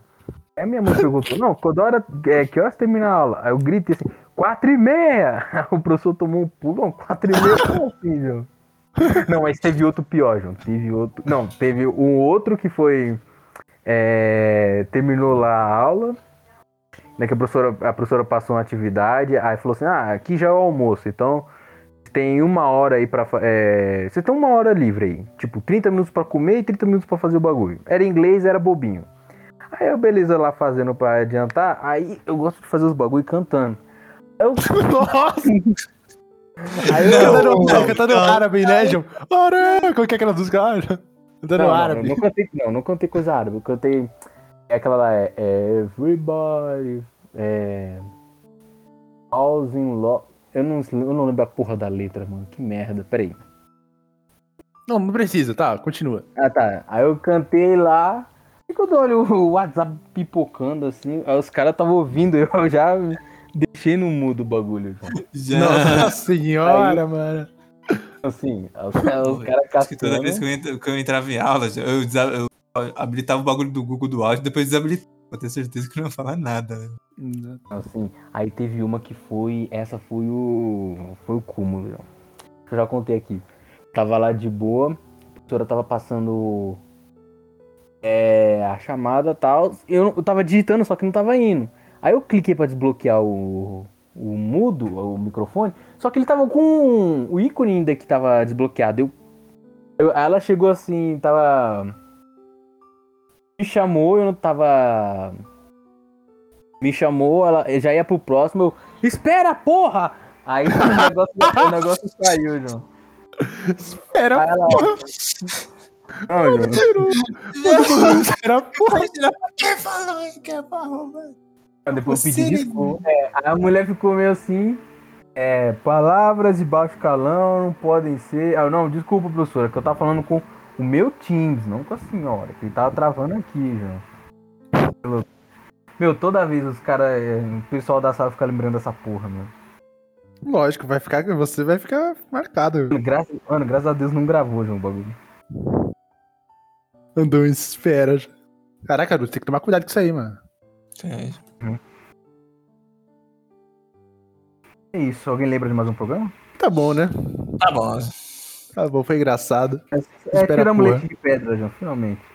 [SPEAKER 5] Aí minha mãe perguntou, não, quando hora, é, que horas termina a aula? Aí eu gritei assim, quatro e meia! O professor tomou um pulo, não, quatro e meia, pô, filho. Não, mas teve outro pior, João. Teve outro. Não, teve um outro que foi. é, terminou lá a aula. Né, que a professora, a professora passou uma atividade. Aí falou assim: Ah, aqui já é o almoço, então tem uma hora aí pra. fa- É, você tem uma hora livre aí. Tipo, 30 minutos pra comer e 30 minutos pra fazer o bagulho. Era inglês, era bobinho. Aí eu, beleza, lá fazendo pra adiantar. Aí eu gosto de fazer os bagulho cantando. Eu,
[SPEAKER 3] Nossa!
[SPEAKER 5] aí eu,
[SPEAKER 3] cantando
[SPEAKER 4] não,
[SPEAKER 3] cantando
[SPEAKER 4] não.
[SPEAKER 3] árabe, né, João? Ora! Qual que é aquela música? Ah, Cantando
[SPEAKER 5] não,
[SPEAKER 3] árabe.
[SPEAKER 5] Não, não cantei, não, não cantei coisa árabe. Eu cantei. É aquela lá, é. é Everybody. É. All's in love. Eu não, eu não lembro a porra da letra, mano. Que merda. Peraí.
[SPEAKER 3] Não, não precisa, tá, continua.
[SPEAKER 5] Ah, tá. Aí eu cantei lá. E quando eu olho o WhatsApp pipocando assim, aí os caras estavam ouvindo, eu já deixei no mudo o bagulho. Então.
[SPEAKER 4] Já.
[SPEAKER 3] Nossa senhora, mano.
[SPEAKER 5] Assim, aí os caras os
[SPEAKER 4] Acho
[SPEAKER 5] caras
[SPEAKER 4] que toda vez que
[SPEAKER 5] cantando.
[SPEAKER 4] eu, entra- que eu entrava em aula, já- eu, desa- eu habilitava o bagulho do Google do áudio, depois desabilitava. Pra ter certeza que eu não ia falar nada. né?
[SPEAKER 5] Assim, aí teve uma que foi. Essa foi o. Foi o cúmulo, João. Eu já contei aqui. Tava lá de boa, a professora tava passando é, a chamada e tal. Eu, eu tava digitando, só que não tava indo. Aí eu cliquei pra desbloquear o, o mudo, o microfone, só que ele tava com o ícone ainda que tava desbloqueado. Eu, eu- aí ela chegou assim, tava. Me chamou, eu não tava. Me chamou, ela eu já ia pro próximo, eu. Espera, porra! Aí o negócio, o negócio saiu, João.
[SPEAKER 3] Era
[SPEAKER 5] Aí ela, Não, João,
[SPEAKER 3] Era porra.
[SPEAKER 5] Aí Depois eu
[SPEAKER 4] Você
[SPEAKER 5] pedi
[SPEAKER 4] me-
[SPEAKER 5] desculpa. É, aí a mulher ficou meio assim. é, palavras de baixo calão não podem ser. Ah, não, desculpa, professora, que eu tava falando com o meu Teams, não com a senhora, que ele tava travando aqui, João. Pelo- Meu, toda vez os caras. o pessoal da sala fica lembrando dessa porra, meu.
[SPEAKER 3] Lógico, vai ficar, você vai ficar marcado.
[SPEAKER 5] Mano, graças, mano, graças a Deus não gravou, João, o bagulho.
[SPEAKER 3] Andou em espera. Caraca, Bruno, tem que tomar cuidado com isso aí, mano.
[SPEAKER 4] É,
[SPEAKER 5] É isso, alguém lembra de mais um programa?
[SPEAKER 3] Tá bom, né?
[SPEAKER 4] Tá bom.
[SPEAKER 3] Tá bom, foi engraçado.
[SPEAKER 5] É,
[SPEAKER 3] Espera,
[SPEAKER 5] tiramos
[SPEAKER 3] porra.
[SPEAKER 5] leite de pedra, João, finalmente.